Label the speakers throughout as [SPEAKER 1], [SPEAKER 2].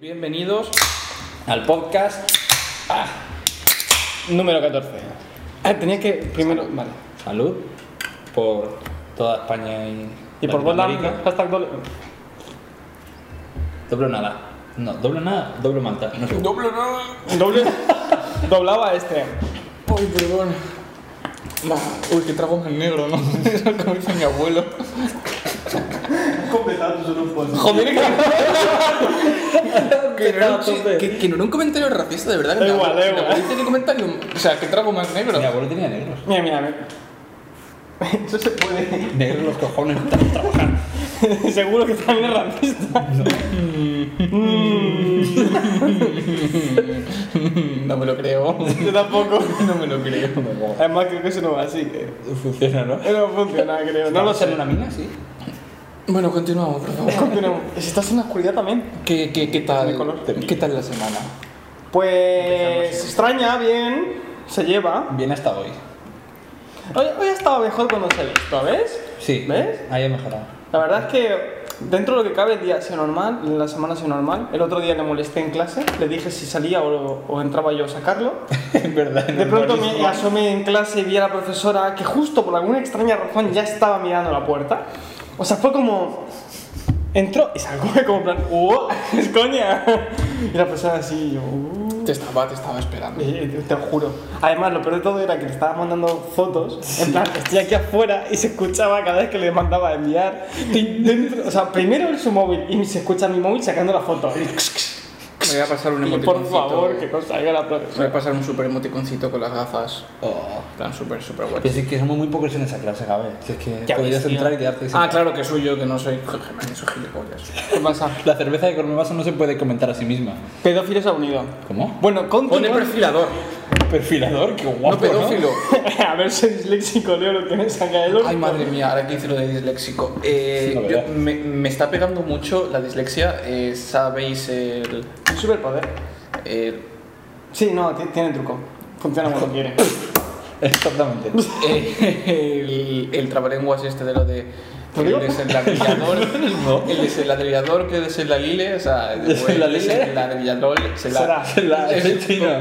[SPEAKER 1] Bienvenidos al podcast ah, número 14. Ah, tenía que primero. Vale.
[SPEAKER 2] Salud por toda España y.
[SPEAKER 1] Y por voz larga,
[SPEAKER 2] Latinoamérica.
[SPEAKER 1] hashtag doble.
[SPEAKER 2] Doblo nada. No, doblo nada, doblo manta. No sé.
[SPEAKER 1] Doble, Doble. Doblaba este. Uy, perdón. Uy, qué trago en negro, ¿no? Eso como dice mi abuelo. Joder,
[SPEAKER 3] Que no, era un chi-
[SPEAKER 2] Entonces-
[SPEAKER 3] que, que no era un comentario racista, de verdad. que
[SPEAKER 1] Da
[SPEAKER 3] mi
[SPEAKER 1] igual,
[SPEAKER 3] abuelo-
[SPEAKER 1] da
[SPEAKER 3] mi
[SPEAKER 1] igual.
[SPEAKER 3] abuelo tiene comentario. O sea, que trago más negro.
[SPEAKER 2] Mi abuelo tenía negros.
[SPEAKER 1] Mira, mira, mira. Eso se puede.
[SPEAKER 2] Negros los cojones para trabajar.
[SPEAKER 1] Seguro que también es racista.
[SPEAKER 3] No me lo creo.
[SPEAKER 1] Yo tampoco.
[SPEAKER 3] No me lo creo.
[SPEAKER 1] Además, creo que eso no va así. que-
[SPEAKER 2] Funciona, ¿no?
[SPEAKER 1] No funciona, creo. No lo
[SPEAKER 2] ¿Estamos
[SPEAKER 1] sé.
[SPEAKER 2] en una mina, sí.
[SPEAKER 3] Bueno, continuamos, por favor.
[SPEAKER 1] Continuamos. Estás en la oscuridad también.
[SPEAKER 3] ¿Qué, qué, qué
[SPEAKER 1] De color.
[SPEAKER 3] tal, ¿Qué tal la semana?
[SPEAKER 1] Pues extraña, bien, se lleva.
[SPEAKER 2] Bien hasta hoy.
[SPEAKER 1] Hoy, hoy ha estado mejor cuando se ha visto, ¿ves?
[SPEAKER 2] Sí.
[SPEAKER 1] ¿Ves?
[SPEAKER 2] Ahí he mejorado.
[SPEAKER 1] La verdad es que dentro de lo que cabe el día ha sido normal, la semana ha sido normal. El otro día le molesté en clase, le dije si salía o, o entraba yo a sacarlo.
[SPEAKER 2] En verdad. en
[SPEAKER 1] De
[SPEAKER 2] el
[SPEAKER 1] pronto me
[SPEAKER 2] barismo.
[SPEAKER 1] asomé en clase y vi a la profesora que justo por alguna extraña razón ya estaba mirando la puerta. O sea, fue como... Entró y sacó como en plan, ¡oh! ¡Es coña! Y la persona así, yo, "Uh".
[SPEAKER 3] Te estaba, te estaba esperando.
[SPEAKER 1] Eh, Te lo juro. Además, lo peor de todo era que le estaba mandando fotos. En plan, estoy aquí afuera y se escuchaba cada vez que le mandaba a enviar. Tin, tin, O sea, primero en su móvil y se escucha mi móvil sacando la foto.
[SPEAKER 3] Me voy a pasar un
[SPEAKER 1] Y
[SPEAKER 3] emoticoncito.
[SPEAKER 1] por favor, que no salga la
[SPEAKER 3] Me voy
[SPEAKER 1] profesora.
[SPEAKER 3] a pasar un super emoticoncito con las gafas.
[SPEAKER 2] Oh.
[SPEAKER 3] En plan, super, super
[SPEAKER 2] Pero
[SPEAKER 3] guay.
[SPEAKER 2] si es que somos muy pocos en esa clase, Gabe. Si es que
[SPEAKER 1] Ya
[SPEAKER 2] podrías
[SPEAKER 1] ves, tío.
[SPEAKER 2] entrar y quedarte ahí
[SPEAKER 3] Ah,
[SPEAKER 2] sentado.
[SPEAKER 3] claro que soy yo, que no soy. Joder, man, soy gilipollas.
[SPEAKER 1] ¿Qué pasa?
[SPEAKER 2] La cerveza de Cormevaso no se puede comentar a sí misma.
[SPEAKER 1] Pedófilos ha unido.
[SPEAKER 2] ¿Cómo?
[SPEAKER 1] Bueno,
[SPEAKER 3] Pone
[SPEAKER 1] continuando.
[SPEAKER 3] perfilador,
[SPEAKER 2] Perfilador, qué guapo,
[SPEAKER 3] no pedófilo.
[SPEAKER 1] A ver si es disléxico, leo lo que me saca el
[SPEAKER 3] Ay, madre mía, ahora que hice lo de disléxico. Eh,
[SPEAKER 2] Es una
[SPEAKER 3] yo-
[SPEAKER 2] novedad.
[SPEAKER 3] me, me está pegando mucho la dislexia. eh, Sabéis el.
[SPEAKER 1] Un superpoder.
[SPEAKER 3] el-
[SPEAKER 1] Sí, no, ti- tiene truco. Funciona cuando quiere.
[SPEAKER 2] Exactamente.
[SPEAKER 3] el, el trabalenguas este de lo de.
[SPEAKER 1] ¿Te digo?
[SPEAKER 3] El desenladrillador.
[SPEAKER 2] mismo.
[SPEAKER 3] el desenladrillador que desenlalile. O sea,
[SPEAKER 2] ¿Desenlalile?
[SPEAKER 3] desenladrillador. Se
[SPEAKER 1] Será.
[SPEAKER 3] la.
[SPEAKER 2] La
[SPEAKER 3] Es-
[SPEAKER 2] china.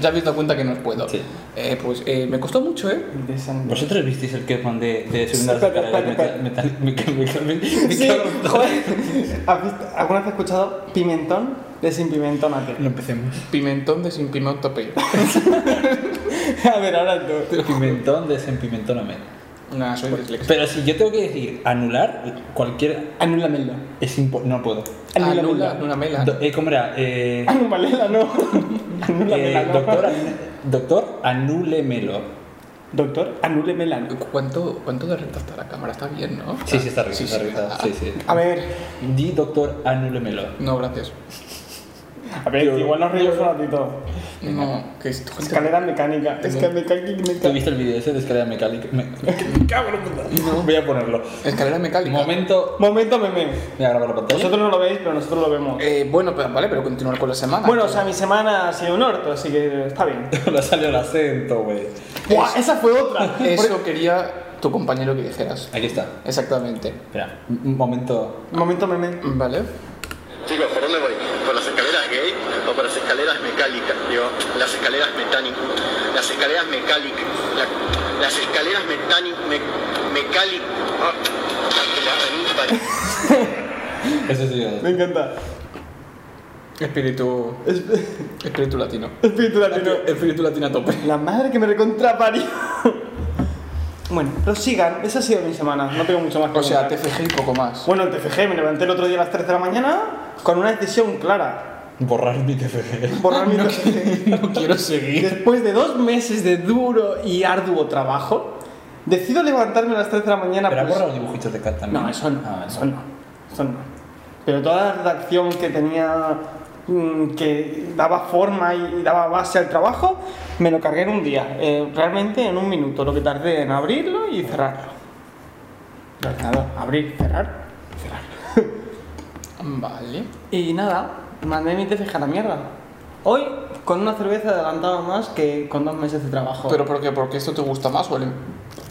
[SPEAKER 3] Ya habéis dado cuenta que no os puedo.
[SPEAKER 2] Sí.
[SPEAKER 3] Eh, pues eh, me costó mucho, ¿eh?
[SPEAKER 1] Interesante.
[SPEAKER 2] ¿Vosotros visteis el que mandé de segunda
[SPEAKER 1] Espera, espera,
[SPEAKER 2] escalera
[SPEAKER 1] espera.
[SPEAKER 2] metal, metal, metal, metal,
[SPEAKER 1] Sí, joder. ¿Has visto- ¿Alguna vez has escuchado pimentón de sin pimentón a
[SPEAKER 2] No empecemos.
[SPEAKER 3] Pimentón de sin pimentón tope.
[SPEAKER 1] A ver, ahora tú.
[SPEAKER 2] Pimentón, desempimentóname.
[SPEAKER 3] Nah, soy disléxico.
[SPEAKER 2] Pero si yo tengo que decir anular cualquier...
[SPEAKER 1] Anúlamelo.
[SPEAKER 2] Es impo... No puedo.
[SPEAKER 3] Anula, una mela.
[SPEAKER 2] Do- eh, ¿Cómo era? Eh,
[SPEAKER 1] Anúlamela, no. Anúlamela,
[SPEAKER 2] eh,
[SPEAKER 1] no.
[SPEAKER 2] doctor, an- doctor, anúlemelo.
[SPEAKER 1] Doctor, anúlemela. no.
[SPEAKER 3] ¿Cuánto, ¿Cuánto de renta está la cámara? Está bien, ¿no?
[SPEAKER 2] Sí, sí, Ah. está arriba,
[SPEAKER 3] Sí,
[SPEAKER 2] está
[SPEAKER 3] sí,
[SPEAKER 2] arriba.
[SPEAKER 3] ah,
[SPEAKER 2] Sí, sí.
[SPEAKER 1] A ver.
[SPEAKER 2] Di doctor, anúlemelo.
[SPEAKER 3] No, gracias.
[SPEAKER 1] A ver,
[SPEAKER 2] Yo-
[SPEAKER 1] igual nos reímos un ratito.
[SPEAKER 3] No, que es
[SPEAKER 1] Escalera mecánica. Es que mecánica.
[SPEAKER 2] ¿Tú
[SPEAKER 1] mecánica.
[SPEAKER 2] viste el vídeo ese de escalera mecánica? Me... No. Voy a ponerlo.
[SPEAKER 3] Escalera mecánica.
[SPEAKER 2] Momento...
[SPEAKER 1] Momento meme.
[SPEAKER 2] Voy a grabar la pantalla.
[SPEAKER 1] Vosotros no lo veis, pero nosotros lo vemos.
[SPEAKER 3] Eh, bueno, pero- vale, pero continuar con la
[SPEAKER 2] ah,
[SPEAKER 3] semana.
[SPEAKER 1] Bueno, o sea, mi semana ha sido un orto, así que está bien.
[SPEAKER 2] Le salió el acento, güey.
[SPEAKER 1] ¡Buah! Esa fue otra.
[SPEAKER 3] Eso quería tu compañero que dijeras.
[SPEAKER 2] Aquí está.
[SPEAKER 3] Exactamente.
[SPEAKER 2] Espera, un momento.
[SPEAKER 1] Momento meme.
[SPEAKER 3] Vale.
[SPEAKER 4] Chicos, ¿por dónde voy? ¿Por las escaleras gay o por las escaleras mecánicas? Digo, las escaleras metánicas. Las escaleras mecánicas. la- las escaleras metánicas. mecánicas.
[SPEAKER 2] Eso sí. eh,
[SPEAKER 1] Me encanta.
[SPEAKER 3] Espíritu.
[SPEAKER 1] Esp-
[SPEAKER 3] Espíritu latino.
[SPEAKER 1] Espíritu latino.
[SPEAKER 3] Espíritu latino a tope.
[SPEAKER 1] La madre que me recontra parió. Bueno, prosigan. Esa ha sido mi semana. No tengo mucho más que
[SPEAKER 3] O sea,
[SPEAKER 1] contar.
[SPEAKER 3] TFG y poco más.
[SPEAKER 1] Bueno, el TFG. Me levanté el otro día a las 3 de la mañana con una decisión clara.
[SPEAKER 2] Borrar mi TFG.
[SPEAKER 1] Borrar mi TFG.
[SPEAKER 3] No quiero seguir.
[SPEAKER 1] Después de dos meses de duro y arduo trabajo, decido levantarme a las 3 de la mañana.
[SPEAKER 2] Pero has
[SPEAKER 1] pues-
[SPEAKER 2] borrado los dibujitos de Cat también.
[SPEAKER 1] No, eso no,
[SPEAKER 2] Ah,
[SPEAKER 1] eso no, eso no. Pero toda la redacción que tenía, mm, que daba forma y daba base al trabajo, me lo cargué en un día, eh, realmente en un minuto, lo que tardé en abrirlo y cerrarlo. El ordenador, abrir, cerrar.
[SPEAKER 3] Vale.
[SPEAKER 1] Y nada, mandé mi TFG a la mierda. Hoy, con una cerveza adelantaba más que con dos meses de trabajo.
[SPEAKER 3] Pero ¿por qué? ¿Porque esto te gusta más o el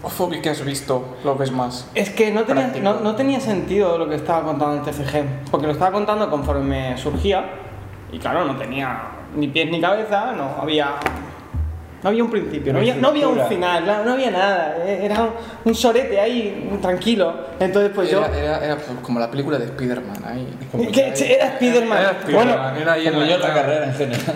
[SPEAKER 3] fobi que has visto lo ves más?
[SPEAKER 1] Es que no tenía,
[SPEAKER 3] Práctico.
[SPEAKER 1] no, no tenía sentido lo que estaba contando el TFG, porque lo estaba contando conforme surgía Y claro, no tenía ni pies ni cabeza, no había. No había un principio, no
[SPEAKER 2] Una
[SPEAKER 1] había, no había un
[SPEAKER 2] estructura.
[SPEAKER 1] final, no, no había nada. e- Era un, un sorete ahí, tranquilo. Entonces, pues yo.
[SPEAKER 3] Era, era, era como la película de Spider-Man ahí.
[SPEAKER 1] ¿Qué- qué- Era, Spiderman.
[SPEAKER 3] Era
[SPEAKER 1] bueno,
[SPEAKER 3] Spiderman, era ahí en
[SPEAKER 2] Como
[SPEAKER 3] la-
[SPEAKER 2] yo en la carrera en general.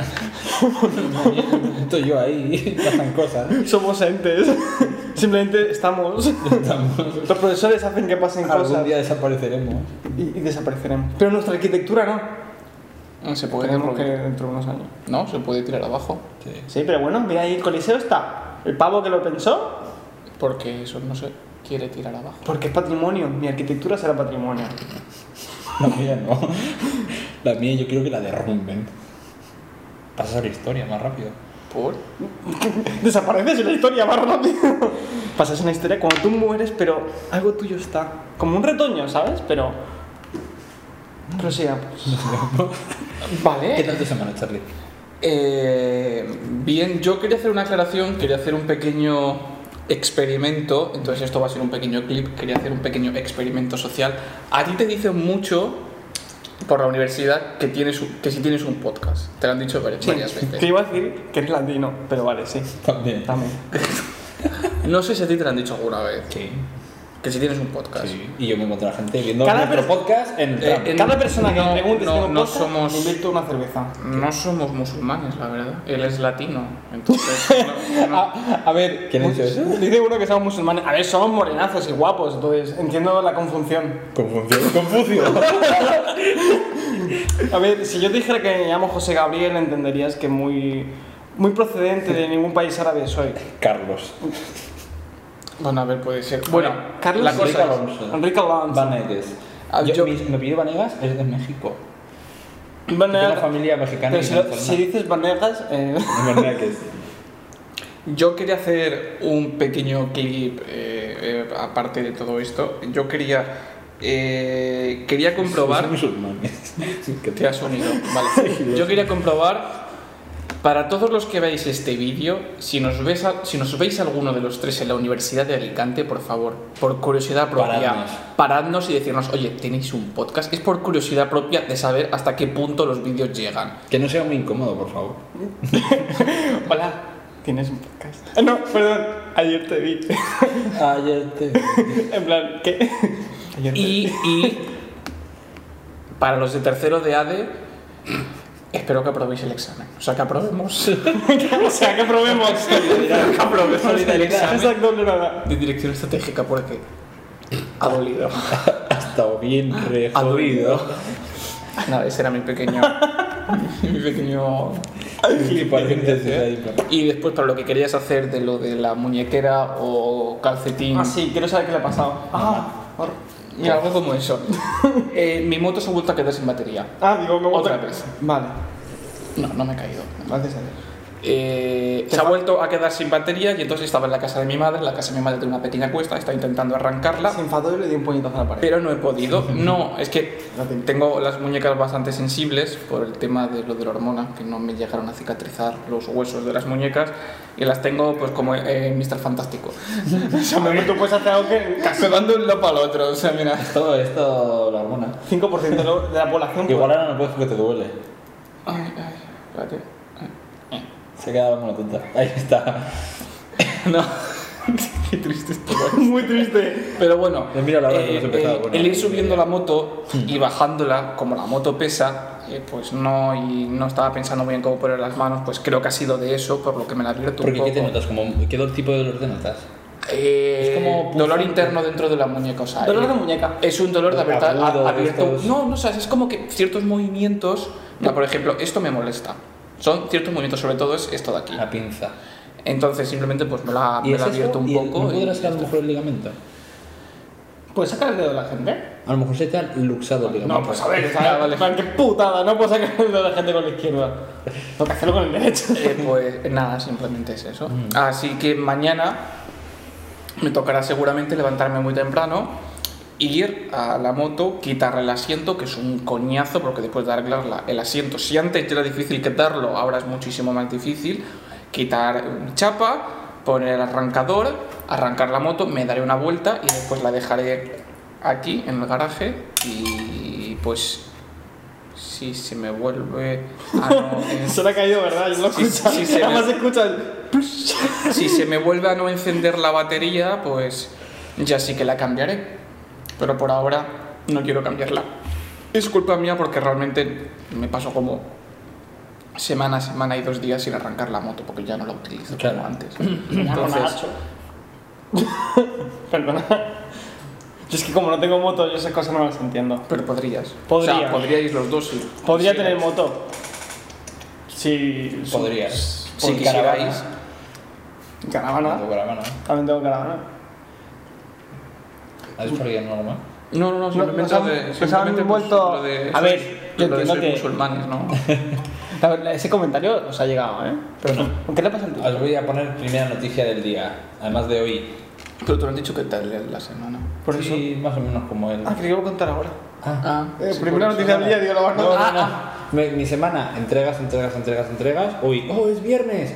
[SPEAKER 2] Estoy yo ahí, pasan cosas.
[SPEAKER 1] somos entes. Simplemente estamos.
[SPEAKER 2] Estamos-
[SPEAKER 1] Los profesores hacen que pasen
[SPEAKER 2] Algún
[SPEAKER 1] cosas
[SPEAKER 2] día desapareceremos.
[SPEAKER 1] y, y desapareceremos. Pero nuestra arquitectura no.
[SPEAKER 3] No se puede
[SPEAKER 1] Tenemos que
[SPEAKER 3] derruir.
[SPEAKER 1] dentro de unos años.
[SPEAKER 3] No, se puede tirar abajo.
[SPEAKER 2] Sí.
[SPEAKER 1] Sí, pero bueno, mira ahí el Coliseo está. El pavo que lo pensó,
[SPEAKER 3] Porque eso no se quiere tirar abajo.
[SPEAKER 1] porque es patrimonio. Mi arquitectura será patrimonio.
[SPEAKER 2] La mía no. La mía yo quiero que la derrumben. Pasas a la historia más rápido.
[SPEAKER 3] ¿Por?
[SPEAKER 1] Desapareces en la historia más rápido. Pasas en la historia cuando tú mueres, pero algo tuyo está. Como un retoño, ¿sabes? Pero. Pero sigamos.
[SPEAKER 2] ¿Qué
[SPEAKER 3] Vale.
[SPEAKER 2] tal tu semana, Charlie?
[SPEAKER 3] Eh, bien, yo quería hacer una aclaración, quería hacer un pequeño experimento. Entonces, esto va a ser un pequeño clip. Quería hacer un pequeño experimento social. A ti te dicen mucho por la universidad que, tienes, un- que si tienes un podcast. Te lo han dicho varias,
[SPEAKER 1] Sí,
[SPEAKER 3] varias veces.
[SPEAKER 1] te iba a decir que eres latino, pero vale, sí.
[SPEAKER 2] También.
[SPEAKER 1] También.
[SPEAKER 3] No sé si a ti te lo han dicho alguna vez.
[SPEAKER 2] Sí.
[SPEAKER 3] Que si tienes un podcast.
[SPEAKER 2] sí. Y yo me encontré a la gente viendo
[SPEAKER 1] Cada
[SPEAKER 2] nuestro
[SPEAKER 1] pers-
[SPEAKER 2] podcast en el
[SPEAKER 3] Eh,
[SPEAKER 2] tram.
[SPEAKER 3] en-
[SPEAKER 1] Cada persona que
[SPEAKER 3] no,
[SPEAKER 1] me pregunte
[SPEAKER 3] no,
[SPEAKER 1] si tengo
[SPEAKER 3] no
[SPEAKER 1] podcast,
[SPEAKER 3] somos-
[SPEAKER 1] le invito una cerveza.
[SPEAKER 3] No somos musulmanes, la verdad. Él es latino, entonces. no- no.
[SPEAKER 1] Ah, A, a ver,
[SPEAKER 2] ¿Quién ha dicho eso?
[SPEAKER 1] Dice uno que somos musulmanes. A ver, somos morenazos y guapos, entonces entiendo la confunción.
[SPEAKER 2] Confucio. Confucio.
[SPEAKER 1] A ver, si yo te dijera que me llamo José Gabriel, entenderías que muy, muy procedente de ningún país árabe soy.
[SPEAKER 2] Carlos.
[SPEAKER 3] Bueno, a ver, puede ser. Bueno,
[SPEAKER 1] Carlos
[SPEAKER 3] la cosa
[SPEAKER 2] Enrique
[SPEAKER 3] es-
[SPEAKER 2] Alonso.
[SPEAKER 1] Enrique Lanz.
[SPEAKER 2] Vanegas.
[SPEAKER 3] Ah,
[SPEAKER 2] Yo,
[SPEAKER 3] yo-
[SPEAKER 2] mi, mi apellido Vanegas es de México. Yo
[SPEAKER 1] Vanegas-
[SPEAKER 2] Tengo familia mexicana
[SPEAKER 1] Pero
[SPEAKER 2] y
[SPEAKER 1] si, lo-
[SPEAKER 2] venezolana.
[SPEAKER 1] si dices Vanegas, eh,
[SPEAKER 2] Vanegas.
[SPEAKER 3] Yo quería hacer un pequeño clip, eh, eh, aparte de todo esto. Yo quería. eh, quería comprobar.
[SPEAKER 2] Son musulmanes. Que
[SPEAKER 3] Te has unido, vale. Yo quería comprobar. Para todos los que veáis este vídeo, si nos, ves a- si nos veis alguno de los tres en la Universidad de Alicante, por favor, por curiosidad propia,
[SPEAKER 2] Paradnos.
[SPEAKER 3] paradnos y decirnos, oye, ¿tenéis un podcast? Es por curiosidad propia de saber hasta qué punto los vídeos llegan.
[SPEAKER 2] Que no sea muy incómodo, por favor.
[SPEAKER 1] hola, tienes un podcast. Eh, No, perdón, ayer te vi.
[SPEAKER 2] Ayer te...
[SPEAKER 1] en plan, ¿qué? Ayer te
[SPEAKER 3] Y, y para los de tercero de ADE, espero que aprobéis el examen. O sea, que aprobemos
[SPEAKER 1] vi. o sea, que probemos.
[SPEAKER 3] el examen
[SPEAKER 1] Exacto, no, no, no.
[SPEAKER 3] de dirección estratégica porque ha dolido.
[SPEAKER 2] Ha estado bien re
[SPEAKER 3] Ha dolido.
[SPEAKER 2] jodido.
[SPEAKER 3] Nada, ese era mi pequeño. mi pequeño.
[SPEAKER 2] Y paréntesis ahí, pero-
[SPEAKER 3] Y después, para lo que querías hacer de lo de la muñequera o calcetín.
[SPEAKER 1] Ah, sí, quiero saber qué le ha pasado. Ah, horror.
[SPEAKER 3] Mira, algo como eso. Eh, mi moto se ha vuelto a quedar sin batería.
[SPEAKER 1] ah digo, me gusta.
[SPEAKER 3] Otra vez.
[SPEAKER 1] Vale,
[SPEAKER 3] No, no me ha caído.
[SPEAKER 1] gracias a Dios.
[SPEAKER 3] Eh, se ha vuelto a quedar sin batería y entonces estaba en la casa de mi madre. La casa de mi madre tiene una pequeña cuesta, estaba intentando arrancarla,
[SPEAKER 1] Se enfadó y le di un puñetazo a la pared.
[SPEAKER 3] pero no he podido. No, es que
[SPEAKER 1] No te-
[SPEAKER 3] tengo las muñecas bastante sensibles por el tema de lo de la hormona, que no me llegaron a cicatrizar los huesos de las muñecas y las tengo pues como eh, Mr. Fantástico.
[SPEAKER 1] O sea, me tú puedes hacer algo que
[SPEAKER 3] Me van de un lado para el otro, o sea, mira.
[SPEAKER 2] Todo esto, la hormona.
[SPEAKER 1] 5% de lo- de la población.
[SPEAKER 2] Igual ahora no puedes porque te duele.
[SPEAKER 3] Ay, ay, espérate.
[SPEAKER 2] Se ha quedado como una tonta. Ahí está.
[SPEAKER 3] No, qué triste estoy.
[SPEAKER 1] Muy triste.
[SPEAKER 3] Pero bueno, eh,
[SPEAKER 2] Pues mira la hora que hemos empezado, bueno.
[SPEAKER 3] el ir subiendo la moto y bajándola, como la moto pesa, eh, pues no, y no estaba pensando bien cómo poner las manos, pues creo que ha sido de eso, por lo que me la abierto un
[SPEAKER 2] Porque
[SPEAKER 3] poco.
[SPEAKER 2] ¿qué te notas? Como, ¿Qué tipo de dolor te notas?
[SPEAKER 3] Eh,
[SPEAKER 2] Es como
[SPEAKER 3] dolor
[SPEAKER 2] punzante.
[SPEAKER 3] interno dentro de la muñeca, o sea,
[SPEAKER 1] Dolor
[SPEAKER 3] eh,
[SPEAKER 1] de muñeca.
[SPEAKER 3] Es un dolor de
[SPEAKER 2] Dolor
[SPEAKER 3] verdad
[SPEAKER 2] agudo,
[SPEAKER 3] abierto.
[SPEAKER 2] estos-
[SPEAKER 3] No, no, sabes, es como que ciertos movimientos, mira, por ejemplo, esto me molesta. Son ciertos movimientos, sobre todo es esto de aquí.
[SPEAKER 2] La pinza.
[SPEAKER 3] Entonces simplemente pues me la, me la
[SPEAKER 2] eso?
[SPEAKER 3] abierto un
[SPEAKER 2] ¿Y el-
[SPEAKER 3] poco.
[SPEAKER 2] ¿No
[SPEAKER 3] y
[SPEAKER 2] podrás sacar a
[SPEAKER 3] ya
[SPEAKER 2] lo
[SPEAKER 3] está.
[SPEAKER 2] mejor el ligamento?
[SPEAKER 1] ¿Puedes sacar el dedo de la gente?
[SPEAKER 2] A lo mejor se te ha luxado el ligamento.
[SPEAKER 1] No, pues a ver,
[SPEAKER 3] Ah, vale.
[SPEAKER 1] ¿sabes? Man, qué putada, no puedo sacar el dedo de la gente con la izquierda. Tengo que hacerlo con el derecho.
[SPEAKER 3] Eh, pues nada, simplemente es eso. Así que mañana me tocará seguramente levantarme muy temprano, ir a la moto, quitarle el asiento, que es un coñazo, porque después de arreglar la- el asiento, si antes era difícil quitarlo, ahora es muchísimo más difícil. Quitar una chapa, poner el arrancador, arrancar la moto, me daré una vuelta y después la dejaré aquí en el garaje y pues si se me vuelve a no, en-
[SPEAKER 1] Se le ha caído, ¿verdad? Yo lo
[SPEAKER 3] Sí,
[SPEAKER 1] escucho.
[SPEAKER 3] sí, se ve.
[SPEAKER 1] Además se escucha el...
[SPEAKER 3] si se me vuelve a no encender la batería, pues ya sí que la cambiaré. Pero por ahora no quiero cambiarla. Es culpa mía porque realmente me paso como semana a semana y dos días sin arrancar la moto porque ya no la utilizo
[SPEAKER 2] Claro.
[SPEAKER 3] como antes.
[SPEAKER 1] Entonces...
[SPEAKER 3] Entonces,
[SPEAKER 1] Perdona. Yo es que como no tengo moto, yo esas cosas no las entiendo.
[SPEAKER 3] pero podrías.
[SPEAKER 1] Podría.
[SPEAKER 3] O sea, podríais los dos. sí.
[SPEAKER 1] Podría
[SPEAKER 3] Sí.
[SPEAKER 1] tener moto. Sí. su-
[SPEAKER 2] Podrías.
[SPEAKER 3] Si
[SPEAKER 2] Por
[SPEAKER 3] quisierais.
[SPEAKER 2] caravana.
[SPEAKER 1] Caravana.
[SPEAKER 2] Por caravana.
[SPEAKER 1] También tengo caravana.
[SPEAKER 2] ¿Has perdido algo más?
[SPEAKER 3] No, no, no, simplemente,
[SPEAKER 1] nos han- nos
[SPEAKER 3] de-
[SPEAKER 1] han
[SPEAKER 3] simplemente, pues,
[SPEAKER 1] vuelto-
[SPEAKER 3] lo de-
[SPEAKER 1] a ver, yo
[SPEAKER 3] lo de
[SPEAKER 1] entiendo
[SPEAKER 3] sois
[SPEAKER 1] que-
[SPEAKER 3] musulmanes, ¿no?
[SPEAKER 1] La verdad, ese comentario nos ha llegado, ¿eh? Pero no. ¿Qué le pasa al tuyo?
[SPEAKER 2] Os voy a poner primera noticia del día, además de hoy.
[SPEAKER 3] Pero tú me has dicho que tal es la semana.
[SPEAKER 1] Por
[SPEAKER 2] Sí, más o menos como él.
[SPEAKER 1] Ah, que lo iba a contar ahora.
[SPEAKER 2] Ah.
[SPEAKER 1] Eh,
[SPEAKER 3] sí,
[SPEAKER 1] primera
[SPEAKER 3] por eso.
[SPEAKER 1] noticia del día, digo, la
[SPEAKER 2] No,
[SPEAKER 1] verdad.
[SPEAKER 2] no, no. Me- Mi semana, entregas, entregas, entregas, entregas. Hoy, oh, es viernes.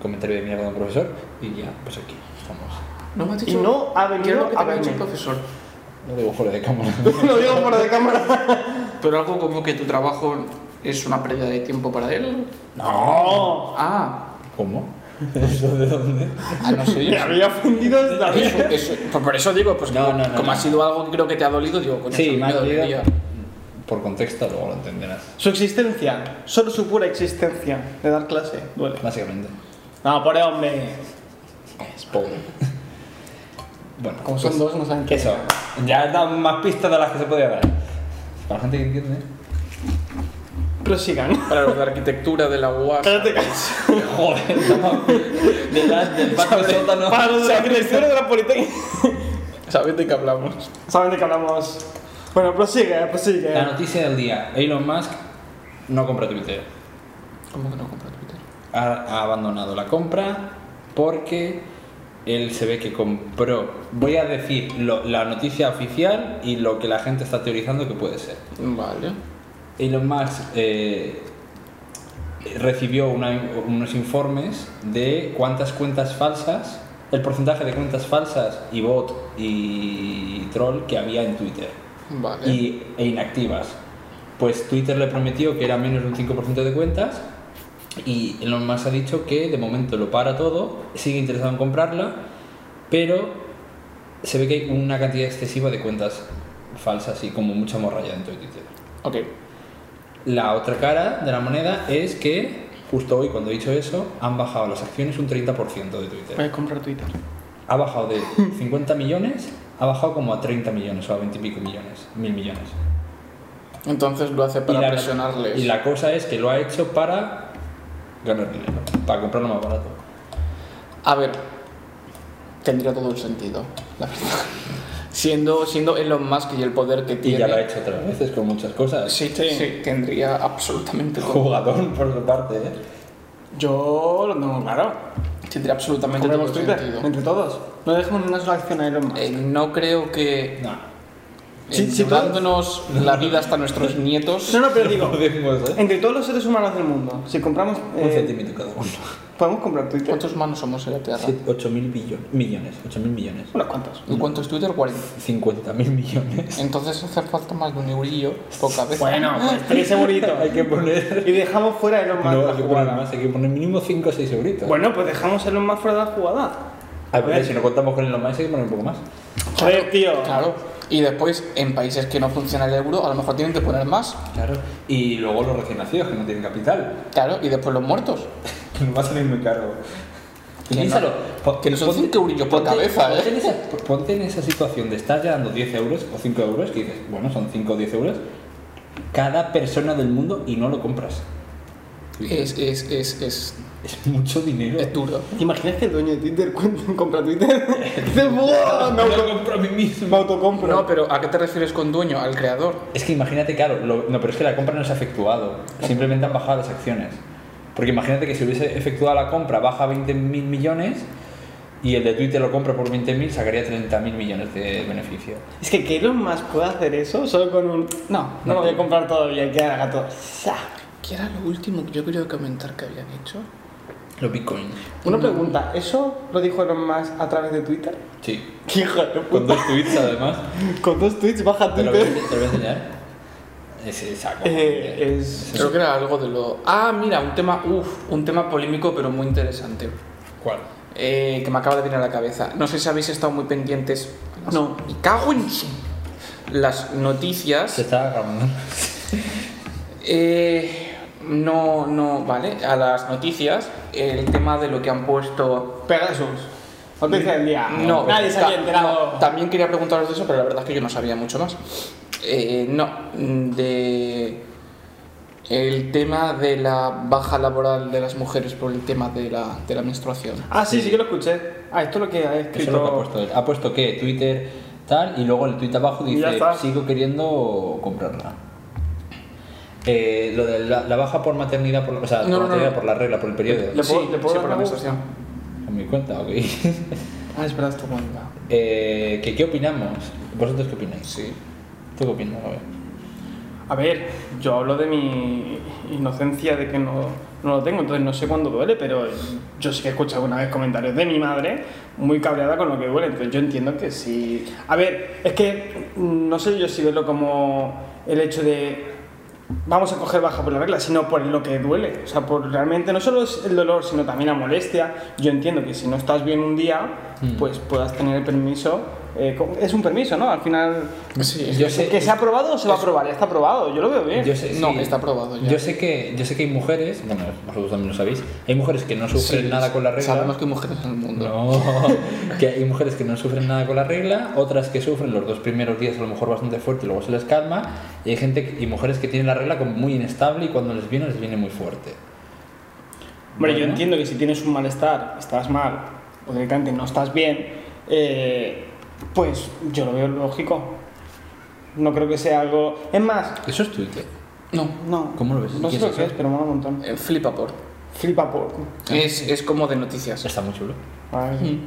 [SPEAKER 2] Comentario de mierda de un profesor. Y ya, pues aquí estamos.
[SPEAKER 3] No me has
[SPEAKER 1] Y no ha
[SPEAKER 3] ¿Qué es
[SPEAKER 1] venido
[SPEAKER 3] lo que te
[SPEAKER 1] a
[SPEAKER 3] había dicho el
[SPEAKER 1] verme.
[SPEAKER 3] profesor?
[SPEAKER 2] No dibujo lo de cámara.
[SPEAKER 1] Lo digo fuera de cámara.
[SPEAKER 3] Pero algo como que tu trabajo es una pérdida de tiempo para él.
[SPEAKER 1] No.
[SPEAKER 3] Ah,
[SPEAKER 2] ¿Cómo? ¿Eso de dónde?
[SPEAKER 3] ah no sé yo.
[SPEAKER 1] Me había ofendido esta vez.
[SPEAKER 3] Eso- eso- pues por eso digo, pues
[SPEAKER 2] No,
[SPEAKER 3] como,
[SPEAKER 2] no, no,
[SPEAKER 3] como
[SPEAKER 2] no.
[SPEAKER 3] ha sido algo que creo que te ha dolido, digo, coño,
[SPEAKER 2] Sí,
[SPEAKER 3] eso a mí
[SPEAKER 2] más
[SPEAKER 3] me
[SPEAKER 2] vida.
[SPEAKER 3] dolería.
[SPEAKER 2] Por contexto luego lo entenderás.
[SPEAKER 1] Su existencia, solo su pura existencia de dar clase, duele.
[SPEAKER 2] Básicamente.
[SPEAKER 1] No, por hombre.
[SPEAKER 2] Es pobre. Bueno,
[SPEAKER 1] Como
[SPEAKER 3] Pues
[SPEAKER 1] son dos, no saben qué
[SPEAKER 2] eso. Ya dan más pistas de las que se podía dar. Para la gente que entiende.
[SPEAKER 1] Prosigan.
[SPEAKER 3] Para los de arquitectura de la UAS.
[SPEAKER 1] Cállate,
[SPEAKER 2] Joder, no. Detrás del patio sótano.
[SPEAKER 1] Para los de la arquitectura de la Politécnica.
[SPEAKER 3] ¿Sabes de qué hablamos?
[SPEAKER 1] Saben de qué hablamos. Bueno, prosigue, prosigue.
[SPEAKER 2] La noticia del día. Elon Musk no compra Twitter.
[SPEAKER 3] ¿Cómo que no compro Twitter?
[SPEAKER 2] Ha, ha abandonado la compra porque él se ve que compró. Voy a decir lo- la noticia oficial y lo que la gente está teorizando que puede ser.
[SPEAKER 3] Vale.
[SPEAKER 2] Elon Musk eh, recibió una- unos informes de cuántas cuentas falsas, el porcentaje de cuentas falsas y bot y troll que había en Twitter
[SPEAKER 3] Vale.
[SPEAKER 2] y, e inactivas. Pues Twitter le prometió que era menos de un 5% de cuentas y Elon Musk ha dicho que de momento lo para todo, sigue interesado en comprarla, pero se ve que hay una cantidad excesiva de cuentas falsas y como mucha morralla dentro de Twitter.
[SPEAKER 3] Ok.
[SPEAKER 2] La otra cara de la moneda es que justo hoy cuando he dicho eso han bajado las acciones un 30% de
[SPEAKER 3] Voy
[SPEAKER 2] Twitter.
[SPEAKER 3] a comprar Twitter.
[SPEAKER 2] Ha bajado de 50 millones, ha bajado como a 30 millones o a 20 y pico millones, mil millones.
[SPEAKER 3] Entonces lo hace para presionarles.
[SPEAKER 2] y la cosa es que lo ha hecho para ganar dinero, para comprarlo más barato.
[SPEAKER 3] A ver, tendría todo el sentido, la verdad. Siendo, siendo Elon Musk y el poder que
[SPEAKER 2] Y
[SPEAKER 3] tiene.
[SPEAKER 2] ya lo ha hecho otras veces con muchas cosas.
[SPEAKER 3] Sí,
[SPEAKER 1] Sí.
[SPEAKER 3] sí, tendría absolutamente todo.
[SPEAKER 2] Jugador por su parte, ¿eh?
[SPEAKER 1] Yo lo tengo claro.
[SPEAKER 3] Tendría absolutamente todo el
[SPEAKER 1] Compremos Twitter
[SPEAKER 3] sentido.
[SPEAKER 1] entre todos. No dejemos ni una sola acción a Elon Musk.
[SPEAKER 3] Eh, no creo que
[SPEAKER 2] No,
[SPEAKER 1] Sí, sí,
[SPEAKER 3] dándonos la vida hasta nuestros nietos.
[SPEAKER 1] No, no, pero digo,
[SPEAKER 2] podemos, ¿eh?
[SPEAKER 1] entre todos los seres humanos del mundo, si compramos.
[SPEAKER 2] Un
[SPEAKER 1] eh,
[SPEAKER 2] centímetro cada uno.
[SPEAKER 1] podemos comprar Twitter.
[SPEAKER 3] ¿Cuántos humanos somos en la Tierra?
[SPEAKER 2] 8 mil millones, 8 mil millones.
[SPEAKER 1] Unos cuantos.
[SPEAKER 3] ¿Y cuántos Twitter? 40.
[SPEAKER 2] 50 mil millones.
[SPEAKER 3] Entonces hace falta más de un eurillo, poca vez.
[SPEAKER 1] Bueno, pues tres seguritos.
[SPEAKER 2] Hay que poner.
[SPEAKER 1] Y dejamos fuera a Elon Musk de
[SPEAKER 2] No,
[SPEAKER 1] la
[SPEAKER 2] hay que poner
[SPEAKER 1] jugada.
[SPEAKER 2] más, hay que poner mínimo 5 o 6 euritos.
[SPEAKER 1] Bueno, pues dejamos a Elon Musk fuera de la jugada.
[SPEAKER 2] a ver, si no contamos con el más, hay que poner un poco más.
[SPEAKER 1] Joder, tío.
[SPEAKER 3] Claro. Y después, en países que no funciona el euro, a lo mejor tienen que poner más.
[SPEAKER 2] Claro. Y luego los recién nacidos que no tienen capital.
[SPEAKER 3] Claro, y después los muertos.
[SPEAKER 2] Que nos va a salir muy caro.
[SPEAKER 3] Que no- que no son
[SPEAKER 2] ponte-
[SPEAKER 3] cinco eurillos por
[SPEAKER 2] ponte-
[SPEAKER 3] cabeza,
[SPEAKER 2] ponte
[SPEAKER 3] ¿eh?
[SPEAKER 2] en esa- ponte en esa situación de estar ya dando 10 euros o 5 euros, que dices, bueno, son 5 o 10 euros, cada persona del mundo y no lo compras.
[SPEAKER 3] Es, es, es, es,
[SPEAKER 2] Es mucho dinero.
[SPEAKER 3] es duro.
[SPEAKER 1] ¿Te imaginas que el dueño de Twitter cu- compra Twitter? Dice, "Buah, Me,
[SPEAKER 2] No lo
[SPEAKER 1] auto-
[SPEAKER 2] compro a mí mismo.
[SPEAKER 1] me autocompro.
[SPEAKER 3] No, pero ¿a qué te refieres con dueño? Al creador.
[SPEAKER 2] Es que imagínate, claro, lo- no, pero es que la compra no se ha efectuado, simplemente han bajado las acciones. Porque imagínate que si hubiese efectuado la compra, baja 20 mil millones y el de Twitter lo compra por 20 mil, sacaría 30 mil millones de beneficio.
[SPEAKER 1] Es que que Elon Musk pueda hacer eso solo con un. No, no lo voy a comprar todavía, que haga todo. Sa.
[SPEAKER 3] ¿Qué era lo último que yo quería comentar que habían hecho?
[SPEAKER 2] Los bitcoins.
[SPEAKER 1] Una pregunta, ¿eso lo dijo Elon Musk a través de Twitter?
[SPEAKER 2] Sí.
[SPEAKER 1] ¡Qué hijo de
[SPEAKER 2] Con
[SPEAKER 1] puta!
[SPEAKER 2] dos tweets además.
[SPEAKER 1] Con dos tweets baja
[SPEAKER 2] Te lo voy a,
[SPEAKER 1] Twitter.
[SPEAKER 2] te lo voy a enseñar. Es, es algo.
[SPEAKER 1] Eh, es-
[SPEAKER 2] Eso
[SPEAKER 3] Creo que era algo de lo. Ah, mira, un tema, uff, un tema polémico pero muy interesante.
[SPEAKER 2] ¿Cuál?
[SPEAKER 3] eh, que me acaba de venir a la cabeza. No sé si habéis estado muy pendientes.
[SPEAKER 1] No.
[SPEAKER 3] Me cago en su- las noticias.
[SPEAKER 2] Se está grabando.
[SPEAKER 3] Eh, no, no, vale. A las noticias, el tema de lo que han puesto.
[SPEAKER 1] Pegasus. Noticia del día.
[SPEAKER 3] No,
[SPEAKER 1] Nadie se había
[SPEAKER 3] ta-
[SPEAKER 1] enterado.
[SPEAKER 3] no, también quería preguntaros de eso, pero la verdad es que yo no sabía mucho más. Eh, no, de. El tema de la baja laboral de las mujeres por el tema de la, de la menstruación.
[SPEAKER 1] Ah, sí, sí que lo escuché. Ah, esto es lo que ha escrito.
[SPEAKER 2] Eso es lo que ha puesto él. Ha puesto que Twitter tal y luego el tweet abajo
[SPEAKER 1] Y ya
[SPEAKER 2] dice
[SPEAKER 1] está.
[SPEAKER 2] sigo queriendo comprarla. Eh, lo de la, la baja por maternidad, por, la- o sea,
[SPEAKER 3] No, no,
[SPEAKER 2] por,
[SPEAKER 3] no,
[SPEAKER 2] maternidad,
[SPEAKER 3] no.
[SPEAKER 2] por la regla, por el periodo.
[SPEAKER 1] ¿Le puedo-
[SPEAKER 3] Sí,
[SPEAKER 1] le puedo
[SPEAKER 3] sí,
[SPEAKER 1] dar
[SPEAKER 3] por la
[SPEAKER 1] la voz?
[SPEAKER 3] menstruación.
[SPEAKER 2] En mi cuenta, ok.
[SPEAKER 3] Ah, espera, esto cuando.
[SPEAKER 2] eh, ¿que ¿Qué opinamos? ¿Vosotros qué opináis?
[SPEAKER 3] Sí.
[SPEAKER 2] ¿Tú qué opinas? A ver.
[SPEAKER 1] A ver, yo hablo de mi inocencia de que no, no lo tengo, entonces no sé cuándo duele, pero yo sí que he escuchado una vez comentarios de mi madre muy cabreada con lo que duele, entonces yo entiendo que sí. A ver, es que mm, no sé yo si verlo como el hecho de vamos a coger baja por la regla, sino por lo que duele. O sea, por realmente no solo es el dolor, sino también la molestia. Yo entiendo que si no estás bien un día, pues puedas tener el permiso. eh, con- es un permiso, ¿no? Al final
[SPEAKER 3] Sí,
[SPEAKER 2] Yo sé-
[SPEAKER 1] ¿Que se ha aprobado o se va a aprobar? Ya está aprobado, yo lo veo bien.
[SPEAKER 2] Yo sé,
[SPEAKER 3] Eh, No,
[SPEAKER 2] sí.
[SPEAKER 3] está aprobado ya.
[SPEAKER 2] Yo sé que, yo sé que hay mujeres, bueno, vosotros también lo sabéis, hay mujeres que no sufren
[SPEAKER 3] Sí,
[SPEAKER 2] nada con la regla.
[SPEAKER 3] Sabemos que hay mujeres en el mundo.
[SPEAKER 2] No, que hay mujeres que no sufren nada con la regla, otras que sufren los dos primeros días a lo mejor bastante fuerte y luego se les calma, y hay gente que- y mujeres que tienen la regla como muy inestable y cuando les viene les viene muy fuerte.
[SPEAKER 1] Hombre, yo
[SPEAKER 2] Bueno.
[SPEAKER 1] entiendo que si tienes un malestar, estás mal, o directamente no estás bien, eh, pues yo lo veo lógico. No creo que sea algo. Es más,
[SPEAKER 2] Eso es Twitter.
[SPEAKER 3] No.
[SPEAKER 1] no.
[SPEAKER 2] ¿Cómo lo ves?
[SPEAKER 1] No sé
[SPEAKER 2] ¿Qué es
[SPEAKER 1] lo
[SPEAKER 2] eso?
[SPEAKER 1] que es, pero mola un montón.
[SPEAKER 3] Eh, Flipaport.
[SPEAKER 1] Flipa por.
[SPEAKER 3] Es, es como de noticias.
[SPEAKER 2] Está muy chulo. Mm.
[SPEAKER 1] Ay.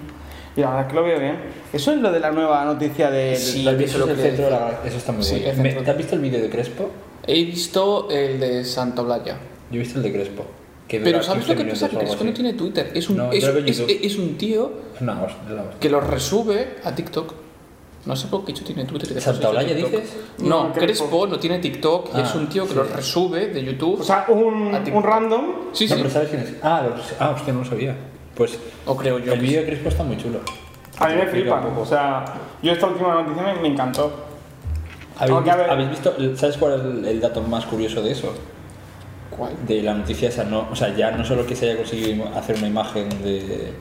[SPEAKER 1] Y la verdad es que lo veo bien. Eso es lo de la nueva noticia de.
[SPEAKER 3] Sí,
[SPEAKER 2] ¿Lo has
[SPEAKER 3] yo
[SPEAKER 2] visto?
[SPEAKER 3] sé lo
[SPEAKER 2] Es el
[SPEAKER 3] que
[SPEAKER 2] centro de la-
[SPEAKER 3] decía.
[SPEAKER 2] Eso está muy
[SPEAKER 3] Sí, el
[SPEAKER 2] bueno. Me-
[SPEAKER 3] centro.
[SPEAKER 2] ¿Te has visto el vídeo de Crespo?
[SPEAKER 3] He visto el de Santo Blaya.
[SPEAKER 2] Yo he visto el de Crespo. Que dura
[SPEAKER 3] Pero ¿sabes
[SPEAKER 2] 15
[SPEAKER 3] lo que
[SPEAKER 2] minutos
[SPEAKER 3] pasa?
[SPEAKER 2] o
[SPEAKER 3] Que
[SPEAKER 2] algo
[SPEAKER 3] Crespo no
[SPEAKER 2] así.
[SPEAKER 3] tiene Twitter. Es un,
[SPEAKER 2] No,
[SPEAKER 3] es,
[SPEAKER 2] yo lo veo en
[SPEAKER 3] es-
[SPEAKER 2] YouTube.
[SPEAKER 3] es un tío
[SPEAKER 2] Es una hostia, es la hostia.
[SPEAKER 3] que lo resube a TikTok. No sé por qué yo tiene Twitter. y después
[SPEAKER 2] ¿Santa
[SPEAKER 3] hizo
[SPEAKER 2] Olalla
[SPEAKER 3] TikTok.
[SPEAKER 2] dices?
[SPEAKER 3] No,
[SPEAKER 1] No, Crespo.
[SPEAKER 3] Crespo no tiene TikTok. y
[SPEAKER 2] Ah,
[SPEAKER 3] es un tío que
[SPEAKER 2] sí.
[SPEAKER 3] lo resube de YouTube.
[SPEAKER 1] O sea, un,
[SPEAKER 3] A ti.
[SPEAKER 1] un random.
[SPEAKER 3] sí,
[SPEAKER 2] No,
[SPEAKER 3] sí.
[SPEAKER 2] pero ¿sabes quién es? Ah, los- ah, hostia, no lo sabía. Pues
[SPEAKER 3] O creo yo.
[SPEAKER 2] el
[SPEAKER 3] que sí.
[SPEAKER 2] vídeo de Crespo está muy chulo.
[SPEAKER 1] A mí me
[SPEAKER 2] Explica
[SPEAKER 1] flipa.
[SPEAKER 2] un poco.
[SPEAKER 1] O sea, yo esta última noticia me, me encantó.
[SPEAKER 2] ¿Habéis,
[SPEAKER 1] Aunque, a ver-
[SPEAKER 2] visto, habéis visto- ¿Sabes cuál es el, el dato más curioso de eso?
[SPEAKER 3] ¿Cuál?
[SPEAKER 2] De la noticia esa, no, o sea, ya no solo que se haya conseguido im- hacer una imagen de,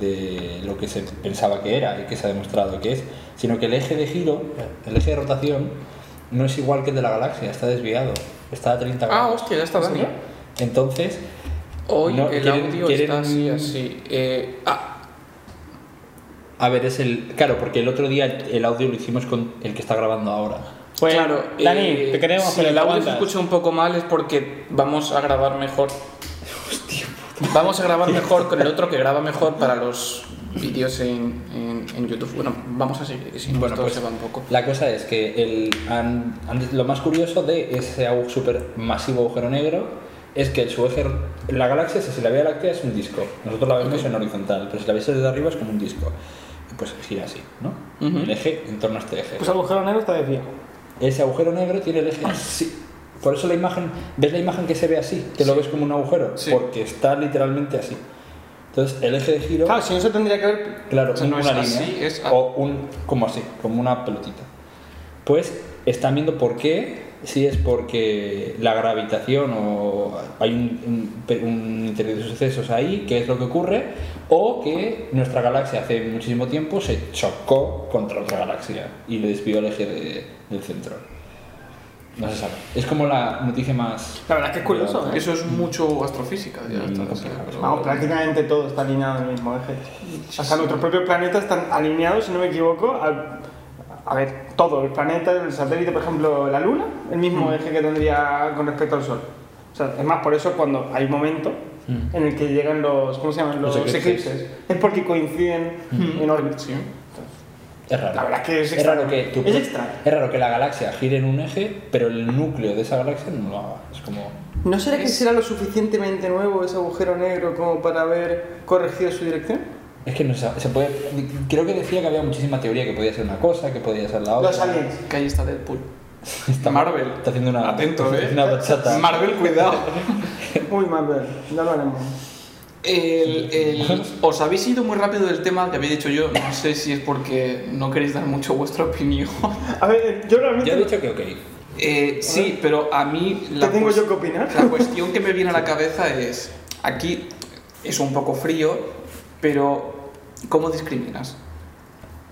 [SPEAKER 2] de lo que se pensaba que era y que se ha demostrado que es, sino que el eje de giro, el eje de rotación, no es igual que el de la galaxia, está desviado, está a 30
[SPEAKER 3] Ah,
[SPEAKER 2] grados.
[SPEAKER 3] hostia, ya está Dani.
[SPEAKER 2] Entonces,
[SPEAKER 3] Hoy
[SPEAKER 2] No,
[SPEAKER 3] el
[SPEAKER 2] quieren-
[SPEAKER 3] audio
[SPEAKER 2] quieren-
[SPEAKER 3] está así, así. Eh, ah,
[SPEAKER 2] a ver, es el. Claro, porque el otro día el, el audio lo hicimos con el que está grabando ahora.
[SPEAKER 1] Pues,
[SPEAKER 3] claro,
[SPEAKER 1] Dani,
[SPEAKER 3] eh,
[SPEAKER 1] te queremos,
[SPEAKER 3] Si
[SPEAKER 1] pero
[SPEAKER 3] el
[SPEAKER 1] te
[SPEAKER 3] audio se
[SPEAKER 1] aguantas.
[SPEAKER 3] escucha un poco mal es porque vamos a grabar mejor. Vamos a grabar mejor con el otro que graba mejor para los vídeos en, en- en YouTube. Bueno, vamos a seguir, que si no,
[SPEAKER 2] Bueno,
[SPEAKER 3] esto
[SPEAKER 2] pues-
[SPEAKER 3] se va un poco.
[SPEAKER 2] La cosa es que el, han- han- lo más curioso de ese agu- super masivo agujero negro es que su eje, la galaxia, si se la ve a la Láctea, es un disco. Nosotros la vemos en horizontal, pero si la veis desde arriba es como un disco. Y pues gira así, ¿no?
[SPEAKER 3] Ujú.
[SPEAKER 2] El eje en torno a este eje.
[SPEAKER 1] Pues agujero negro está desviado.
[SPEAKER 2] Ese agujero negro tiene el eje así. Por eso la imagen, ¿ves la imagen que se ve así? Que lo ves como un agujero,
[SPEAKER 3] Sí.
[SPEAKER 2] porque está literalmente así. Entonces el eje de giro,
[SPEAKER 1] Claro, si no, eso tendría que ver
[SPEAKER 2] claro,
[SPEAKER 3] o sea, no
[SPEAKER 2] una
[SPEAKER 3] es
[SPEAKER 2] línea,
[SPEAKER 3] así, es-
[SPEAKER 2] o un, como así, como una pelotita. Pues están viendo por qué, si es porque la gravitación o hay un, un, un interés de sucesos ahí, que es lo que ocurre, o que nuestra galaxia hace muchísimo tiempo se chocó contra otra galaxia y le desvió el eje de- del centro. No se sabe. Es como la noticia más...
[SPEAKER 1] La verdad es que es curioso, ¿eh?
[SPEAKER 3] Eso es mucho astrofísica. Ya
[SPEAKER 2] Mm,
[SPEAKER 3] está,
[SPEAKER 2] complicado.
[SPEAKER 3] sí, pero-
[SPEAKER 1] Vamos, prácticamente todo está alineado en el mismo eje. Hasta nuestros propios planetas están alineados, si no me equivoco, al- a ver, todo, el planeta, el satélite, por ejemplo, la Luna, el
[SPEAKER 2] Mm.
[SPEAKER 1] mismo eje que tendría con respecto al Sol. O sea, es más, por eso cuando hay un momento en el que llegan los, ¿cómo se llaman? Los,
[SPEAKER 2] Mm. Los
[SPEAKER 1] eclipses.
[SPEAKER 2] eclipses. Mm.
[SPEAKER 1] Es porque coinciden en órbita.
[SPEAKER 2] Es raro.
[SPEAKER 1] La verdad es que es
[SPEAKER 2] raro que
[SPEAKER 1] extraño.
[SPEAKER 2] tu-
[SPEAKER 1] Es extraño.
[SPEAKER 2] es raro que la galaxia gire en un eje, pero el núcleo de esa galaxia no lo haga. Es como.
[SPEAKER 1] ¿No será que será lo suficientemente nuevo ese agujero negro como para haber corregido su dirección?
[SPEAKER 2] Es que no se, se puede. Creo que decía que había muchísima teoría que podía ser una cosa, que podía ser la otra.
[SPEAKER 1] Los aliens.
[SPEAKER 3] Que ahí está Deadpool.
[SPEAKER 2] Está
[SPEAKER 3] Marvel.
[SPEAKER 2] Está haciendo una.
[SPEAKER 3] Atento,
[SPEAKER 2] está
[SPEAKER 3] ¿eh?
[SPEAKER 2] haciendo Una bachata.
[SPEAKER 3] Marvel, cuidado.
[SPEAKER 1] Uy, Marvel, ya lo haremos.
[SPEAKER 3] El- el- os habéis ido muy rápido del tema que había dicho yo. No sé si es porque no queréis dar mucho vuestra opinión.
[SPEAKER 1] A ver, yo realmente.
[SPEAKER 2] Ya he dicho que ok.
[SPEAKER 3] Eh, sí, pero a mí.
[SPEAKER 1] ¿Qué tengo
[SPEAKER 3] cues-
[SPEAKER 1] yo que opinar?
[SPEAKER 3] La cuestión que me viene a la cabeza es. Aquí es un poco frío, pero. ¿Cómo discriminas?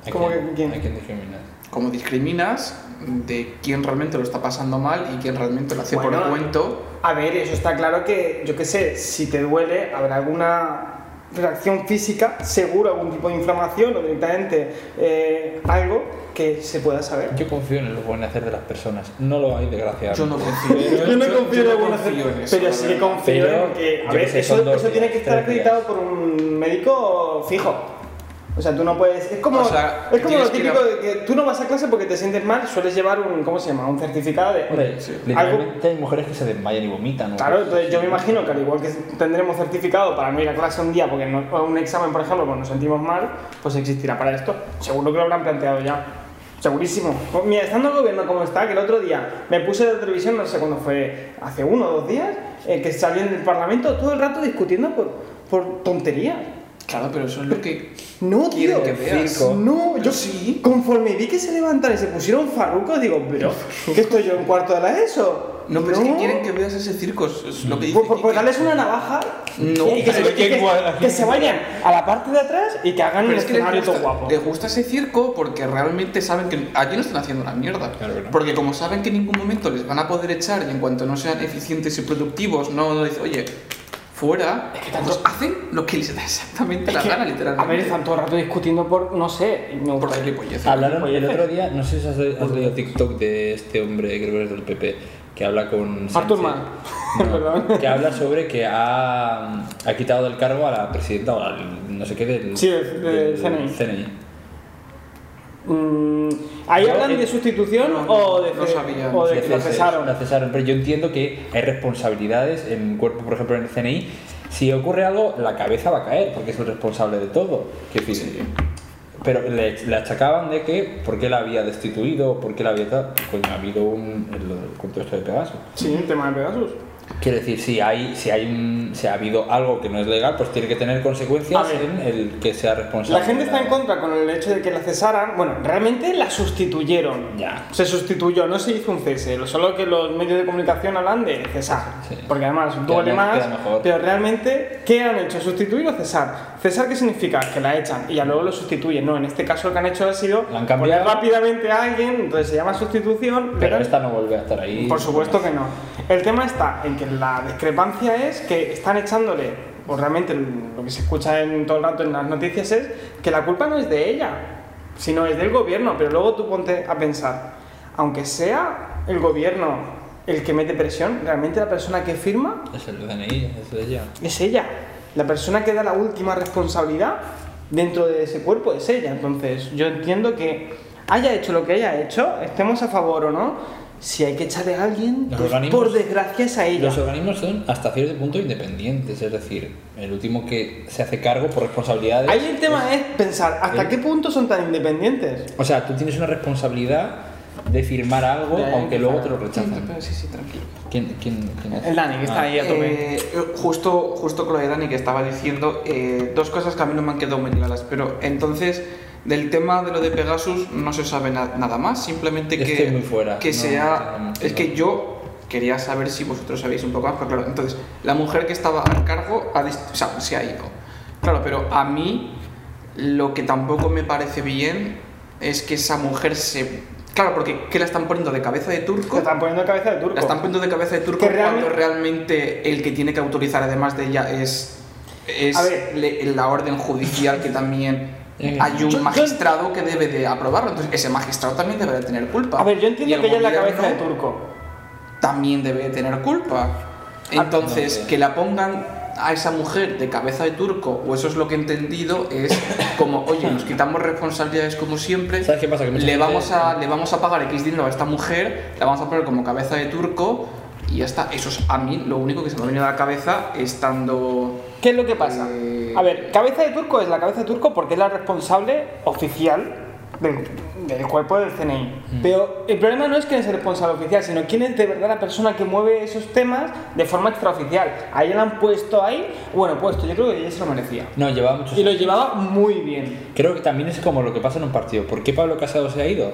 [SPEAKER 2] Hay
[SPEAKER 1] ¿Cómo
[SPEAKER 2] quien-
[SPEAKER 1] que quién?
[SPEAKER 2] Hay quien discriminar.
[SPEAKER 3] ¿Cómo discriminas de quién realmente lo está pasando mal y quién realmente lo hace por
[SPEAKER 1] Bueno,
[SPEAKER 3] el cuento?
[SPEAKER 1] A ver, eso está claro que, yo qué sé, si te duele, habrá alguna reacción física, seguro algún tipo de inflamación o directamente eh, algo que se pueda saber.
[SPEAKER 2] Yo confío en el buen hacer de las personas. No lo hay, desgraciadamente.
[SPEAKER 3] Yo no confío.
[SPEAKER 1] Yo no confío en
[SPEAKER 3] yo no
[SPEAKER 1] alguna
[SPEAKER 3] confío en eso,
[SPEAKER 1] Pero
[SPEAKER 3] la
[SPEAKER 1] sí que
[SPEAKER 3] verdad.
[SPEAKER 1] confío
[SPEAKER 2] Pero,
[SPEAKER 1] en que.
[SPEAKER 2] yo
[SPEAKER 1] A
[SPEAKER 2] qué
[SPEAKER 1] ver,
[SPEAKER 2] sé,
[SPEAKER 1] eso,
[SPEAKER 2] son dos
[SPEAKER 1] eso tiene
[SPEAKER 2] días,
[SPEAKER 1] que estar
[SPEAKER 2] tres días.
[SPEAKER 1] acreditado por un médico fijo. O sea, tú no puedes. Es como,
[SPEAKER 3] O sea,
[SPEAKER 1] es como
[SPEAKER 3] tienes
[SPEAKER 1] lo
[SPEAKER 3] que
[SPEAKER 1] típico
[SPEAKER 3] ir
[SPEAKER 1] de que tú no vas a clase porque te sientes mal, sueles llevar un. ¿Cómo se llama? Un certificado de.
[SPEAKER 2] Hombre,
[SPEAKER 3] Sí.
[SPEAKER 2] literalmente hay mujeres que se desmayan y vomitan. ¿no?
[SPEAKER 1] Claro, entonces yo me imagino que al igual que tendremos certificado para no ir a clase un día porque no, o un examen, por ejemplo, pues nos sentimos mal, pues existirá para esto. Seguro que lo habrán planteado ya. Segurísimo. Pues mira, estando el gobierno como está, que el otro día me puse de televisión, no sé cuándo fue, hace uno o dos días, eh, que salían del Parlamento todo el rato discutiendo por, por tonterías.
[SPEAKER 3] Claro, pero eso es lo que.
[SPEAKER 1] No, tío.
[SPEAKER 3] Quiero que veas.
[SPEAKER 2] Circo.
[SPEAKER 1] No, yo
[SPEAKER 3] Sí.
[SPEAKER 1] Conforme vi que se levantaron y se pusieron farrucos, digo, pero, ¿qué estoy yo en cuarto de la ESO?
[SPEAKER 3] No, pero es que quieren que veas ese circo. Es es lo que dice
[SPEAKER 1] Pues, pues- pues
[SPEAKER 3] Quique.
[SPEAKER 1] darles una navaja
[SPEAKER 3] No,
[SPEAKER 1] y que, se,
[SPEAKER 3] pero
[SPEAKER 1] y que- que se vayan a la parte de atrás y que hagan un
[SPEAKER 3] Pero es que les
[SPEAKER 1] escenario todo
[SPEAKER 3] gusta,
[SPEAKER 1] guapo.
[SPEAKER 3] les gusta ese circo porque realmente saben que allí no están haciendo una mierda.
[SPEAKER 2] Claro que no.
[SPEAKER 3] Porque como saben que en ningún momento les van a poder echar y en cuanto no sean eficientes y productivos, no, no dicen, oye, fuera,
[SPEAKER 1] que tanto-
[SPEAKER 3] pues hacen lo que les da exactamente
[SPEAKER 1] Es
[SPEAKER 3] la
[SPEAKER 1] que,
[SPEAKER 3] gana, literalmente.
[SPEAKER 1] A ver, están todo el rato discutiendo por, no sé, y me
[SPEAKER 3] por
[SPEAKER 1] gusta.
[SPEAKER 3] gilipolleces.
[SPEAKER 2] Hablaron el otro día, no sé si has, has leído TikTok de este hombre, creo que es del PP, que habla con. Sánchez.
[SPEAKER 1] Artur Mas.
[SPEAKER 2] No,
[SPEAKER 1] Perdón.
[SPEAKER 2] que habla sobre que ha, ha quitado del cargo a la presidenta o al no sé qué del.
[SPEAKER 1] Sí, del- del CNI. Mm, ¿Ahí
[SPEAKER 2] Yo
[SPEAKER 1] hablan
[SPEAKER 2] en-
[SPEAKER 1] de sustitución
[SPEAKER 3] no,
[SPEAKER 1] o de,
[SPEAKER 3] no
[SPEAKER 1] ce-
[SPEAKER 3] sabía,
[SPEAKER 1] o
[SPEAKER 3] no
[SPEAKER 1] de
[SPEAKER 2] Sí,
[SPEAKER 1] que la
[SPEAKER 2] hace-
[SPEAKER 1] cesaron?
[SPEAKER 2] la cesaron, Pero yo entiendo que hay responsabilidades en un cuerpo, por ejemplo, en el CNI. Si ocurre algo, la cabeza va a caer porque es el responsable de todo. Que en fin, Pero le, le achacaban de que por qué la había destituido, por qué la había tal. Coño, ha habido un. el- el cuento esto de Pegaso.
[SPEAKER 1] Sí, el tema de Pegasus.
[SPEAKER 2] Quiero decir, si hay, si hay un, si ha habido algo que no es legal, pues tiene que tener
[SPEAKER 1] A
[SPEAKER 2] consecuencias
[SPEAKER 1] ver.
[SPEAKER 2] en el que sea responsable.
[SPEAKER 1] La gente está en contra con el hecho de que la cesaran. Bueno, realmente la sustituyeron.
[SPEAKER 2] Ya.
[SPEAKER 1] Se sustituyó, no se hizo un cese. lo- Solo que los medios de comunicación hablan de cesar.
[SPEAKER 2] Sí.
[SPEAKER 1] Porque además duele
[SPEAKER 2] además
[SPEAKER 1] más.
[SPEAKER 2] queda mejor.
[SPEAKER 1] Pero realmente, ¿qué han hecho? ¿Sustituir o cesar? ¿Cesar qué significa? Que la echan y ya luego lo sustituyen. No, en este caso lo que han hecho ha sido
[SPEAKER 2] La han cambiado.
[SPEAKER 1] poner rápidamente a alguien, entonces se llama sustitución.
[SPEAKER 2] Pero
[SPEAKER 1] pero-
[SPEAKER 2] esta no vuelve a estar ahí.
[SPEAKER 1] por supuesto que no. El tema está en que la discrepancia es que están echándole, o realmente lo que se escucha en todo el rato en las noticias es que la culpa no es de ella, sino es del gobierno. Pero luego tú ponte a pensar, aunque sea el gobierno el que mete presión, realmente la persona que firma
[SPEAKER 2] Es el DNI, es ella.
[SPEAKER 1] es ella. La persona que da la última responsabilidad dentro de ese cuerpo es ella. Entonces, yo entiendo que haya hecho lo que haya hecho, estemos a favor o no, si hay que echarle a alguien,
[SPEAKER 2] Los
[SPEAKER 1] pues,
[SPEAKER 2] organismos-
[SPEAKER 1] por desgracia es a ella.
[SPEAKER 2] Los organismos son hasta cierto punto independientes, es decir, el último que se hace cargo por responsabilidades.
[SPEAKER 1] Ahí el tema es pensar hasta
[SPEAKER 2] ¿Eh?
[SPEAKER 1] qué punto son tan independientes.
[SPEAKER 2] O sea, tú tienes una responsabilidad de firmar algo,
[SPEAKER 1] De ahí
[SPEAKER 2] aunque luego te
[SPEAKER 1] empezar.
[SPEAKER 2] lo
[SPEAKER 3] Sí,
[SPEAKER 2] rechazan.
[SPEAKER 3] pero ¿eh? sí, sí, tranquilo.
[SPEAKER 2] ¿Quién, quién, quién es?
[SPEAKER 1] El Dani, que está
[SPEAKER 2] Ah.
[SPEAKER 1] ahí a tope.
[SPEAKER 3] Eh, justo, justo con lo de Dani que estaba diciendo, eh, dos cosas que a mí no me han quedado muy claras. Pero entonces, del tema de lo de Pegasus no se sabe na- nada más, simplemente
[SPEAKER 2] Yo
[SPEAKER 3] que,
[SPEAKER 2] estoy muy fuera,
[SPEAKER 3] que
[SPEAKER 2] no,
[SPEAKER 3] sea...
[SPEAKER 2] no, no,
[SPEAKER 3] es que
[SPEAKER 2] no.
[SPEAKER 3] yo quería saber si vosotros sabéis un poco más, pero claro, entonces, la mujer que estaba al cargo ha dist- o sea, se ha ido. Claro, pero a mí lo que tampoco me parece bien es que esa mujer se... Claro, porque ¿qué la están poniendo de cabeza de turco?
[SPEAKER 1] Te están poniendo en cabeza de turco.
[SPEAKER 3] La están poniendo de cabeza de turco
[SPEAKER 1] Que realmente-
[SPEAKER 3] cuando realmente el que tiene que autorizar además de ella es, es
[SPEAKER 1] A ver.
[SPEAKER 3] le- la orden judicial que también
[SPEAKER 2] Eh,
[SPEAKER 3] hay
[SPEAKER 1] yo-
[SPEAKER 3] un
[SPEAKER 1] yo-
[SPEAKER 3] magistrado que debe de aprobarlo. Entonces ese magistrado también debe de tener culpa.
[SPEAKER 1] A ver, yo
[SPEAKER 3] Y
[SPEAKER 1] entiendo
[SPEAKER 3] el
[SPEAKER 1] que ella es la
[SPEAKER 3] gobierno
[SPEAKER 1] cabeza de turco.
[SPEAKER 3] También debe de tener culpa. Entonces,
[SPEAKER 2] Ah, no, no.
[SPEAKER 3] que la pongan a esa mujer de cabeza de turco, o eso es lo que he entendido, es como, oye, nos quitamos responsabilidades como siempre,
[SPEAKER 2] ¿Sabes qué pasa? Que mucha
[SPEAKER 3] le,
[SPEAKER 2] gente-
[SPEAKER 3] vamos a, le vamos a pagar X dinero a esta mujer, la vamos a poner como cabeza de turco y ya está. Eso es a mí lo único que se me ha venido a la cabeza estando...
[SPEAKER 1] ¿Qué es lo que pasa?
[SPEAKER 3] Eh,
[SPEAKER 1] A ver, cabeza de turco es la cabeza de turco porque es la responsable oficial del, del cuerpo del CNI.
[SPEAKER 2] Mm.
[SPEAKER 1] Pero el problema no es quién es el responsable oficial, sino quién es de verdad la persona que mueve esos temas de forma extraoficial. Ahí la han puesto ahí, bueno, puesto, yo creo que ella se lo merecía.
[SPEAKER 2] No, llevaba muchos
[SPEAKER 1] Y lo
[SPEAKER 2] años.
[SPEAKER 1] llevaba muy bien.
[SPEAKER 2] Creo que también es como lo que pasa en un partido. ¿Por qué Pablo Casado se ha ido?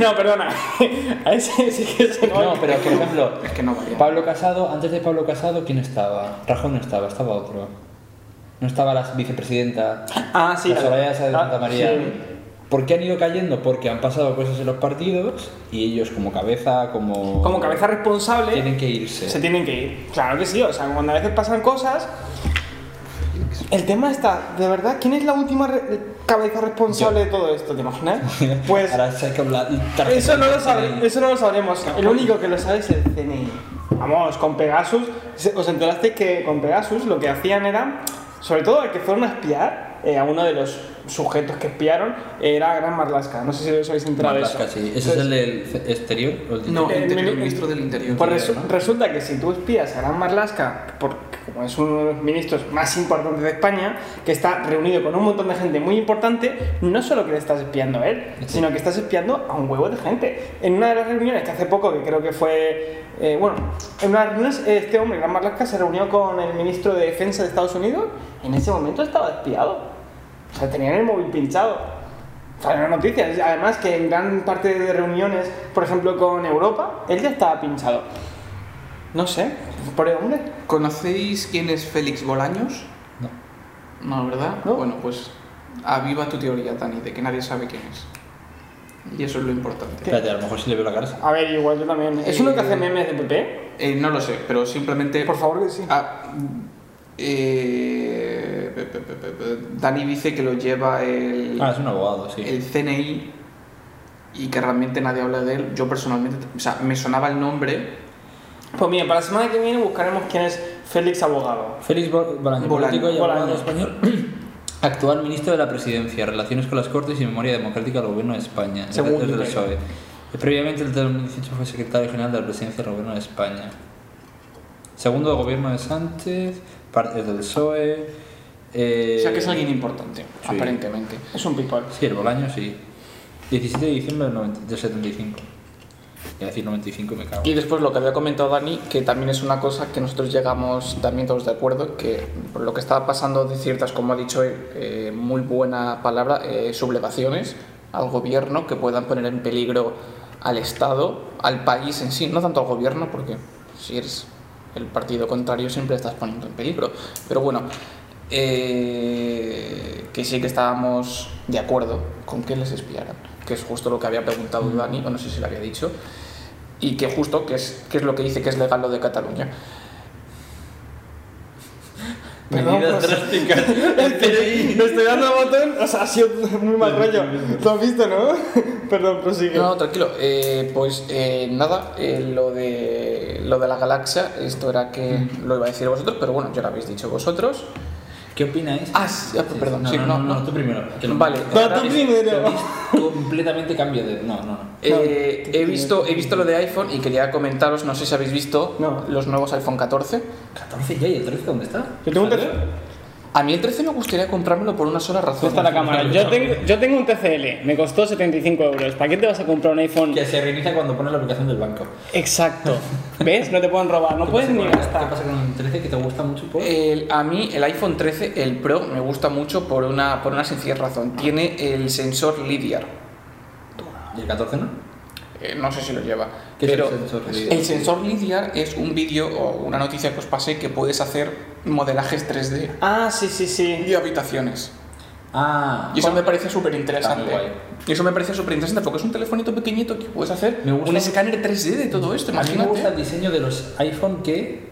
[SPEAKER 1] no, perdona. A ese sí que se
[SPEAKER 2] No, pero por ejemplo,
[SPEAKER 3] Es que no valía.
[SPEAKER 2] Pablo Casado, antes de Pablo Casado, ¿quién estaba? Rajón no estaba, estaba otro. No estaba la vicepresidenta.
[SPEAKER 1] Ah, sí,
[SPEAKER 2] la
[SPEAKER 1] la-
[SPEAKER 2] Soraya Sáenz de
[SPEAKER 1] ah,
[SPEAKER 2] Santa María.
[SPEAKER 1] sí.
[SPEAKER 2] ¿Por qué han ido cayendo? Porque han pasado cosas en los partidos y ellos como cabeza, como...
[SPEAKER 1] Como cabeza responsable.
[SPEAKER 2] Tienen que irse.
[SPEAKER 1] se tienen que ir. Claro que sí, o sea, cuando a veces pasan cosas. El tema está, de verdad, ¿quién es la última re- cabeza responsable de todo esto? ¿Te imaginas? Pues
[SPEAKER 2] Ahora se ha que hablar- tarjeta
[SPEAKER 1] eso no,
[SPEAKER 2] de
[SPEAKER 1] lo sabe-
[SPEAKER 2] CNI.
[SPEAKER 1] eso no lo sabremos. El único que lo sabe es el CNI. Vamos, con Pegasus, se- ¿os enteraste que con Pegasus lo que hacían era, sobre todo al que fueron a espiar, eh, a uno de los sujetos que espiaron, era Gran Marlaska. No sé si os habéis enterado de eso.
[SPEAKER 2] Marlaska, sí. ¿Ese es el del ce- exterior? o el del
[SPEAKER 3] No,
[SPEAKER 1] Eh,
[SPEAKER 3] interior,
[SPEAKER 1] mini-
[SPEAKER 3] ministro del interior.
[SPEAKER 1] Pues
[SPEAKER 2] Interior,
[SPEAKER 1] resu-
[SPEAKER 2] ¿no?
[SPEAKER 1] resulta que si tú espías a Gran Marlaska, porque como es uno de los ministros más importantes de España, que está reunido con un montón de gente muy importante, no solo que le estás espiando a él, sino que estás espiando a un huevo de gente. En una de las reuniones que hace poco, que creo que fue. eh, bueno, en una de las reuniones, este hombre, Gran Marlaska, se reunió con el ministro de Defensa de Estados Unidos, en ese momento estaba espiado. O sea, tenían el móvil pinchado. Salen noticias. Además que en gran parte de reuniones, por ejemplo con Europa, él ya estaba pinchado. No sé, por el hombre.
[SPEAKER 3] ¿Conocéis quién es Félix Bolaños?
[SPEAKER 2] No.
[SPEAKER 3] No, ¿verdad?
[SPEAKER 1] No.
[SPEAKER 3] Bueno, pues aviva tu teoría, Dani, de que nadie sabe quién es. Y eso es lo importante.
[SPEAKER 2] Espérate, a lo mejor sí le veo la cara.
[SPEAKER 1] A ver, igual yo también. ¿Es uno que hace memes de PP?
[SPEAKER 3] Eh, no lo sé, pero simplemente...
[SPEAKER 1] eh, Por favor que sí.
[SPEAKER 3] Ah, eh, pe- pe- pe- pe- pe- Dani dice que lo lleva el,
[SPEAKER 2] Ah, es un abogado, sí.
[SPEAKER 3] el CNI y que realmente nadie habla de él. Yo personalmente, o sea, me sonaba el nombre,
[SPEAKER 1] Pues mira, para la semana que viene buscaremos quién es Félix Abogado.
[SPEAKER 2] Félix Bol- Bolaño,
[SPEAKER 3] Bolaño.
[SPEAKER 2] político y abogado
[SPEAKER 1] Bolaño.
[SPEAKER 2] español, actual ministro de la Presidencia, Relaciones con las Cortes y Memoria Democrática del Gobierno de España, es de-
[SPEAKER 1] Según
[SPEAKER 2] es del
[SPEAKER 1] Wikipedia.
[SPEAKER 2] PSOE. Eh, Previamente, el 2018 fue secretario general de la Presidencia del Gobierno de España. Segundo de gobierno de Sánchez, parte del PSOE. eh,
[SPEAKER 3] o sea que es alguien importante,
[SPEAKER 2] sí.
[SPEAKER 3] aparentemente.
[SPEAKER 1] Es un people.
[SPEAKER 2] Sí, el Bolaño sí. 17 de diciembre del, 90 del 75. Iba a decir 95 y me cago.
[SPEAKER 3] Y después lo que había comentado Dani, que también es una cosa que nosotros llegamos también todos de acuerdo, que por lo que estaba pasando de ciertas, como ha dicho él, eh, muy buena palabra, eh, sublevaciones al gobierno que puedan poner en peligro al Estado, al país en sí, no tanto al gobierno, porque si eres el partido contrario siempre estás poniendo en peligro. Pero bueno, eh, que sí que estábamos de acuerdo con que les espiaran, que es justo lo que había preguntado Dani, o no sé si lo había dicho y que justo que es, que es lo que dice que es legal lo de Cataluña.
[SPEAKER 1] Perdón, pues- Le estoy dando al botón, o sea, ha sido muy mal rollo. Lo has visto, ¿no? Perdón, prosigue.
[SPEAKER 3] No, no, tranquilo. Eh, pues eh, nada, eh, lo, de, lo de la galaxia, esto era que
[SPEAKER 1] Mm.
[SPEAKER 3] lo iba a decir vosotros, pero bueno, ya lo habéis dicho vosotros.
[SPEAKER 2] ¿Qué opináis?
[SPEAKER 3] Ah, sí, ah, perdón,
[SPEAKER 2] No,
[SPEAKER 3] sí,
[SPEAKER 2] no,
[SPEAKER 3] no,
[SPEAKER 2] no,
[SPEAKER 3] no.
[SPEAKER 2] no, tú primero. que lo-
[SPEAKER 3] Vale.
[SPEAKER 1] No, tú primero.
[SPEAKER 2] completamente cambio de. No, no, no.
[SPEAKER 3] Eh, he, visto, he visto lo de iPhone y quería comentaros, no sé si habéis visto
[SPEAKER 1] No.
[SPEAKER 3] los nuevos iPhone 14.
[SPEAKER 2] 14 ya y el 13, ¿dónde está?
[SPEAKER 1] Yo tengo un
[SPEAKER 2] ¿Salió?
[SPEAKER 1] TCL.
[SPEAKER 3] A mí el 13 me gustaría comprármelo por una sola razón.
[SPEAKER 1] Está la cámara. Yo tengo, yo tengo un TCL, me costó 75 euros. ¿Para qué te vas a comprar un iPhone?
[SPEAKER 2] Que se reinicia cuando pones la aplicación del banco.
[SPEAKER 1] Exacto. ¿Ves? No te pueden robar, no
[SPEAKER 2] ¿Qué
[SPEAKER 1] puedes
[SPEAKER 2] pasa
[SPEAKER 1] ni
[SPEAKER 2] con- ¿Qué
[SPEAKER 1] gastar.
[SPEAKER 2] pasa con el 13 que te gusta mucho? Por...
[SPEAKER 3] El- a mí el iPhone 13, el Pro, me gusta mucho por una, por una sencilla razón.
[SPEAKER 1] Ah.
[SPEAKER 3] Tiene el sensor LiDAR.
[SPEAKER 2] ¿Y el 14 no?
[SPEAKER 3] Eh, no sé si lo lleva.
[SPEAKER 2] ¿Qué es
[SPEAKER 3] pero
[SPEAKER 2] el sensor LiDAR?
[SPEAKER 3] el sensor LiDAR es un vídeo o una noticia que os pasé que puedes hacer modelajes 3D
[SPEAKER 1] Ah, sí, sí, sí.
[SPEAKER 3] y habitaciones.
[SPEAKER 2] Ah,
[SPEAKER 3] Y eso me parece súper interesante.
[SPEAKER 2] Está muy guay.
[SPEAKER 3] Y eso me parece súper interesante porque es un telefonito pequeñito que puedes hacer
[SPEAKER 2] Me gusta-
[SPEAKER 3] un escáner 3D de todo esto,
[SPEAKER 2] a mí me
[SPEAKER 3] imagínate.
[SPEAKER 2] gusta el diseño de los iPhone que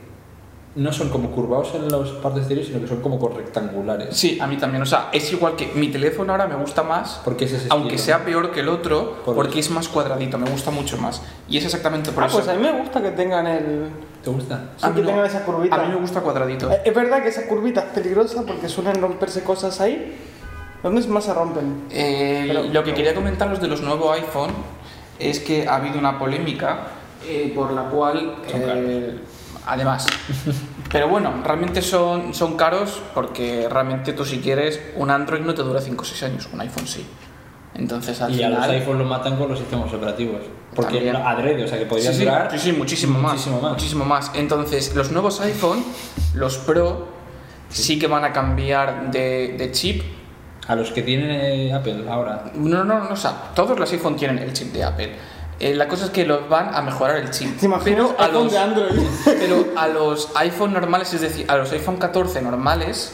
[SPEAKER 2] no son como curvados en las partes exteriores, sino que son como rectangulares.
[SPEAKER 3] Sí, a mí también. O sea, es igual que mi teléfono ahora me gusta más
[SPEAKER 2] Porque ese es ese
[SPEAKER 3] aunque
[SPEAKER 2] estilo.
[SPEAKER 3] sea peor que el otro,
[SPEAKER 2] Por
[SPEAKER 3] porque es más cuadradito, me gusta mucho más. Y es exactamente por
[SPEAKER 1] Ah,
[SPEAKER 3] eso.
[SPEAKER 1] pues a mí me gusta que tengan el.
[SPEAKER 2] ¿Te gusta?
[SPEAKER 1] sí que tengan esa curvita.
[SPEAKER 3] a mí me gusta cuadradito.
[SPEAKER 1] Eh, Es verdad que esa curvita es peligrosa porque suelen romperse cosas ahí. ¿Dónde más se rompen?
[SPEAKER 3] Eh,
[SPEAKER 1] Pero-
[SPEAKER 3] lo que quería comentaros de los nuevos iPhone es que ha habido una polémica eh, por la cual,
[SPEAKER 2] Son
[SPEAKER 3] eh, además, pero bueno, realmente son, son caros porque realmente tú si quieres un Android no te dura 5 o 6 años, un iPhone sí. Entonces al
[SPEAKER 2] Y a
[SPEAKER 3] final.
[SPEAKER 2] los iPhones los matan con los sistemas operativos. Porque
[SPEAKER 3] También.
[SPEAKER 2] adrede, o sea que podría
[SPEAKER 3] Sí, sí,
[SPEAKER 2] durar.
[SPEAKER 3] sí, sí, muchísimo,
[SPEAKER 2] muchísimo
[SPEAKER 3] más,
[SPEAKER 2] más.
[SPEAKER 3] Muchísimo más. Entonces, los nuevos iPhone, los Pro, sí que van a cambiar de, de chip.
[SPEAKER 2] A los que tiene eh, Apple ahora.
[SPEAKER 3] No, no, no, o sea, todos los iPhone tienen el chip de Apple. Eh, la cosa es que los van a mejorar el chip.
[SPEAKER 1] ¿Te imaginas
[SPEAKER 3] pero a
[SPEAKER 1] iPhone
[SPEAKER 3] los,
[SPEAKER 1] de Android?
[SPEAKER 3] pero a los iPhone normales, es decir, a los iPhone 14 normales,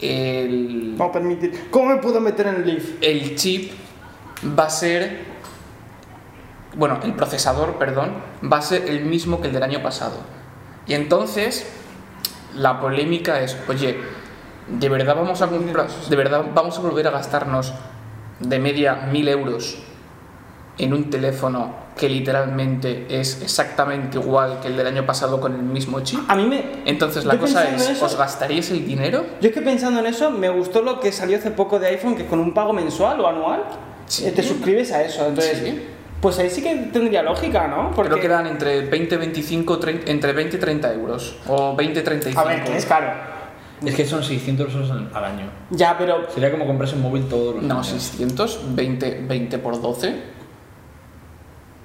[SPEAKER 3] el,
[SPEAKER 1] Vamos a permitir. ¿Cómo me puedo meter en el Leaf?
[SPEAKER 3] el chip va a ser. Bueno, el procesador, perdón, va a ser el mismo que el del año pasado. Y entonces, la polémica es, oye, ¿de verdad vamos a, comprar- de verdad vamos a volver a gastarnos de media mil euros en un teléfono que literalmente es exactamente igual que el del año pasado con el mismo chip?
[SPEAKER 1] A mí me.
[SPEAKER 3] Entonces, la
[SPEAKER 1] Yo
[SPEAKER 3] cosa
[SPEAKER 1] pensando
[SPEAKER 3] es,
[SPEAKER 1] en eso-
[SPEAKER 3] ¿os gastaríais el dinero?
[SPEAKER 1] Yo es que pensando en eso, me gustó lo que salió hace poco de iPhone, que con un pago mensual o anual
[SPEAKER 3] Sí.
[SPEAKER 1] eh, te suscribes a eso. Entonces,
[SPEAKER 3] Sí.
[SPEAKER 1] pues ahí sí que tendría lógica, ¿no? Porque.
[SPEAKER 3] Creo que eran entre 20, 25, 30, entre 20 y 30 euros. O 20, 35.
[SPEAKER 1] a ver, que es caro.
[SPEAKER 2] Es que son 600 euros al- al año.
[SPEAKER 1] Ya, pero.
[SPEAKER 2] Sería como comprarse un móvil todos los
[SPEAKER 3] No,
[SPEAKER 2] años.
[SPEAKER 3] 600, 20, 20 por 12.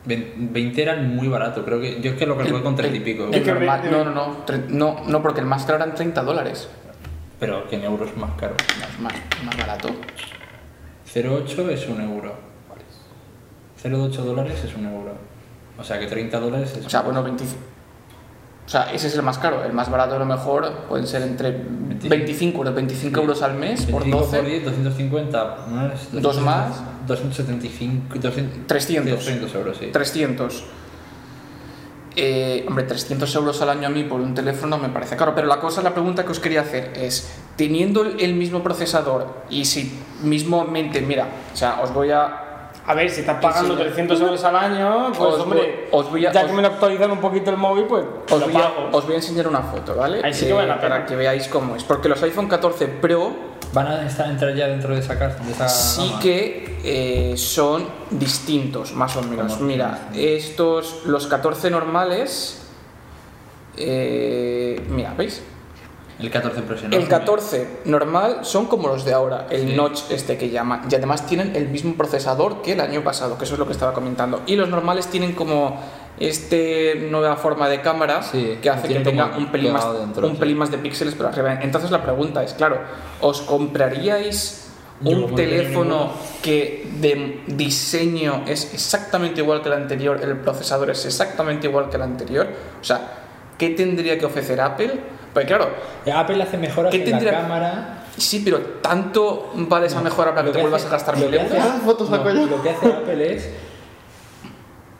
[SPEAKER 2] Vein- 20 eran muy barato, creo que. Yo es que lo calculé Pues con 30 y pico.
[SPEAKER 3] el
[SPEAKER 1] que
[SPEAKER 3] normal-
[SPEAKER 1] 20.
[SPEAKER 3] no, no, no, tre- no, no, porque el más caro eran 30 dólares.
[SPEAKER 2] Pero que en euros es más caro.
[SPEAKER 3] No, es más, más barato.
[SPEAKER 2] 0,8 es un euro. 0,8 dólares es un euro. O sea que 30 dólares es.
[SPEAKER 3] O sea, bueno, 25. O sea, ese es el más caro. El más barato a lo mejor pueden ser entre 25 euros, 25 euros al mes por
[SPEAKER 2] 25 por
[SPEAKER 3] 12.
[SPEAKER 2] 10, 250. Más,
[SPEAKER 3] Dos más.
[SPEAKER 2] 275. 200,
[SPEAKER 3] 300.
[SPEAKER 2] 300 euros, sí.
[SPEAKER 3] 300. Eh, hombre, 300 euros al año a mí por un teléfono me parece caro, pero la cosa, la pregunta que os quería hacer es, teniendo el el mismo procesador y si mismamente, mira, o sea, os voy a...
[SPEAKER 1] A ver, si estás pagando
[SPEAKER 3] Sí, sí.
[SPEAKER 1] 300 euros al año, pues
[SPEAKER 3] Os voy-
[SPEAKER 1] hombre.
[SPEAKER 3] os voy a-
[SPEAKER 1] ya
[SPEAKER 3] os-
[SPEAKER 1] que me lo actualizan un poquito el móvil, pues.
[SPEAKER 3] Os
[SPEAKER 1] lo
[SPEAKER 3] voy a,
[SPEAKER 1] pago.
[SPEAKER 3] os voy a enseñar una foto, ¿vale? Eh,
[SPEAKER 1] Ahí sí que vale la pena.
[SPEAKER 3] para que veáis cómo es, porque los iPhone 14 Pro
[SPEAKER 2] Van a estar, entrar ya dentro de esa carta. De
[SPEAKER 1] Ah,
[SPEAKER 2] esa
[SPEAKER 3] sí
[SPEAKER 2] gama.
[SPEAKER 3] que eh, son distintos, más o menos.
[SPEAKER 2] ¿Cómo?
[SPEAKER 3] Mira, estos, los 14 normales... eh, mira, ¿veis?
[SPEAKER 2] El 14 Pro es
[SPEAKER 3] El
[SPEAKER 2] enorme.
[SPEAKER 3] 14 normal son como los de ahora, el
[SPEAKER 2] Sí.
[SPEAKER 3] notch este que llaman. Y además tienen el mismo procesador que el año pasado, que eso es lo que estaba comentando. Y los normales tienen como este nueva forma de cámara
[SPEAKER 2] Sí,
[SPEAKER 3] que hace
[SPEAKER 2] que
[SPEAKER 3] que
[SPEAKER 2] tiene
[SPEAKER 3] tenga
[SPEAKER 2] como
[SPEAKER 3] un pelín, más,
[SPEAKER 2] pegado dentro,
[SPEAKER 3] un
[SPEAKER 2] sí.
[SPEAKER 3] pelín más de píxeles por arriba. Entonces la pregunta es, claro, ¿os compraríais
[SPEAKER 2] Yo no
[SPEAKER 3] un
[SPEAKER 2] compraría
[SPEAKER 3] teléfono
[SPEAKER 2] ninguno.
[SPEAKER 3] que de diseño es exactamente igual que el anterior, el procesador es exactamente igual que el anterior? O sea, ¿qué tendría que ofrecer Apple? Pues claro,
[SPEAKER 2] Apple hace mejoras
[SPEAKER 3] ¿Qué
[SPEAKER 2] en
[SPEAKER 3] tendrá-
[SPEAKER 2] la cámara.
[SPEAKER 3] Sí, pero tanto vale esa mejora para que
[SPEAKER 2] Lo
[SPEAKER 3] te vuelvas a
[SPEAKER 2] hace-
[SPEAKER 3] gastar
[SPEAKER 2] lo
[SPEAKER 3] mil
[SPEAKER 2] que hace-
[SPEAKER 3] euros.
[SPEAKER 1] Ah, fotos
[SPEAKER 2] no,
[SPEAKER 1] saco yo.
[SPEAKER 2] Lo que hace Apple es.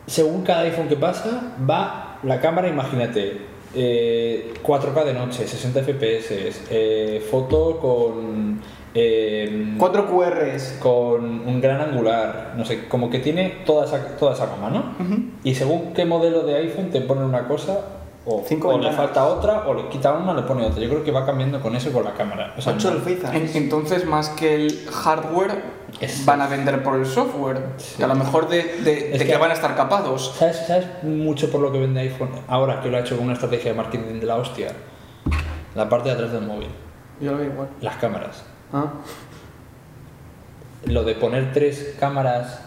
[SPEAKER 2] Según cada iPhone que pasa, va la cámara, imagínate. eh, 4K de noche, 60 FPS, eh, foto con. eh,
[SPEAKER 1] Cuatro QRs.
[SPEAKER 2] con un gran angular, no sé, como que tiene toda esa, toda esa gama, ¿no? Y según qué modelo de iPhone te ponen una cosa, o,
[SPEAKER 1] Cinco
[SPEAKER 2] o le
[SPEAKER 1] ventanas.
[SPEAKER 2] falta otra, o le quita una, le pone otra. Yo creo que va cambiando con eso y con la cámara. O sea,
[SPEAKER 1] Ocho
[SPEAKER 2] no-
[SPEAKER 1] alféizas.
[SPEAKER 3] En- Entonces, más que el hardware,
[SPEAKER 2] Es-
[SPEAKER 3] van a vender por el software. Que a lo mejor de, de-
[SPEAKER 2] Es
[SPEAKER 3] de
[SPEAKER 2] que-
[SPEAKER 3] que, van a estar capados.
[SPEAKER 2] ¿Sabes, ¿Sabes mucho por lo que vende iPhone ahora que lo ha hecho con una estrategia de marketing de la hostia? La parte de atrás del móvil,
[SPEAKER 1] Yo lo veo igual.
[SPEAKER 2] las cámaras.
[SPEAKER 1] Ah.
[SPEAKER 2] Lo de poner tres cámaras,